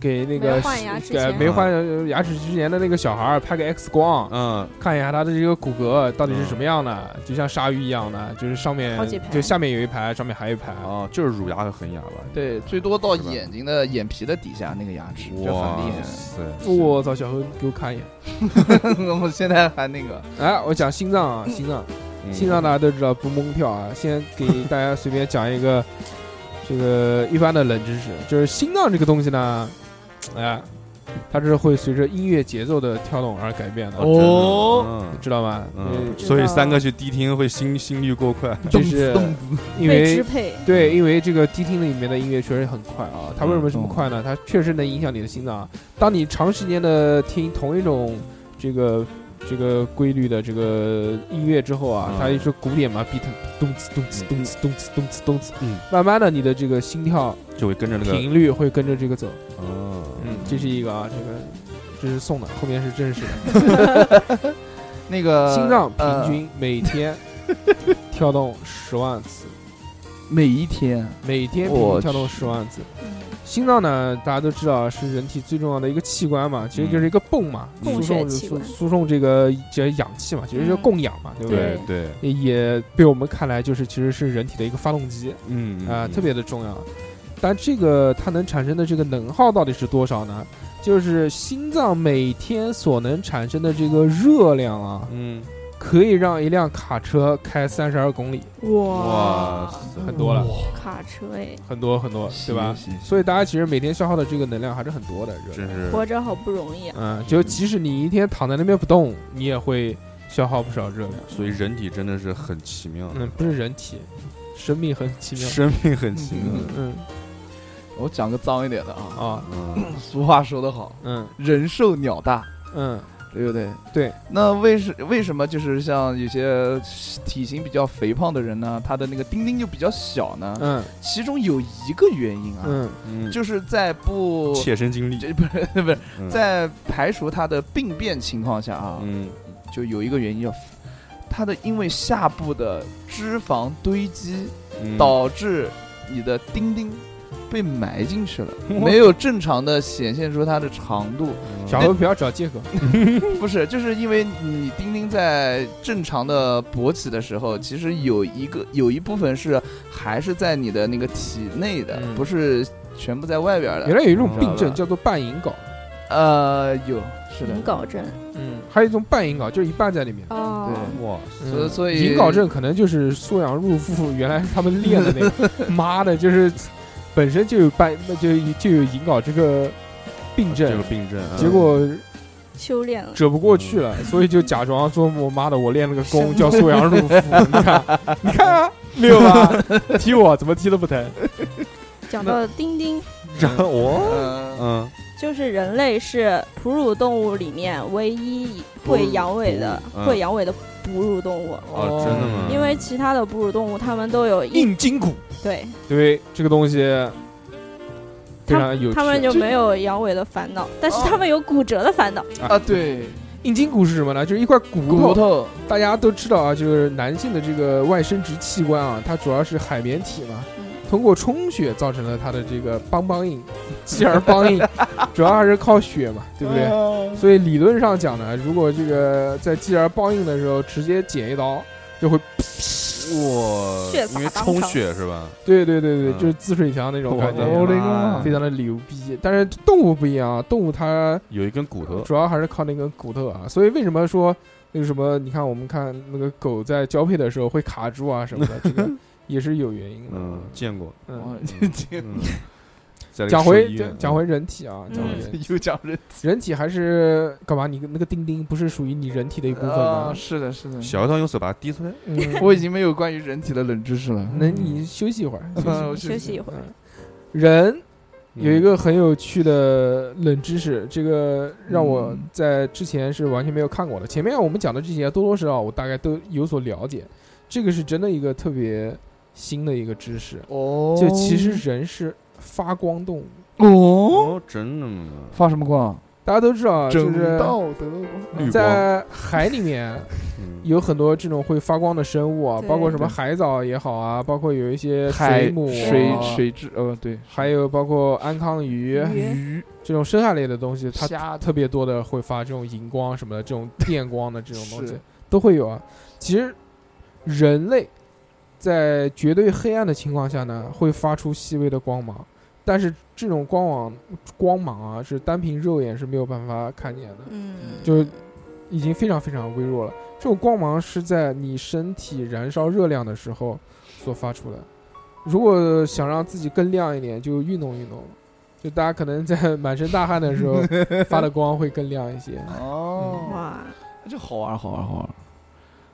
B: 给那
E: 没
B: 个
E: 有换牙之
B: 给
E: 前
B: 没换牙齿之前的那个小孩儿拍个 X 光，
D: 嗯，
B: 看一下他的这个骨骼到底是什么样的，就像鲨鱼一样的，就是上面
E: 好几排
B: 就下面有一排，上面还有一排。
D: 哦，就是乳牙和恒牙吧？
C: 对，最多到
D: 是吧
C: 眼睛的眼皮的底下那个牙齿，就很厉
D: 哇
C: 害。 <laughs>
D: 塞，
B: 我操，哦小何给我看一眼。
C: 我们现在还
B: <laughs>
C: 那个，
B: 哎，我讲心脏啊，心脏，
D: 嗯
B: 心脏大家都知道不蹦跳啊。先给大家随便讲一个 <laughs> 这个一般的冷知识，就是心脏这个东西呢，哎，它是会随着音乐节奏的跳动而改变的，
D: 哦，真的
B: 知道吗？
D: 嗯，嗯，
E: 知
D: 所以
E: 道
D: 三哥去迪厅会心心率过快，
B: 就
C: 动次
B: 是
C: 动
B: 因
E: 被
B: 为
E: 支配，
B: 对，因为这个迪厅里面的音乐确实很快啊。它为什么这么快呢？它确实能影响你的心脏啊。当你长时间的听同一种这个这个规律的这个音乐之后啊，
D: 嗯
B: 它就是鼓点嘛，beat 咚哧咚哧咚哧咚哧咚哧咚哧，
D: 嗯
B: 慢慢的你的这个心跳
D: 就会跟着那个，
B: 频率会跟着这个走。
D: 嗯，
B: 嗯，这是一个啊，这个这是送的，后面是正式的。
C: 那个
B: 心脏
C: 呃
B: 平均每天跳动十万次，
C: 每一天，
B: 每天平
C: 我
B: 均
C: 去
B: 跳动十万次。
E: 嗯
B: 心脏呢，大家都知道是人体最重要的一个器官嘛，其实就是一个泵嘛，
D: 嗯
B: 输送输
E: 供血器官
B: 输送这个这氧气嘛，其实就
E: 嗯
B: 供氧嘛，对不对？
D: 对对，
B: 也被我们看来就是其实是人体的一个发动机
D: 嗯
B: 啊、
D: 嗯
B: 特别的重要。但这个它能产生的这个能耗到底是多少呢？就是心脏每天所能产生的这个热量啊，
D: 嗯，
B: 可以让一辆卡车开三十二公里，
D: 哇
E: 哇，
D: 塞，
B: 很多了，
E: 卡车哎，
B: 很多很多，对吧？
C: 行？行
B: 所以大家其实每天消耗的这个能量还是很多的，热
D: 真
B: 量。
D: 是
E: 活着好不容易啊，
B: 嗯，就即使你一天躺在那边不动，你也会消耗不少热量。
D: 所以人体真的是很奇妙，
B: 嗯，不是人体，生命很奇妙。
D: 生命很奇妙。
B: 嗯
C: 我讲个脏一点的啊，
B: 啊，
D: 嗯，
C: 俗话说得好，
B: 嗯
C: 人瘦鸟大，
B: 嗯
C: 对不对？
B: 对。
C: 那为什为什么就是像有些体型比较肥胖的人呢，他的那个丁丁就比较小呢？
B: 嗯
C: 其中有一个原因啊，
B: 嗯
D: 嗯
C: 就是在不
D: 切身经历，
C: 这不是不是
D: 嗯
C: 在排除他的病变情况下啊，
D: 嗯
C: 就有一个原因要。它的因为下部的脂肪堆积，
D: 嗯
C: 导致你的丁丁被埋进
D: <laughs>
C: 去了，没有正常的显现出它的长度。
D: 嗯
B: 小何不要找借口。
C: 不是，就是因为你丁丁在正常的勃起的时候，其实有一个有一部分是还是在你的那个体内的，
B: 嗯
C: 不是全部在外边
B: 原
C: 嗯的。
B: 来有一种病
C: 知
B: 症
C: 道吧
B: 叫做半隐睾，
C: 呃，有是的
E: 引，睾症
B: 嗯，还有一种半隐睾，就是一半在里面。嗯
E: 哦
C: 对
D: 哇，
C: 所以啊所以
B: 引睾症可能就是缩阳入腹，原来是他们练的那
C: <laughs>
B: 个，妈的，就是本身就有半，那就就有引睾这个病
C: 啊
D: 这
B: 症
D: 个，病症，嗯
B: 结果
E: 修炼了，
B: 折不过去了，所以就假装说我妈的，我练了个功叫缩阳入腹，你看，你看啊，没有吧？踢我怎么踢都不疼，
E: 讲到丁丁，
D: 然后 <laughs> 我
C: 嗯，
D: 嗯
E: 就是人类是哺乳动物里面唯一会阳痿的
D: 哺乳嗯
E: 会阳痿的哺乳动物，
B: 嗯
D: 哦，真的吗？
E: 因为其他的哺乳动物它们都有一
B: 硬筋骨，
E: 对，
B: 对这个东西非常有趣。
E: 它们就没有阳痿的烦恼，但是
C: 哦
E: 它们有骨折的烦恼。
C: 啊，对，
B: 硬筋骨是什么呢？就是一块骨头，
C: 骨头，
B: 大家都知道啊，就是男性的这个外生殖器官啊，它主要是海绵体嘛，
E: 嗯
B: 通过充血造成了它的这个邦邦硬，继而邦硬，主要还是靠血嘛，对不对？
C: 哎对？
B: 所以理论上讲呢，如果这个在继而梆硬的时候直接剪一刀，就会，
D: 哇，
E: 血洒
D: 因为
E: 当
D: 充
E: 场
D: 血是吧？
B: 对对对对，
D: 嗯
B: 就是滋水墙那种感
D: 我
B: 觉
D: 的，
B: 非常的牛逼。但是动物不一样啊，动物它
D: 有一根骨头，
B: 主要还是靠那根骨头啊，所以为什么说那个什么，你看我们看那个狗在交配的时候会卡住啊什么的，这个也是有原因的。
D: 嗯，见过。
B: 嗯，
C: <laughs> 哇这这
D: 嗯在那个
B: 讲
D: 兽
B: 回
D: 医
B: 讲
D: 院
B: 讲回，人体啊，
E: 嗯
B: 讲回人体
C: 又讲人
B: 人体还是干嘛？你那个钉钉不是属于你人体的一部分
C: 啊，
B: 吗？
C: 是的，是的 <laughs>
D: 嗯，小学堂用手把它滴出来，
B: 嗯，
C: 我已经没有关于人体的冷知识 <laughs> 了。
B: 那你休息一会儿，休息一会
C: <laughs>
B: 儿
C: 嗯我
E: 休息一会儿，
B: 嗯，人有一
D: 嗯
B: 个很有趣的冷知识，这个让我
C: 嗯
B: 在之前是完全没有看过的。前面我们讲的这些多多少少我大概都有所了解，这个是真的一个特别新的一个知识。
C: 哦
B: 就其实人是发光动物，
C: 哦，
D: 哦，真的吗？
C: 发什么光？
B: 大家都知道，啊就是
C: 德光
D: 绿光，
B: 在海里面
D: 嗯
B: 有很多这种会发光的生物啊，
E: 对
B: 包括什么
C: <laughs> 对
B: 海藻也好啊，包括有一些
C: 海
B: 母、
C: 水
B: 啊，
C: 水质，呃，对，
B: 还有包括安康鱼
E: 鱼
C: 鱼
B: 这种生态类的东西，它
C: 虾
B: 特别多的会发这种荧光什么的，这种电光的这种东西
C: 是
B: 都会有啊。其实人类在绝对黑暗的情况下呢，会发出细微的光芒，但是这种光芒光芒啊，是单凭肉眼是没有办法看见的，
E: 嗯，
B: 就已经非常非常微弱了。这种光芒是在你身体燃烧热量的时候所发出的。如果想让自己更亮一点，就运动运动。就大家可能在满身大汗的时候发的光会更亮一 <laughs> 些。
C: 哦，
E: 哇，
C: 这好玩，好玩，好玩。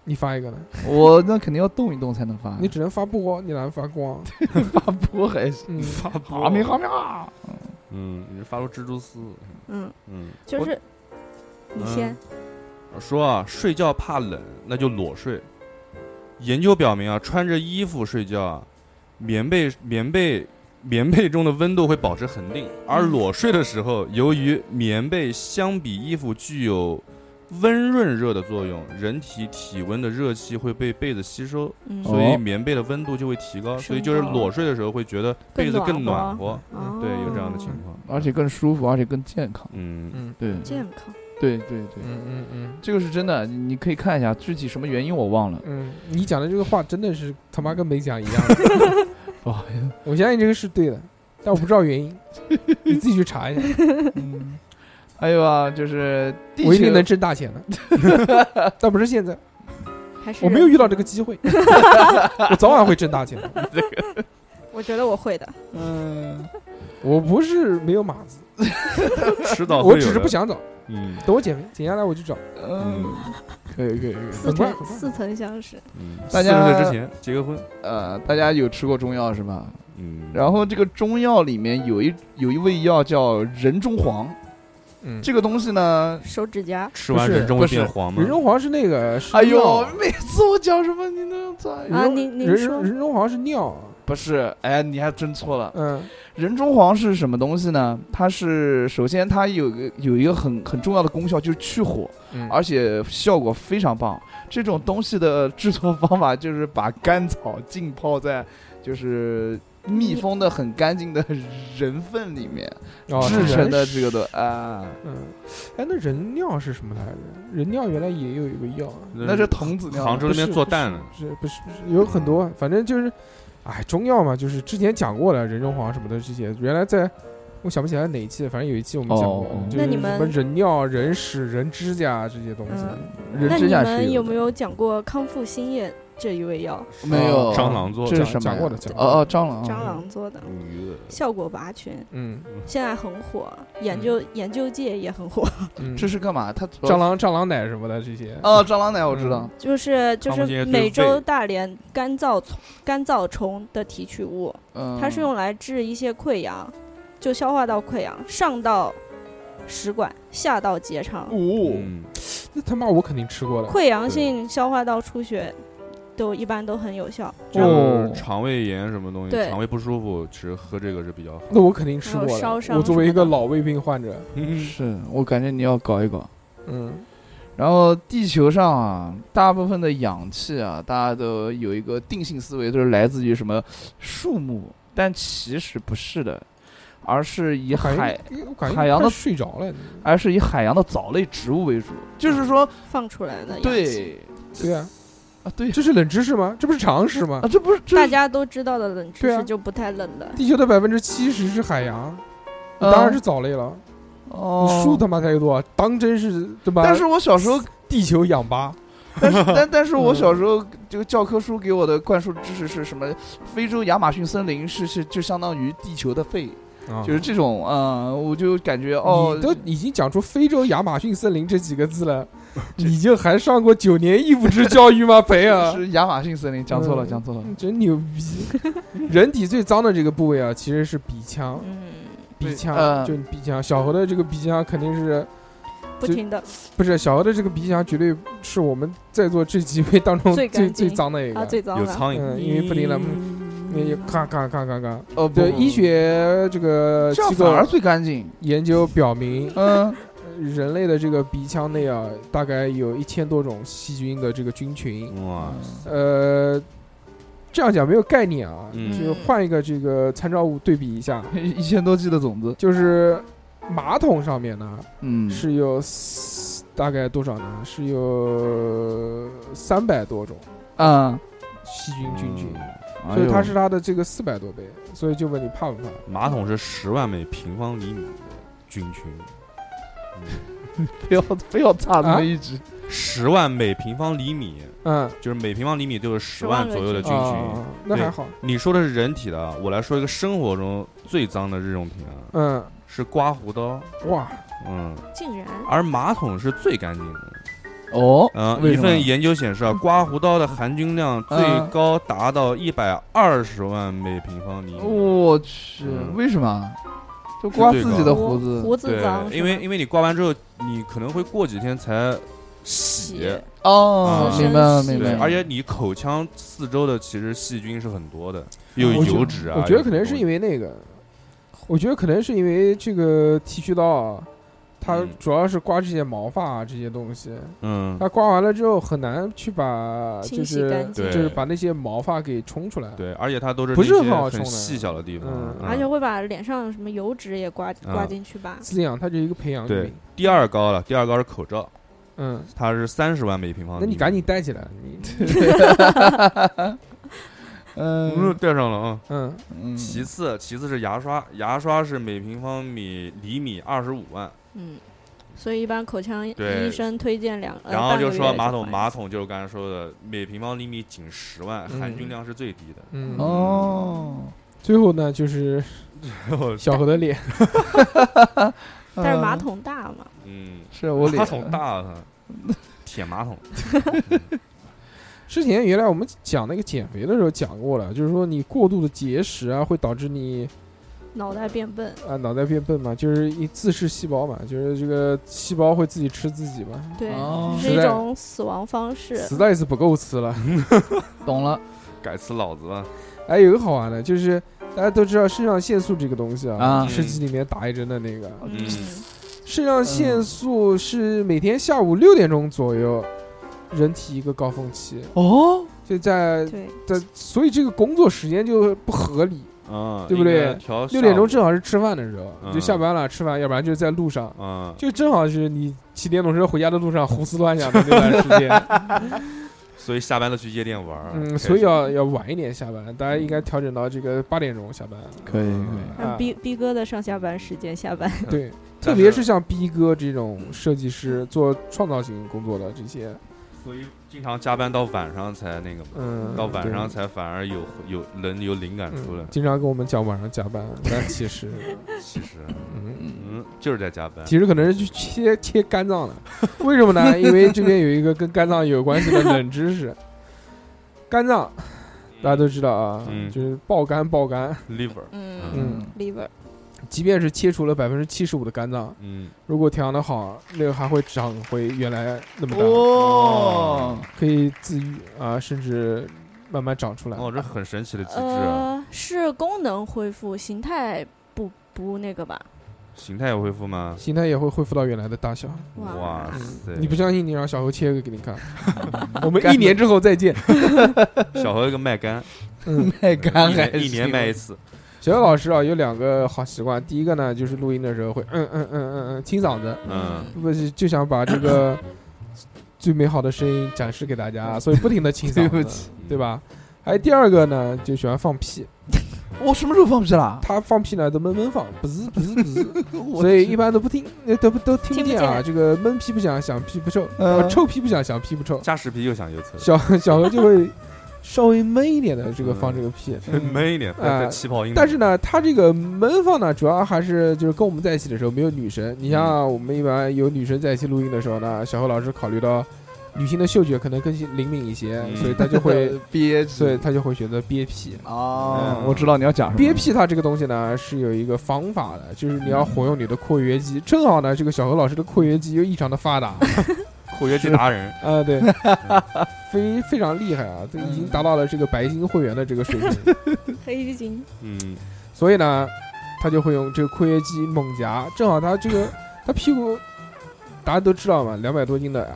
B: 你发一个呢？
C: 我那肯定要动一动才能发，
B: 你只能发波，你哪能发光？
C: 发波还行。
B: 嗯，
D: 发波
C: 哈密哈密哈，
D: 嗯，你是发出蜘蛛丝，
E: 嗯，
D: 嗯，
E: 就是你先，
D: 说啊，睡觉怕冷，那就裸睡。研究表明啊，穿着衣服睡觉啊，棉被棉被棉被中的温度会保持恒定，而裸睡的时候，由于棉被相比衣服具有温润热的作用，人体体温的热气会被被子吸收，
E: 嗯，
D: 所以
C: 哦
D: 棉被的温度就会提高，所以就是
E: 升高
D: 裸睡的时候会觉得被子更
E: 更
D: 暖
E: 暖
D: 和。
E: 哦
D: 对，有这样的情况。
C: 而且更舒服，而且更健康。
D: 嗯，
B: 嗯
C: 对，
E: 健康，
C: 对，对，对，
B: 嗯嗯嗯
C: 这个是真的，你你可以看一下具体什么原因我忘 <laughs> 了。
B: 嗯，你讲的这个话真的是他妈跟没讲一样 <laughs> 的。
C: 不好意思，
B: <laughs> 我相信这个是对的，但我不知道原因，你自己去查一下。
C: 嗯，哎呦啊，就是地
B: 我一
C: 球
B: 定能挣大钱的， <laughs> 但不是现在，
E: 还是
B: 我没有遇到这个
E: <laughs>
B: 机会， <laughs> 我早晚会挣大钱的。
E: 我觉得我会的。
C: 嗯，
B: 我不是没有码子，
D: 迟早会
B: <laughs> 我
D: 哦有
B: 只是
D: 的
B: 不，想找，
D: 嗯
B: 等我减肥减下来我就找。
C: 嗯
D: 嗯，
C: 可以可以可以。
E: 似
B: 很快
E: 曾似曾相识，
D: 嗯，
C: 大
D: 四
C: 家
D: 十岁之前结个婚，
C: 呃，大家有吃过中药是吧？
D: 嗯，
C: 然后这个中药里面有一有一味药叫人中黄，
B: 嗯，
C: 这个东西呢，
E: 手指甲
D: 吃完
B: 不是
D: 人中
C: 不
D: 会
C: 是
D: 变黄吗
B: 人？中黄是那个，是
C: 哎呦
B: 尿，
C: 每次我讲什么你都在。
E: 啊，
B: 人
E: 您您
B: 人
E: 说
B: 中人中黄是尿，
C: 不是，哎，你还真错了。
B: 嗯，
C: 人中黄是什么东西呢？它是首先它有个有一个很很重要的功效，就是去火，而且效果非常棒。这种东西的制作方法就是把甘草浸泡在就是密封的很干净的人粪里面
B: 哦
C: 制
B: 是
C: 成
B: 人
C: 的这个的啊，
B: 嗯，哎，那人尿是什么来着？人尿原来也有一个药啊，
C: 那是童子尿。
D: 杭州那边
B: 不是
D: 做
B: 不
D: 蛋的，
B: 是不是不是有很多，反正就是，哎，中药嘛，就是之前讲过了，人中黄什么的这些，原来在。我想不起来哪一期，反正有一期我们讲过
C: 哦哦，
B: 就是
E: 那你
B: 什么
E: 们
B: 人尿、人屎、人指甲这些东西，
E: 嗯
C: 人
E: 那
C: 指
E: 你
C: 甲是
E: 们有
C: 的
E: 没有讲过康复新液这一味药？
C: 没有
B: 哦
D: 哦蟑螂做
C: 这
D: 的
C: 是什么呀？
B: 讲过的讲过的
C: 哦哦，蟑螂，
E: 蟑螂做的，
D: 鱼的，
E: 效果拔群，
B: 嗯
E: 现在很火，研究研究界也很火，
B: 嗯，
C: 这是干嘛？它
B: 蟑螂蟑螂奶什么的这些，
C: 哦，蟑螂奶我知道。
E: 就是就
D: 康复新液
E: 是
D: 对
E: 美洲
D: 肺
E: 大连干燥虫干燥虫的提取物，
C: 嗯，
E: 它是用来治一些溃疡，就消化道溃疡，上到食管，下到结肠，
C: 哦，
D: 嗯，
B: 那他妈我肯定吃过了。
E: 溃疡性消化道出血都一般都很有效。
D: 就是
C: 哦
D: 肠胃炎什么东西，
E: 对
D: 肠胃不舒服，其实喝这个是比较好。
B: 那我肯定吃过
E: 还有哦烧
B: 了。
E: 伤
B: 我作为一
E: 什
B: 个
E: 么的
B: 老胃病患者，
D: 嗯
C: 是我感觉你要搞一搞。
B: 嗯，
C: 然后地球上啊，大部分的氧气啊，大家都有一个定性思维，就是来自于什么树木，但其实不是的，而是以
B: 我感
C: 海，
B: 觉我感觉
C: 海洋的
B: 快睡着
C: <laughs>
B: 了，
C: 而是以海洋的藻类植物为主。就是说，
E: 放出来的氧气，
C: 对
B: 对啊，
C: 啊，对
B: 这是冷知识吗？这不是常识吗
C: 啊，？这不是这
E: 大
C: 是
E: 家都知道的冷知
B: 对啊
E: 识就不太冷了。
B: 地球的百分之七十是海洋，
C: 嗯
B: 当然是藻类了。
C: 哦，
B: 树他妈才有多少？当真是他妈
C: 但是我小时候
B: 地球氧吧？
C: 但是但但是我小时候这个教科书给我的灌输知识是什么？非洲亚马逊森林是是就相当于地球的肺，
B: 啊
C: 就是这种啊、呃我就感觉哦
B: 你，都已经讲出非洲亚马逊森林这几个字了，你就还上过九年义务制教育吗？培啊！
C: <laughs> 是亚马逊森林，讲错了，
B: 嗯
C: 讲错了。
B: 真牛逼！人体最脏的这个部位啊，其实是鼻腔，
E: 嗯，
B: 鼻腔
C: 呃
B: 就是鼻腔。小何的这个鼻腔肯定是
E: 不
B: 就
E: 停的
B: 不是小何的这个鼻腔，绝对是我们在座这几位当中
E: 最干
B: 最
E: 净
B: 最脏的一
E: 啊，
B: 个。
E: 最
D: <laughs>
E: 脏
D: 有
E: 了。
D: 苍蝇，
B: 嗯，因为不灵了，嗯那就咔咔咔咔咔。
C: 呃，不
B: 对，医学这个
C: 这样
B: 机
C: 反
B: 构
C: 而最干净。
B: 研究表明，
C: 嗯，
B: 人类的这个鼻腔内啊，大概有一千多种细菌的这个菌群。
C: 嗯
D: 哇，
B: 呃，这样讲没有概念啊，
D: 嗯
B: 就换一个这个参照物对比一下，
C: <laughs> 一千多 G 的种子，
B: 就是马桶上面呢
C: 嗯，
B: 是有四大概多少呢？是有三百多种
C: 啊，
B: 细菌菌群，
C: 哎
B: 所以
C: 呦
B: 它是它的这个四百多倍。所以就问你怕不怕？
D: 马桶是十万每平方厘米的菌群，
C: 非要非要差那
B: 啊
C: 么一只，
D: 十万每平方厘米，
B: 嗯，
D: 就是每平方厘米都有十
E: 万
D: 万
E: 个
D: 左右的
E: 菌
D: 菌群。
B: 啊，那还
D: 对
B: 好，
D: 你说的是人体的啊，我来说一个生活中最脏的日用品啊，
B: 嗯，
D: 是刮胡刀。
B: 哇，
D: 嗯，
E: 竟然
D: 而马桶是最干净的。
C: 哦，
D: 嗯，
C: 为
D: 一
C: 什么
D: 份研究显示啊，刮胡刀的含菌量最高达到一百二十万每平方厘
B: 哦
D: 米。
C: 我去，
D: 嗯
C: 为什么？就刮自己
D: 这
C: 的
D: 个
C: 胡子
E: 胡子
D: 对
E: 脏，，
D: 因为
E: 为
D: 因为你刮完之后，你可能会过几天才洗，
C: 哦
D: 啊，
C: 明白了，
E: 自身
C: 明
E: 细
C: 白
B: 嗯
D: 对，
C: 了。
D: 而且你口腔四周的其实细菌是很多的，有
B: 我觉
D: 油脂啊。
B: 我觉得可能是因
D: 为
B: 为那个，我觉得可能是因为这个剃须刀啊，它
D: 嗯
B: 主要是刮这些毛发啊这些东西，
D: 嗯，
B: 它刮完了之后很难去把就
E: 清洗
B: 是
E: 干净
D: 对
B: 就是把那些毛发给冲出来。
D: 对，而且它都是
B: 不是
D: 那些
B: 很好冲的
D: 很细小的地方
B: 嗯。
D: 嗯
E: 而且会把脸上什么油脂也刮刮进去吧。
B: 滋养它就是一个培养
D: 对啊
B: 皿。
D: 第二高了，第二高是口罩，
B: 嗯，
D: 它是三十万每平方厘
B: 那
D: 米。
B: 你赶紧戴起来，你
D: <laughs> 嗯，
C: 嗯
D: 戴上了啊。
B: 嗯
C: 嗯，
D: 其次，其次是牙刷，牙刷是每平方米厘米二十五万，
E: 嗯，所以一般口腔
D: 对
E: 医生推荐两，呃
D: 然后
E: 半
D: 就
E: 个
D: 说
E: 月
D: 马
E: 就
D: 桶
E: 换一
D: 马
E: 次
D: 桶就是我刚才说的，每平方厘米仅十万，
E: 嗯
D: 含菌量是最低的。 <laughs>
B: 嗯，
D: 嗯
C: 哦，
B: 最后呢就是小何的脸，
E: 但是马
C: 嗯
E: 桶大嘛，
D: 嗯，
C: 是我
D: 马
C: 脸
D: 桶大啊， <laughs> 铁马
E: <laughs>
D: 桶。
B: 之前原来我们讲那个减肥的时候讲过了，就是说你过度的节食啊，会导致你
E: 脑袋变笨。
B: 啊脑袋变笨嘛，就是一自噬细胞嘛，就是这个细胞会自己吃自己嘛，
E: 对，
C: 哦
E: 是
B: 实
E: 一
B: 在
E: 种死亡方式。
B: 实在是不够吃了。 <laughs>
C: 懂了
D: 改吃老子啊吧，
B: 哎，有个好玩的，就是大家都知道肾上腺素这个东西啊，
C: 啊
D: 嗯
B: 吃鸡里面打一针的那个
E: 嗯，
B: 肾上腺素是每天下午六点钟左右，人体一个高峰期，
C: 哦，
B: 就在
E: 对，
B: 在，所以这个工作时间就不合理。
D: 嗯，
B: 对不对
D: 应该调
B: 六点钟
D: 下午
B: 正好是吃饭的时候，
D: 嗯
B: 就下班了吃饭，要不然就是在路上，
D: 嗯，
B: 就正好是你骑电动车回家的路上胡思乱想的那段时
D: <laughs>
B: 间。
D: 啊所以下班了去夜店玩儿。
B: 嗯，
D: 开
B: 所以
D: 心
B: 要要晚一点下班，大家应该调整到这个八点钟下班。
C: 可以
D: 嗯
C: 可以
E: 让
B: 啊
E: 逼逼哥的上下班时间下班。
B: 嗯对，特
D: 但
B: 别是
D: 是
B: 像逼哥这种设计师做创造型工作的这些，
D: 所以经常加班到晚上才那个嘛，
B: 嗯，
D: 到晚
B: 对
D: 上才反而有有能有灵感出来
B: 嗯。经常跟我们讲晚上加班，但其
D: <laughs>
B: 实，
D: 其实，
B: 嗯，
D: 嗯，就是在加班。
B: 其实可能是去切切肝脏了，为什么呢？因为这边有一个跟肝脏有关系的冷知识，肝脏大家都知道啊，
D: 嗯
B: 就是爆肝爆肝，
D: liver，
E: 嗯
B: 嗯，
E: ，liver
B: 即便是切除了百分之七十五的肝脏，
D: 嗯，
B: 如果调养的好，那个还会长回原来那
D: 嗯
B: 么大，
C: 哦，
B: 可以自愈啊，甚至慢慢长出来。
D: 哦，这很神奇的机制啊，
E: 呃是功能恢复，形态不不那个吧？
D: 形态有恢复吗？
B: 形态也会恢复到原来的大小。
E: 哇
D: 哇
B: 嗯
D: 塞！
B: 你不相信，你让小猴切一个给你
D: <laughs>
B: 看。我们一年之后再见。
D: 小何有个卖肝，
B: 嗯，
C: 卖肝
D: 一
C: 还
D: 年一年卖一次，
B: 小何老师啊，有两个好习惯。第一个呢，就是录音的时候会嗯嗯嗯嗯嗯清嗓子，
D: 嗯，
B: 不是就想把这个最美好的声音展示给大家，所以不停的清
C: 对不
B: 嗓子，
C: 起，
B: 对？吧？还有第二个呢，就喜欢放屁。
C: 我什么时候放屁了？
B: 他放屁呢都闷闷放，不是不是不是，
C: <laughs> 我
B: 所以一般都不听，呃都不都听
E: 听
B: 不
E: 不
B: 见啊。
E: 见
B: 这个闷屁不响，响屁不臭，
C: 嗯
B: 呃，臭屁不响，响屁不臭。
D: 加十皮又想右侧，
B: 小小何就会稍微闷一点的这个放这个屁，
D: <laughs> 闷一点，带带气泡音。
B: 嗯但是呢，他这个闷放呢，主要还是就是跟我们在一起的时候没有女神。你
D: 嗯
B: 像我们一般有女神在一起录音的时候呢，小何老师考虑到女性的嗅觉可能更灵敏一些，
D: <laughs> 嗯
B: 所以他就会，
C: 憋
B: 所以
C: 着。
B: 他就会选择憋屁。
C: 哦
D: 嗯，
C: 我知道你要讲什么。
B: 憋屁它这个东西呢是有一个方法的，就是你要活用你的括约肌。正好呢，这个小何老师的括约肌又异常的发
D: <laughs>
B: 达，
D: 括约肌达人，
B: 啊，
D: <laughs>
B: 对，非非常厉害啊，这已经达到了这个白金会员的这个水平，
E: 黑金
D: 嗯，
B: 所以呢，他就会用这个括约肌猛夹，正好他这个他屁股，大家都知道嘛，两百多斤的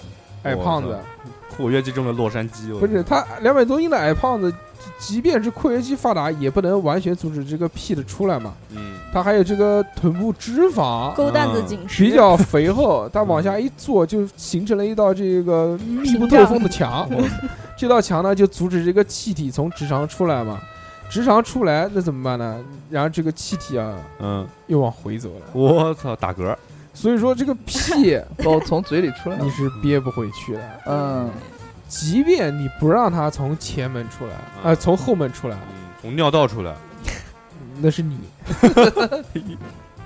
B: 矮胖子
D: 我，括约肌中的洛杉矶，我
B: 不是他两百多斤的矮胖子，即便是括约肌发达，也不能完全阻止这个屁的出来嘛，
D: 嗯，
B: 他还有这个臀部脂肪。
E: 勾蛋子
D: 嗯
E: 紧实，
B: 比较肥厚， <laughs> 他往下一坐就形成了一道这个密不透风的墙。这道墙呢，就阻止这个气体从直肠出来嘛。直肠出来，那怎么办呢？然后这个气体啊，
D: 嗯，
B: 又往回走了。
D: 我操，打嗝，
B: 所以说，这个
E: <laughs>
B: 屁
C: <laughs> 哦，从嘴里出来
B: 你
C: 了。
B: 是憋不回去的。
C: 嗯，
B: 即便你不让它从前门出来，啊、
D: 嗯
B: 从后门出来，
D: 嗯，从尿道出来，
B: 那是你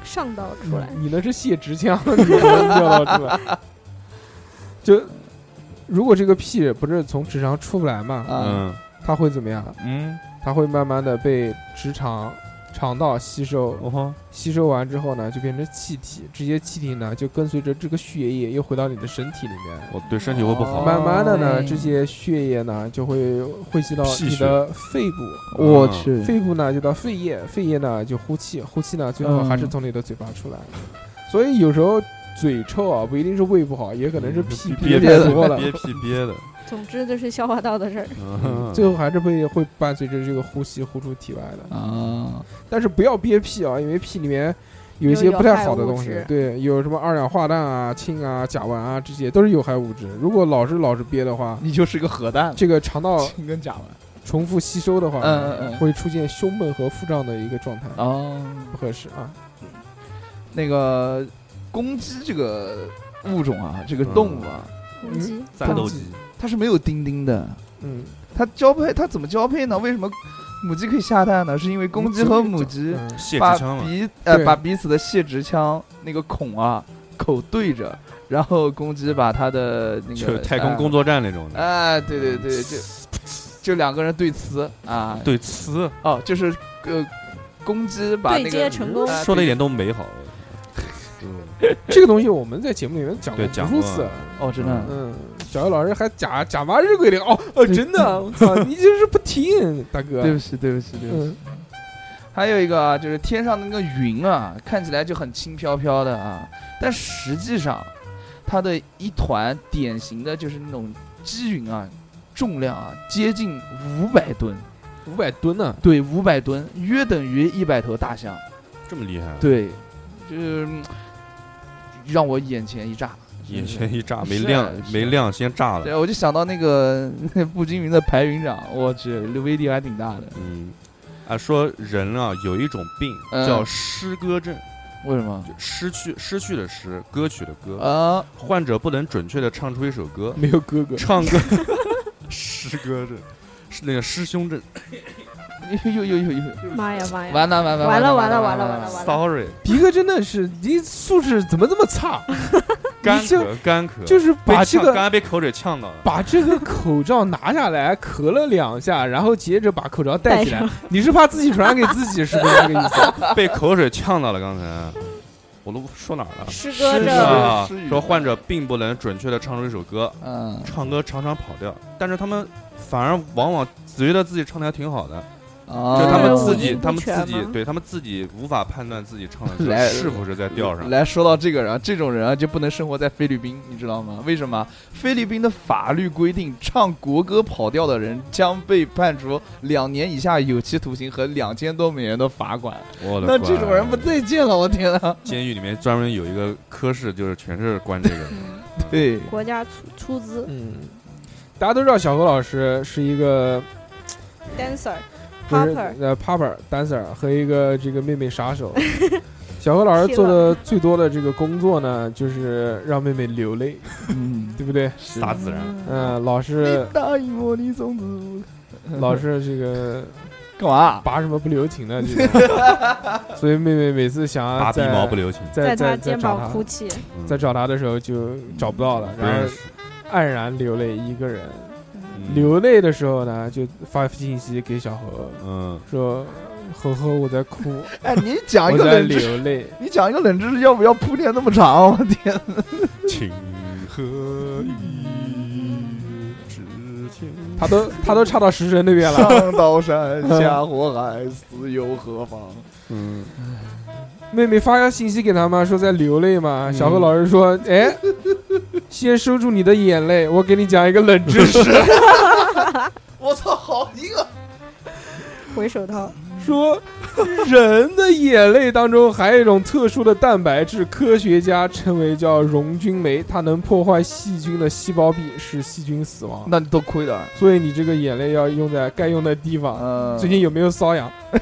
E: 上道出来。
B: 你那是泄殖腔，你尿道出来。 <laughs> 就如果这个屁不是从直肠出不来嘛，
C: 啊，
D: 嗯
B: 它会怎么样？
D: 嗯，
B: 它会慢慢的被直肠、肠道吸收，
D: 我靠，
B: 吸收完之后呢，就变成气体，这些气体呢就跟随着这个血液又回到你的身体里面。
D: 我对身体会不好，
B: 慢慢的呢，
C: 哎
B: 这些血液呢就会汇集到
D: 屁
B: 你
D: 血
B: 的肺部，
C: 我去，
B: 肺部呢就到肺叶，肺叶呢就呼气，呼气呢最后还是
C: 嗯
B: 从你的嘴巴出来。所以有时候嘴臭啊，不一定是胃不好，也可能是屁
D: 憋
B: 太
D: 憋嗯的
B: 多了，
D: 憋屁憋的，
E: 总之就是消化道的事儿。
D: 嗯，
B: 最后还是被会伴随着这个呼吸呼出体外的。
C: 啊，
B: 但是不要憋屁啊，因为屁里面有一些不太好的东西
E: 有有害物质，
B: 对，有什么二氧化氮啊、氢啊、甲烷啊，这些都是有害物质。如果老是老是憋的话，
C: 你就是个核弹，
B: 这个肠道
C: 青 <laughs> 跟甲烷。
B: 重复吸收的话，
C: 嗯嗯嗯
B: 会出现胸闷和腹胀的一个状态，
C: 哦，
B: 嗯不合适啊。
C: 那个公鸡这个物种啊，这个动物啊，
E: 公鸡
D: 战斗机，
C: 它是没有丁丁的。
B: 嗯，
C: 它交配，它怎么交配呢？为什么母鸡可以下蛋呢？是因为公鸡和母鸡
B: 嗯
D: 泄
C: 把
D: 殖腔嘛，
C: 彼呃
B: 对
C: 把彼此的泄殖腔那个孔啊口对着，然后公鸡把它的那
D: 就
C: 个
D: 太空工
C: 作
D: 作站那种的。
C: 哎，对对对，就就两个人对雌啊，
D: 对，呲，
C: 哦，就是呃公鸡把
E: 对
C: 那
E: 接
C: 个
E: 成功，
C: 哎
D: 说的一点都美 <laughs> 好。嗯
B: 这个东西我们在节目里面讲过
D: 对，
B: 无
D: 讲
B: 数
D: 过
B: 次。啊
C: 哦，真的
B: 嗯，小姚老师还假假挖日鬼灵 <laughs> 哦哦，真的，我操，你这是不听，大哥。
C: 对不起对不起对不起。
B: 嗯，
C: 还有一个啊，就是天上的那个云啊，看起来就很轻飘飘的啊，但实际上，它的一团典型的就是那种积云啊，重量啊接近五百吨，
B: 五百吨呢，
C: 对，五百吨约等于一百头大象，
D: 这么厉害，啊
C: 对，就是嗯让我眼前一炸。
D: <laughs> 眼前 <laughs> 一炸，
C: 是
D: 没亮
C: 是
D: 没亮，先炸
C: 对，
D: 了。
C: 我就想到那个步惊云的排云掌，我去，威力还挺大的。
D: 嗯，啊，说人啊有一种病
C: 嗯
D: 叫诗歌症，
C: 为什么？
D: 就失去失去的失，歌曲的歌，
C: 啊， <laughs>
D: 患者不能准确的唱出一首歌，
B: 没有 <laughs> 哥哥，
D: 唱歌 <laughs> 诗歌症。是那个师兄症
C: 呦呦呦呦呦，
E: 妈呀妈呀，
C: 完了完了
E: 完了
C: 完完
E: 了了
C: 完
E: 完了完了，
D: ，sorry，
B: 皮哥真的是你素质怎么这么差？
D: 干
B: 你就
D: 咳干咳，
B: 就是
D: 被
B: 把这
D: 呛刚
B: 个
D: 才被口水呛到了，
B: 把这个口罩拿下来，咳了两下，然后接着把口罩戴起来
E: 戴。
B: 你是怕自己传染给自己，是不是这个意思？
D: 被口水呛到了。刚才我都说哪儿了？
E: 诗歌
C: 是
E: 症
C: 是
D: 啊
C: 是语，
D: 说患者并不能准确的唱出一首歌，
C: 嗯，
D: 唱歌常常跑调，但是他们反而往往觉得自己唱的还挺好的，
C: 啊
D: 就
E: 哦
D: 他们自
E: 五
D: 己，
E: 音不
D: 他们自
E: 全
D: 己
E: 吗，
D: 对他们自己无法判断自己唱的歌
C: 来
D: 是不是在调上。
C: 来说到这个人啊，这种人啊就不能生活在菲律宾，你知道吗？为什么？菲律宾的法律规定，唱国歌跑调的人将被判处两年以下有期徒刑和两千多美元的罚款。
D: 我的
C: 那
D: 乖
C: 这种人不再见了，我天啊！
B: <laughs>
D: 监狱里面专门有一个科室，就是全是
C: <laughs>
D: 关这个的。
E: 嗯
C: 对，
E: 国家出出资
B: 嗯，大家都知道小何老师是一个
E: dancer
B: 不是
E: popper
B: 呃 popper dancer 和一个这个妹妹杀
E: <laughs>
B: 手。小何老师做的最多的这个工作呢，就是让妹妹流泪，
C: 嗯，
B: 对不对？
C: 是
D: 大自然
B: 嗯、老
D: <laughs>
B: 是
C: 你答应我，你种 <laughs> 子。
B: 老是这个
C: 嗯干嘛？
B: 拔什么不留情
E: <laughs>
B: 的这种，所以妹妹每次想要
D: 拔鼻
B: 在
D: 毛不留情，
B: 在
E: 他
B: 在
E: 肩
B: 找
E: 膀
B: 他
E: 哭泣，
D: 嗯
B: 在找他的时候就找不到了，
D: 不
B: 然
D: 认
B: 后
D: 识。
B: 黯然流泪一个人。
D: 嗯
B: 流泪的时候呢，就发信息给小何
D: 嗯，
B: 说：“何何，我在哭，
C: 哎，你讲一
B: 我
C: 个
B: 在
C: 冷知识，
B: 流泪。
C: 你讲一个冷知识，要不要铺垫那么长？我天啊！
D: 情何以至情”？
B: <laughs> 他都他都差到食神那边了。
C: 啊上刀山下火海，死又何妨？
D: 嗯，
B: <laughs> 妹妹发个信息给他嘛，说在流泪嘛。
D: 嗯
B: 小何老师说：“哎，先收住你的眼泪，我给你讲一个冷知识。 <laughs>
C: 我操，好一个！
E: 回手
B: 哦
E: 套，
B: 说人的眼泪当中含有一种特殊的蛋白质，科学家称为叫溶菌酶，它能破坏细菌的细胞壁，使细菌死亡。
C: 那你多亏的。
B: 所以你这个眼泪要用在该用的地方。
C: 嗯，
B: 最近有没有瘙痒？ <laughs>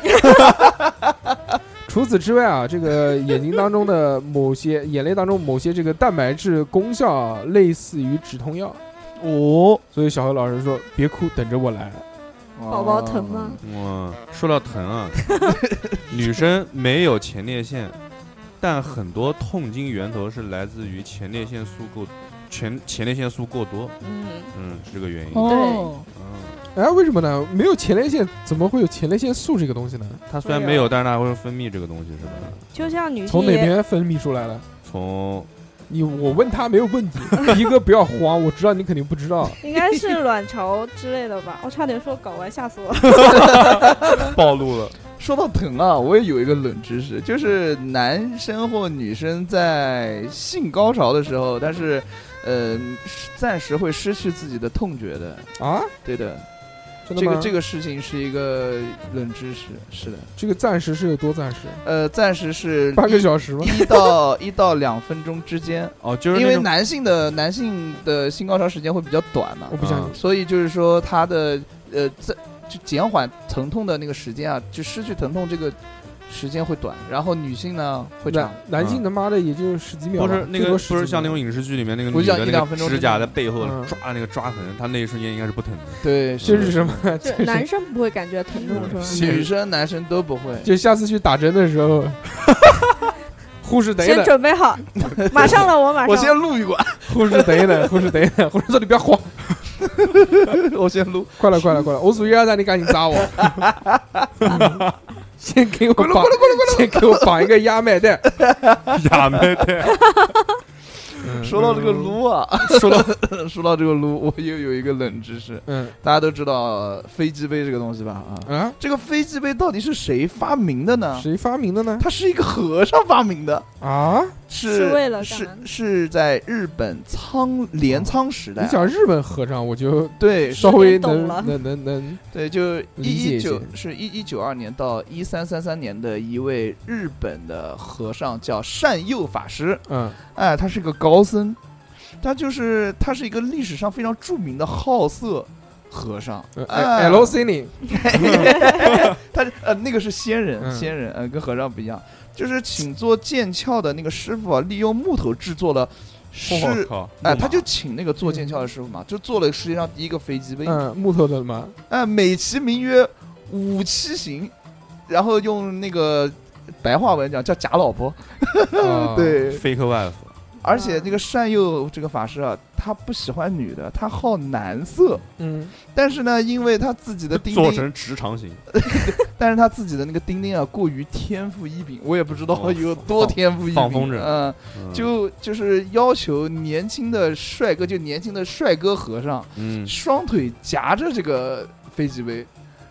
B: 除此之外啊，这个眼睛当中的某些眼泪当中某些这个蛋白质功效啊类似于止痛药，
C: 哦，
B: 所以小何老师说别哭，等着我来。
E: 宝宝疼吗？？
C: 哦
D: 哇，说到疼 <laughs> 啊，女生没有前列腺，但很多痛经源头是来自于前列腺素过前前列腺素过多，
E: 嗯，
D: 嗯，是这个原因。
C: 哦，
D: 嗯，
B: 哎，为什么呢？没有前列腺，怎么会有前列腺素这个东西呢？
D: 它虽然没有，但是它会分泌这个东西，是吧？
E: 就像女性
B: 从哪
E: 也
B: 边分泌出来的？
D: 从
B: 你我问他没有问题， <laughs> 一哥不要慌，我知道你肯定不知道。
E: 应该是卵巢之类的吧，我差点说睾丸，吓死我了。
D: 暴露了，
C: 说到疼啊，我也有一个冷知识，就是男生或女生在性高潮的时候，但是，呃，暂时会失去自己的痛觉的。
B: 啊，
C: 对的，
B: 真的
C: 这
B: 吗？
C: 个这个事情是一个冷知识，是的，
B: 这个暂时是有多暂时？
C: 呃，暂时是
B: 半个小时吗？
C: 一到一到两分钟之间，
D: 哦，就是
C: 因
D: 那
C: 为
D: 种
C: 男性的男性的性高潮时间会比较短嘛
B: 我，不相信。
C: 所以就是说他的呃，在就减缓疼痛的那个时间啊，就失去疼痛这个时间会短，然后女性呢会嗯长
B: 男。男性他妈的也就十几秒
D: 不
B: 吧，
D: 是
B: 最
D: 那个，
B: 多
D: 不
B: 十几
D: 是像那
B: 秒
D: 种影视剧里面那个
C: 不
D: 女
C: 是像
D: 的
C: 一
D: 那
C: 两分
D: 个
C: 钟
D: 指
C: 之
D: 甲
C: 内
D: 在背后
B: 嗯
D: 抓那个抓痕，她那一瞬间应该是不疼
C: <laughs>
D: 的。
B: <laughs>
C: 对，
B: 这
C: 是
B: 是什么？
E: 就男生不会感觉疼痛
B: 嗯
E: 是吧？
C: 女生男生都不会。
B: 就下次去打针的时
C: <laughs>
B: 候，护士等一
E: 先
B: 等，
E: 准
B: <laughs>
E: 备好，马上了，我马上。
C: 我先录一管，
B: 护士等一等，护士等一等，护士说你不要慌，
C: <laughs> 我先录。
B: 快了快了快了，我数一二三，你赶紧扎
C: <laughs>
B: 我。先给我绑，先给我绑一个压麦带。
D: 呀妹对，
C: <laughs>
D: <laughs>
C: 说到这
B: 嗯
C: 个撸啊，嗯 <laughs> 说到说到这个撸，我又有一个冷知识，
B: 嗯
C: 大家都知道飞机杯这个东西吧？啊，
B: 啊，
C: 这个飞机杯到底是谁发明的呢？
B: 谁发明的呢？
C: 它是一个和尚发明的，
B: 啊，
C: 是
E: 是为了干
C: 是
E: 嘛呢
C: 是在日本仓镰仓时代啊
B: 你，讲日本和尚，我就
C: 对
B: 稍微能
E: 懂了
B: 能能能
C: 对，就
B: 理
C: 一
B: 解
C: 一
B: 一些
C: 九是一一九二年到一三三三年的一位日本的和尚叫善诱法师，
B: 嗯
C: 哎，他是个高僧，他就是他是一个历史上非常著名的好色和尚
B: 呃，
C: 哎
B: ，L C 你
C: 他是呃那个是仙人，
B: 嗯
C: 仙人呃跟和尚不一样，就是请做剑鞘的那个师傅啊，利用木头制作了
D: 我
C: 是。
D: 靠！
C: 哎，
D: 木
C: 他
D: 马
C: 就请那个做剑鞘的师傅嘛，就做了世界上第一个飞机杯。
B: 嗯，木头的吗？
C: 哎，美其名曰“五七行”，然后用那个白话文讲叫“假老婆
B: 啊”。
C: <laughs> 对，
D: fake wife，
C: 而
D: 啊
C: 且那个善诱这个法师啊，他不喜欢女的，他好男色。
B: 嗯，
C: 但是呢，因为他自己的丁
D: 做
C: 丁，
D: 成直肠型，
C: 但是他自己的那个丁丁啊，过于天赋异禀，我也不知道
D: 哦
C: 有多天赋异禀。
D: 放风筝
C: 嗯，
D: 嗯
C: 就就是要求年轻的帅哥，就年轻的帅哥和尚，
D: 嗯，
C: 双腿夹着这个飞机杯，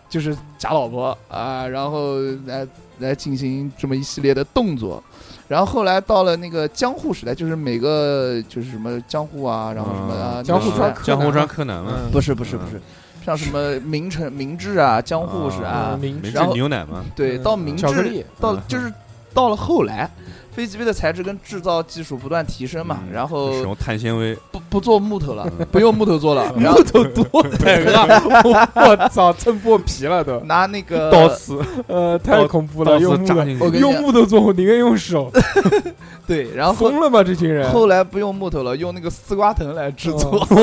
C: 就是夹老婆啊，然后来来进行这么一系列的动作。然后后来到了那个江户时代，就是每个就是什么江户啊，然后什么啊，
B: 江户
C: 那
B: 川
C: 个时代
D: 江湖川柯南嘛，
B: 嗯
C: 不是不是不是，像什么明成明治啊，江户是啊
B: 嗯，明治
D: 没
C: 然
D: 吃
C: 后
D: 牛奶嘛，
C: 对，
B: 嗯
C: 到明
B: 巧克
C: 治
B: <laughs> 力
C: 到
D: 嗯
C: 就是到了后来，飞机杯的材质跟制造技术不断提升嘛，
D: 嗯
C: 然
D: 使
C: 后
D: 用碳纤维，
C: 不不做木头了
D: 嗯，
C: 不用木头
B: <laughs>
C: 做了，然后
B: 木头多疼啊！ <laughs> 我操，蹭破皮了都。
C: 拿那个
D: 刀刺
B: 呃，
D: 刀
B: 太恐怖
D: 刀
B: 了，用
D: 刺
B: 木
D: 扎
B: 头
D: 进
C: 我跟
D: 去，
C: 你
B: 用
C: 讲
B: 木头做，我宁愿用 <laughs> 手，
C: <laughs> 对，然后
B: 疯了吗？这群人，
C: 后来不用木头了，用那个丝瓜藤来制作。
B: <laughs> 我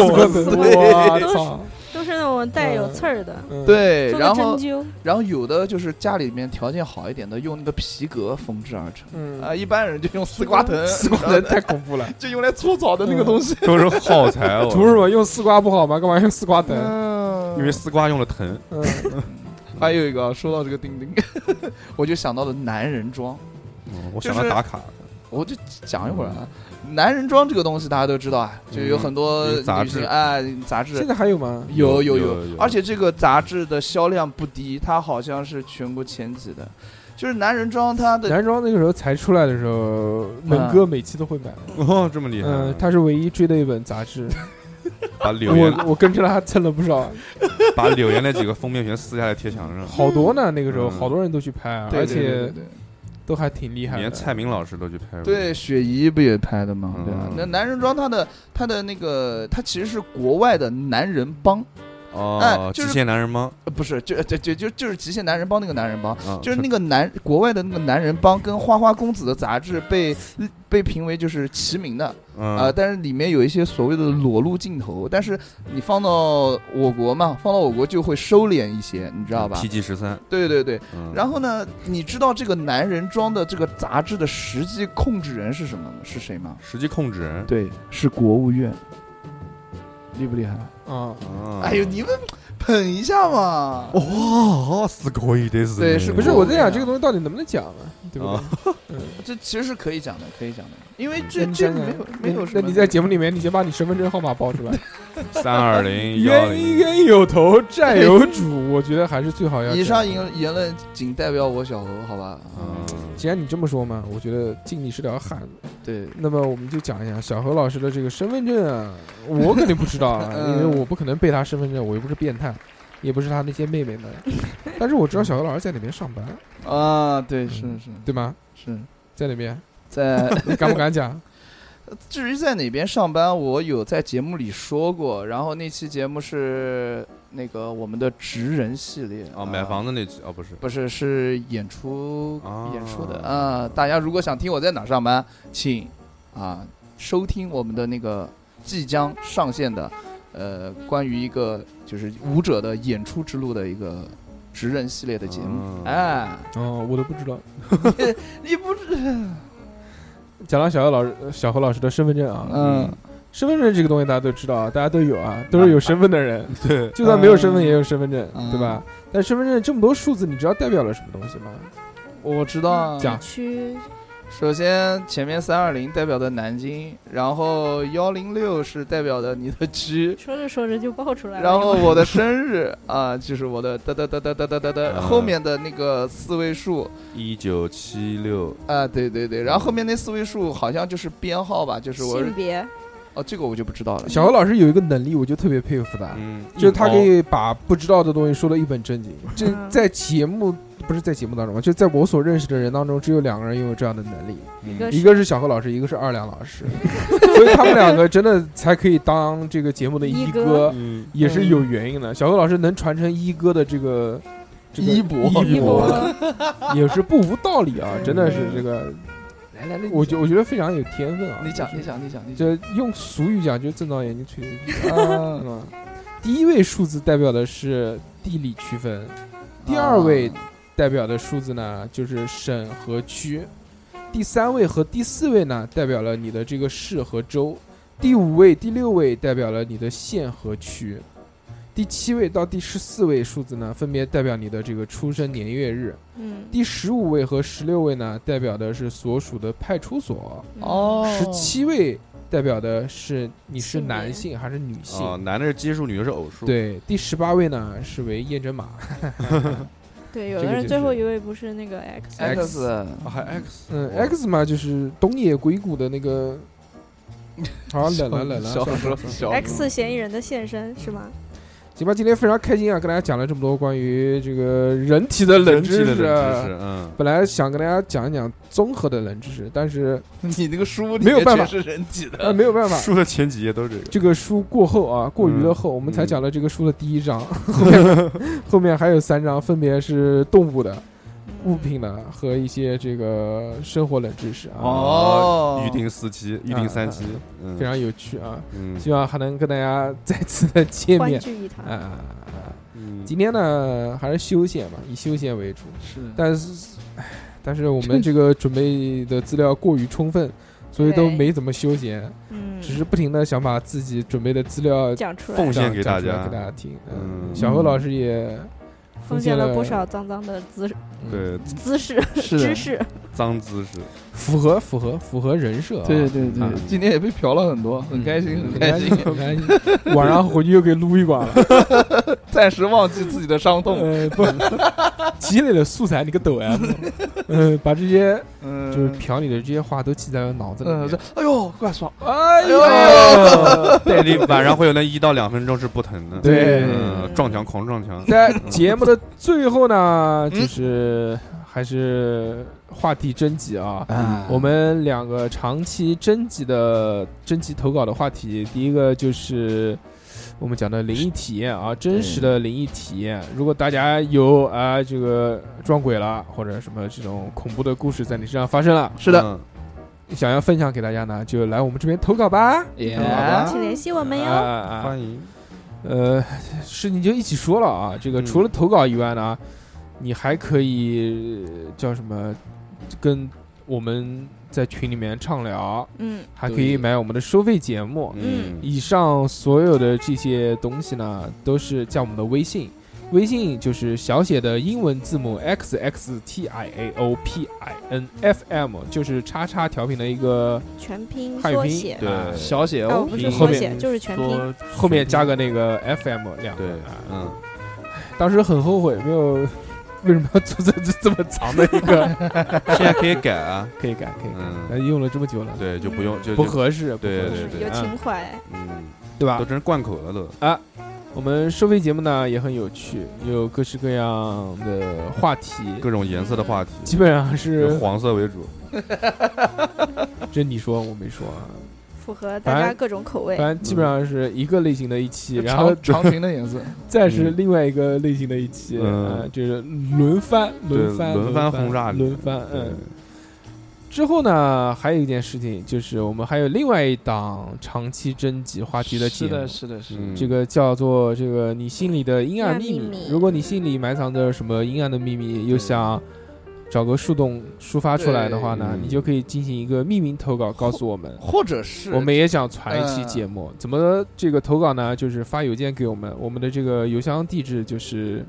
C: 对
B: 我操，
E: 都是那种带有刺儿的，
B: 嗯，
C: <laughs> 对，
E: 做
C: 然
E: 个针
C: 后
E: 灸，
C: 然后有的就是家里面条件好一点的，用那个皮革缝制而成。啊、
B: 嗯，
C: 一般人就用丝瓜藤，
B: 丝瓜人太恐 <laughs> 怖了。
C: 就用来搓澡的那个东西。
D: 都是耗材
C: <laughs>
D: 哦。
B: 图什么？用丝瓜不好吗？干嘛用丝瓜藤？
C: 嗯
D: 因为丝瓜用了疼，
B: 嗯，
C: <laughs> 还有一个啊，说到这个钉 <laughs> 钉，我就想到了男人装，
D: 嗯我
C: 就
D: 想到
C: 是
D: 打卡，
C: 我就讲一会儿啊。男人装这个东西大家都知道啊，就有很多
D: 嗯有杂
C: 女性
D: 志
C: 哎杂志
B: 现在还有吗？
C: 有有
D: 有有有
C: 而且这个杂志的销量不低，它好像是全国前几的。就是男人装，它的
B: 男装那个时候才出来的时候，猛哥每期都会买。
C: 呃
D: 哦，这么厉害啊，
B: 嗯嗯，他是唯一追的一本杂志，
D: 把柳岩
B: 我我跟着他蹭了不少，
D: 把柳岩那几个封面全撕下来贴墙上，
B: 好多呢。那个时候
D: 嗯
B: 好多人都去拍啊，
C: 对
B: 而
C: 对对对
B: 且
C: 对
B: 都还挺厉害
D: 连蔡
B: 的。
D: 明老师都去拍过，
C: 对，雪姨不也拍的吗？
D: 嗯
C: 对吧？那男人装它的它的那个，它其实是国外的男人帮，
D: 哦
C: 哎，就
D: 极
C: 是
D: 限男人吗？
C: 呃不是，就就就就就是极限男人帮那个男人帮，
D: 啊
C: 嗯就是那个男国外的那个男人帮跟《花花公子》的杂志被被评为就是齐名的啊、
D: 嗯，
C: 但是里面有一些所谓的裸露镜头，但是你放到我国嘛，放到我国就会收敛一些，你知道吧？
D: ？PG 十三，
C: 对对对，
D: 嗯
C: 然后呢，你知道这个男人装的这个杂志的实际控制人是什么吗？是谁吗？
D: 实际控制人，
C: 对，是国务院，厉不厉害？
B: 啊，
D: 啊
C: 哎呦，你们捧一下嘛！
D: 哦，すごいですね。
C: 对是
B: 不是我在
C: 哦
B: 想这个东西到底能不能讲啊？对不
D: 啊
B: 对？
C: 这其实是可以讲的，可以讲的，因为 <laughs> 这
B: 那你
C: 这
B: 讲讲
C: 没有没有什
B: 那
C: 么。
B: 你在节目里面，你先把你身份证号码报
C: <laughs>
B: 出来。
D: 三二零幺
B: 冤
D: 零，
B: 冤有头债有主， <laughs> 我觉得还是最好要讲。
C: 以上言言论仅代表我小侯，好吧？
D: 嗯，
B: 既然你这么说嘛，我觉得敬你是条汉子。
C: 对，
B: 那么我们就讲一下小何老师的这个身份证啊，我肯定不知道
C: <laughs>
B: 啊，
C: 嗯
B: 因为我不可能背他身份证，我又不是变态，也不是他那些妹妹们。
C: <laughs>
B: 但是我知道小何老师在里面上班，
C: 啊，对，是是
B: 对吗？
C: 是，
B: 在里面，
C: 在 <laughs>
B: 你 <laughs> 敢不敢讲？
C: 至于在哪边上班，我有在节目里说过。然后那期节目是那个我们的职人系列
D: 啊，买房子那集啊，不是
C: 不是是演出、
D: 啊
C: 演出的啊、大家如果想听我在哪上班，请啊收听我们的那个即将上线的呃关于一个就是舞者的演出之路的一个职人系列的节目。
D: 啊
C: 哎、
B: 哦，我都不知道。
C: 你不知
B: 讲到小何老师，小何老师的身份证啊，
C: 嗯，
B: 身份证这个东西大家都知道啊，大家都有啊，都是有身份的人，对，就算没有身份也有身份证，
C: 嗯
B: 对吧？但身份证这么多数字，你知道代表了什么东西吗？
C: 我知道啊。
B: 讲
E: 区
C: 首先前面三二零代表的南京，然后幺零六是代表的你的区。
E: 说着说着就爆出来了。
C: 然后我的生日啊，就是我的哒哒哒哒哒哒哒哒，
B: 啊
D: 嗯
C: 后面的那个四位数
D: 一九七六
C: 啊，对对对，然后后面那四位数好像就是编号吧，就是我
E: 性别，
C: 哦，这个我就不知道了。
B: 小何老师有一个能力，我就特别佩服他，
D: 嗯，
B: 就是他可以把不知道的东西说的一本正经。这
E: 嗯
B: 在节目不是在节目当中吧？就在我所认识的人当中，只有两个人拥有这样的能力，
D: 一
E: 个
B: 一个是小何老师，一个是二两老师， <laughs> 所以他们两个真的才可以当这个节目的
E: 一
B: 一
E: 哥
B: 哥。
D: 嗯，
B: 也是有原因的。小何老师能传承一哥的这个这个
C: 衣钵嗯
B: 衣
E: 一
B: 钵
E: 博
B: 也是不无道理啊，真的是这个，
C: 来来来，
B: 我觉我觉得非常有天分啊。
C: 你讲
B: 就是
C: 你讲你讲你讲，
B: 这用俗语讲，就睁到眼睛吹牛逼。
C: <laughs> 啊
B: 嗯，第一位数字代表的是地理区分，第二位代表的数字呢就是省和区，第三位和第四位呢代表了你的这个市和州，第五位、第六位代表了你的县和区，第七位到第十四位数字呢分别代表你的这个出生年月日， <laughs>
E: 嗯，
B: 第十五位和十六位呢代表的是所属的派出所，
E: 嗯，
C: 哦，
B: 十七位代表的是你是
E: 性别
B: 男性还是女性。
D: 哦，男的是奇数，女的是偶数，，
B: 对，第十八位呢是为验证码，
E: 对，有
B: 这
E: 的
B: 个
E: 人
B: 就
E: 最
B: 是
E: 后一位不是那个 X，
C: X
D: 还 X，
B: 嗯
D: 哦
B: ，X 嘛就是东野圭吾的那
D: <laughs>
B: 个，好冷了冷了，
C: 小
B: 算了
C: 时
B: 算
C: 候
B: 了
C: 小时候
B: 哦
E: X 嫌疑人的现身是吗？
B: 行吧，今天非常开心啊，跟大家讲了这么多关于这个人体的冷
D: 冷
B: 知
D: 冷
B: 识
D: 知
B: 啊。
D: 识，嗯，
B: 本来想跟大家讲一讲综合的冷知识，但是
C: 你那个书里
B: 没有
C: 面
B: 办法
C: 全是人体的
B: 呃没有办法，
D: 书的前几页都是这个，
B: 这个书过后啊，过于了后，我们才
D: 嗯
B: 讲了这个书的第一
D: <laughs>
B: 章，后面后面还有三章，分别是动物的、物品的和一些这个生活冷知识啊。
C: 哦
D: 预定四期，预定三期，嗯
B: 非，常有趣啊！
D: 嗯
B: 希望还能跟大家再次的见
E: 欢
B: 面
E: 聚一堂。
B: 啊。
D: 嗯，
B: 今天呢，还是休闲嘛，以休闲为主。
C: 是
B: 但是，唉但是我们这个准备的资料过于充分，所以都
E: 对
B: 没怎么休闲，
E: 嗯，
B: 只是不停的想把自己准备的资
C: 嗯
B: 料
E: 讲出来
D: 奉，献
B: 讲
D: 给
B: 讲
D: 大
B: 出来
D: 家
B: 给大家听。嗯，
D: 嗯
B: 小何老师也
E: 奉
B: 献
E: 献了
B: 了
E: 不少脏脏的姿
B: 嗯
D: 对
E: 姿势、
C: 是
E: 知
C: 的，
E: 识。
D: 脏姿
B: <laughs>
D: 势，
B: 符合符合符合人设啊。
C: 对对
D: 啊
C: 对，今天也被嫖了很多，很开心
B: 嗯
C: 很开心，
B: 很开心。晚上回去又给撸一管了，
C: <laughs> 暂时忘记自己的伤痛，
B: 呃，不，积累的素材你个抖 M，嗯，
C: <laughs>
B: 把这些
C: 嗯，
B: 就是嫖你的这些话都记在了脑子里
C: 嗯，
B: 面
C: 这。哎呦，怪爽，
B: 哎
C: 呦
B: 呦，
D: 对，你晚上会有那一到两分钟是不疼的，
B: 对
D: 嗯，撞墙狂撞墙，
B: 在节目的最后呢，就是还是话题征集啊。
C: 啊
B: 我们两个长期征集的征集投稿的话题，第一个就是我们讲的灵异体验啊，真实的灵异体验。如果大家有啊、这个撞鬼了，或者什么这种恐怖的故事在你身上发生了，
C: 是的，
D: 嗯，
B: 想要分享给大家呢，就来我们这边投稿吧。
C: 耶
B: 好吧
E: 嗯请联系我们
B: 啊
E: 哟。
B: 啊啊
D: 欢迎，
B: 呃，事情就一起说了啊。这个
D: 嗯
B: 除了投稿以外呢，你还可以呃叫什么，跟我们在群里面畅聊，
E: 嗯，
B: 还可以
C: 对
B: 买我们的收费节目。
E: 嗯
D: 嗯，
B: 以上所有的这些东西呢，都是加我们的微信，微信就是小写的英文字母 x x t i a o p i n f m，就是叉叉调频的一个
E: 全拼
B: 汉语
E: 缩
B: 拼
E: 写，
D: 对
B: 啊
C: 小写哦，
E: 哦，不是
B: 后
E: 缩
B: 面
E: 写，就是全拼。
D: 说
B: 后面加个那个 f m 两个
D: 对
B: 啊，
D: 嗯。
B: 当时很后悔没有， <laughs> 为什么要做这这这么长的一个？
D: 现在可以改啊，
B: 可以改，可以改，
D: 嗯
B: 但用了这么久了，
D: 对，就不用就
B: 不
D: 就
B: 合适，不合
D: 对
B: 适
D: 对对
E: 有情怀，
D: 嗯，
B: 对
D: 都
B: 吧？
D: 真是贯口了都。
B: 我们收费节目呢也很有趣，有各式各样的话题，
D: 各种颜色的话题，
B: 基本上
D: 以
B: 是
D: 黄色为主，
B: 这你说我没说啊，
E: 符合大
B: 反
E: 家
B: 正
E: 各种口味
B: 反。正基本上是一个类型的一期，
D: 嗯
B: 然后
C: 长长裙的颜色，
B: 再是另外一个类型的一期，
D: 嗯
B: 呃就是轮番
D: 对
B: 轮番
D: 轮番轰炸你
B: 轮番，
D: 对
B: 嗯。之后呢，还有一件事情，就是我们还有另外一档长期征集 <laughs> 话题的节
C: 是
B: 目，
C: 的，是的，是的。
D: 嗯
B: 这个叫做这个你心里的阴暗秘
E: 阴暗秘密
B: 如果你心里埋藏着什么阴暗的秘密，又想找个树洞抒发出来的话呢，
D: 对
B: 你就可以进行一个匿名投稿，告诉我们。
C: 或者是
B: 嗯我们也想传一期节目，怎么这个投稿呢？就是发邮件给我们，我们的这个邮箱地址就是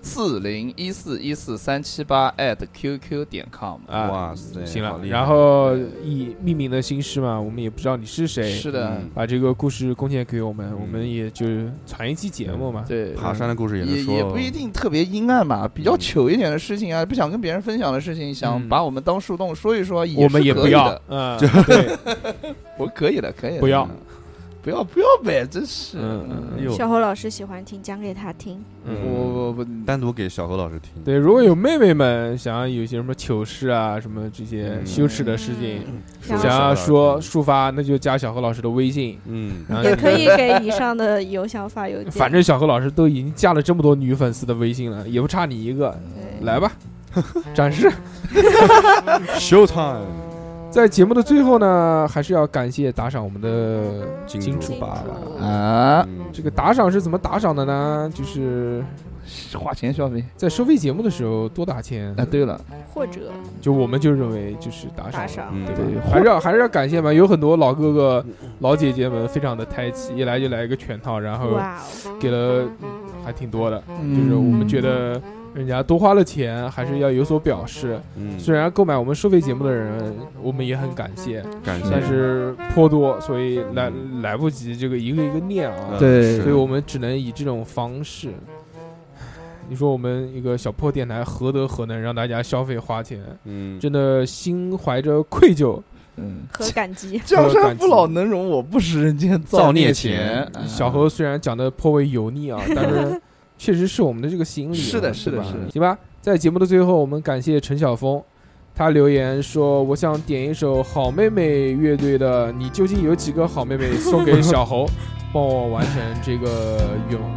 C: 四零一四一四三七八 at qq 点 com
B: 啊，
D: 哇塞，
B: 行
D: 好
B: 了，
D: 厉害
B: 然后以匿名的形式嘛，我们也不知道你是谁，
C: 是的，
D: 嗯
B: 把这个故事贡献给我们，我们也就是传一期节目嘛。
C: 对，
D: 爬山的故事也
C: 也
D: 能说，
C: 也不一定特别阴暗吧，比较
D: 嗯
C: 糗一点的事情啊，不想跟别人分享的事情，想
B: 嗯
C: 把我们当树洞说一说，
B: 我们
C: 是
B: 也
C: 可
B: 不
C: 以
B: 要
C: 的，，
B: 嗯，对，
C: 我可以的，可以的，
B: 不要，
C: 不要，不要呗，真是，
B: 嗯嗯
D: 哎呦
E: 小侯老师喜欢听，讲给他听。
B: 嗯，
C: 我我我
D: 单独给小何老师听。
B: 对，如果有妹妹们想要有些什么糗事啊，什么这些
D: 嗯
B: 羞耻的事情，
D: 说给
E: 嗯
B: 想
D: 小何
B: 要
D: 老师
B: 说
D: 听，
B: 抒发，那就加小何老师的微信，
D: 嗯，
B: <laughs> 然后
E: 也
B: 你
E: 可以给以上的邮箱发邮件。
B: 反正小何老师都已经加了这么多女粉丝的微信了，也不差你一个，
E: 对
B: 来吧，展示。
D: show time，
E: 嗯
B: 在节目的最后呢，还是要感谢打赏我们的
D: 金
B: 金主
D: 主爸
B: 爸
D: 爸
B: 爸。
C: 啊，
D: 嗯
B: 这个打赏是怎么打赏的呢？就是
C: 花钱消费
B: 在收费节目的时候多打钱
C: 啊，，对了，
E: 或者
B: 就我们就认为就是打赏
E: 打
B: 了，
E: 赏，
D: 嗯
B: 对
C: 对
B: 吧？还是嗯要还是要感谢嘛，有很多老哥哥、老姐姐们非常的抬气，一来就来一个全套，然后
E: 哇哦，
B: 给了嗯还挺多的，就
C: 就是
B: 我们觉得人家多花了钱，还是要有所表示。
D: 嗯，
B: 虽然购买我们收费节目的人，我们也很感谢，
D: 感谢，
B: 但是颇多，所以来来不及这个一个一个念啊
D: 嗯，
C: 对
D: 是
B: 所以我们只能以这种方式。你说我们一个小破电台何德何能让大家消费花钱？
D: 嗯，
B: 真的心怀着愧疚，
C: 嗯，
E: 和感
B: <laughs>
E: 激。
C: 江山父老能容我，不食人间
D: 造孽
C: 孽
D: 钱
C: 钱啊
B: 小何虽然讲的颇为油腻啊，但是确实是我们的这个心理啊。
C: 是的是的
B: 对吧
C: 是的
B: 行吧，在节目的最后，我们感谢陈晓峰，他留言说：“我想点一首好妹妹乐队的《你究竟有几个好妹妹》，送给小侯，帮我完成这个愿望。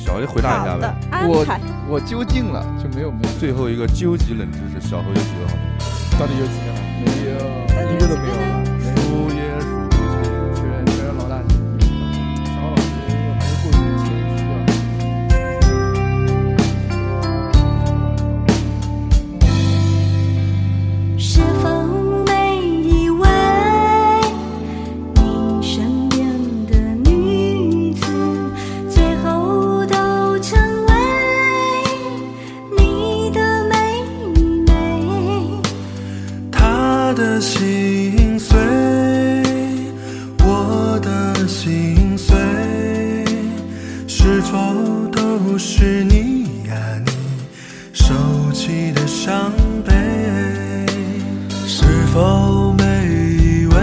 D: 小何回答一
E: 好
D: 下
E: 的
D: 呗。，
E: 安
C: 我
E: 排。
C: 我究竟了就没有没有
D: 最后一个究极冷知识，小何有几个好朋友？
B: 到底有几个呢？
C: 没有，
B: 一个都没有了。
D: 数也数不清。
C: 全全是老大姐。
B: 小侯老师还是过于谦虚啊。”
F: 是否每一位你身边的女子，最后都成为你的妹妹？
A: 他的心碎，我的心碎，是否都是你呀、你手起的伤悲？是否每一位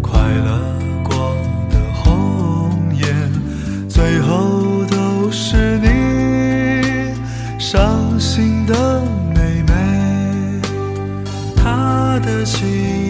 A: 快乐过的红颜，最后都是你伤心的妹妹？她的心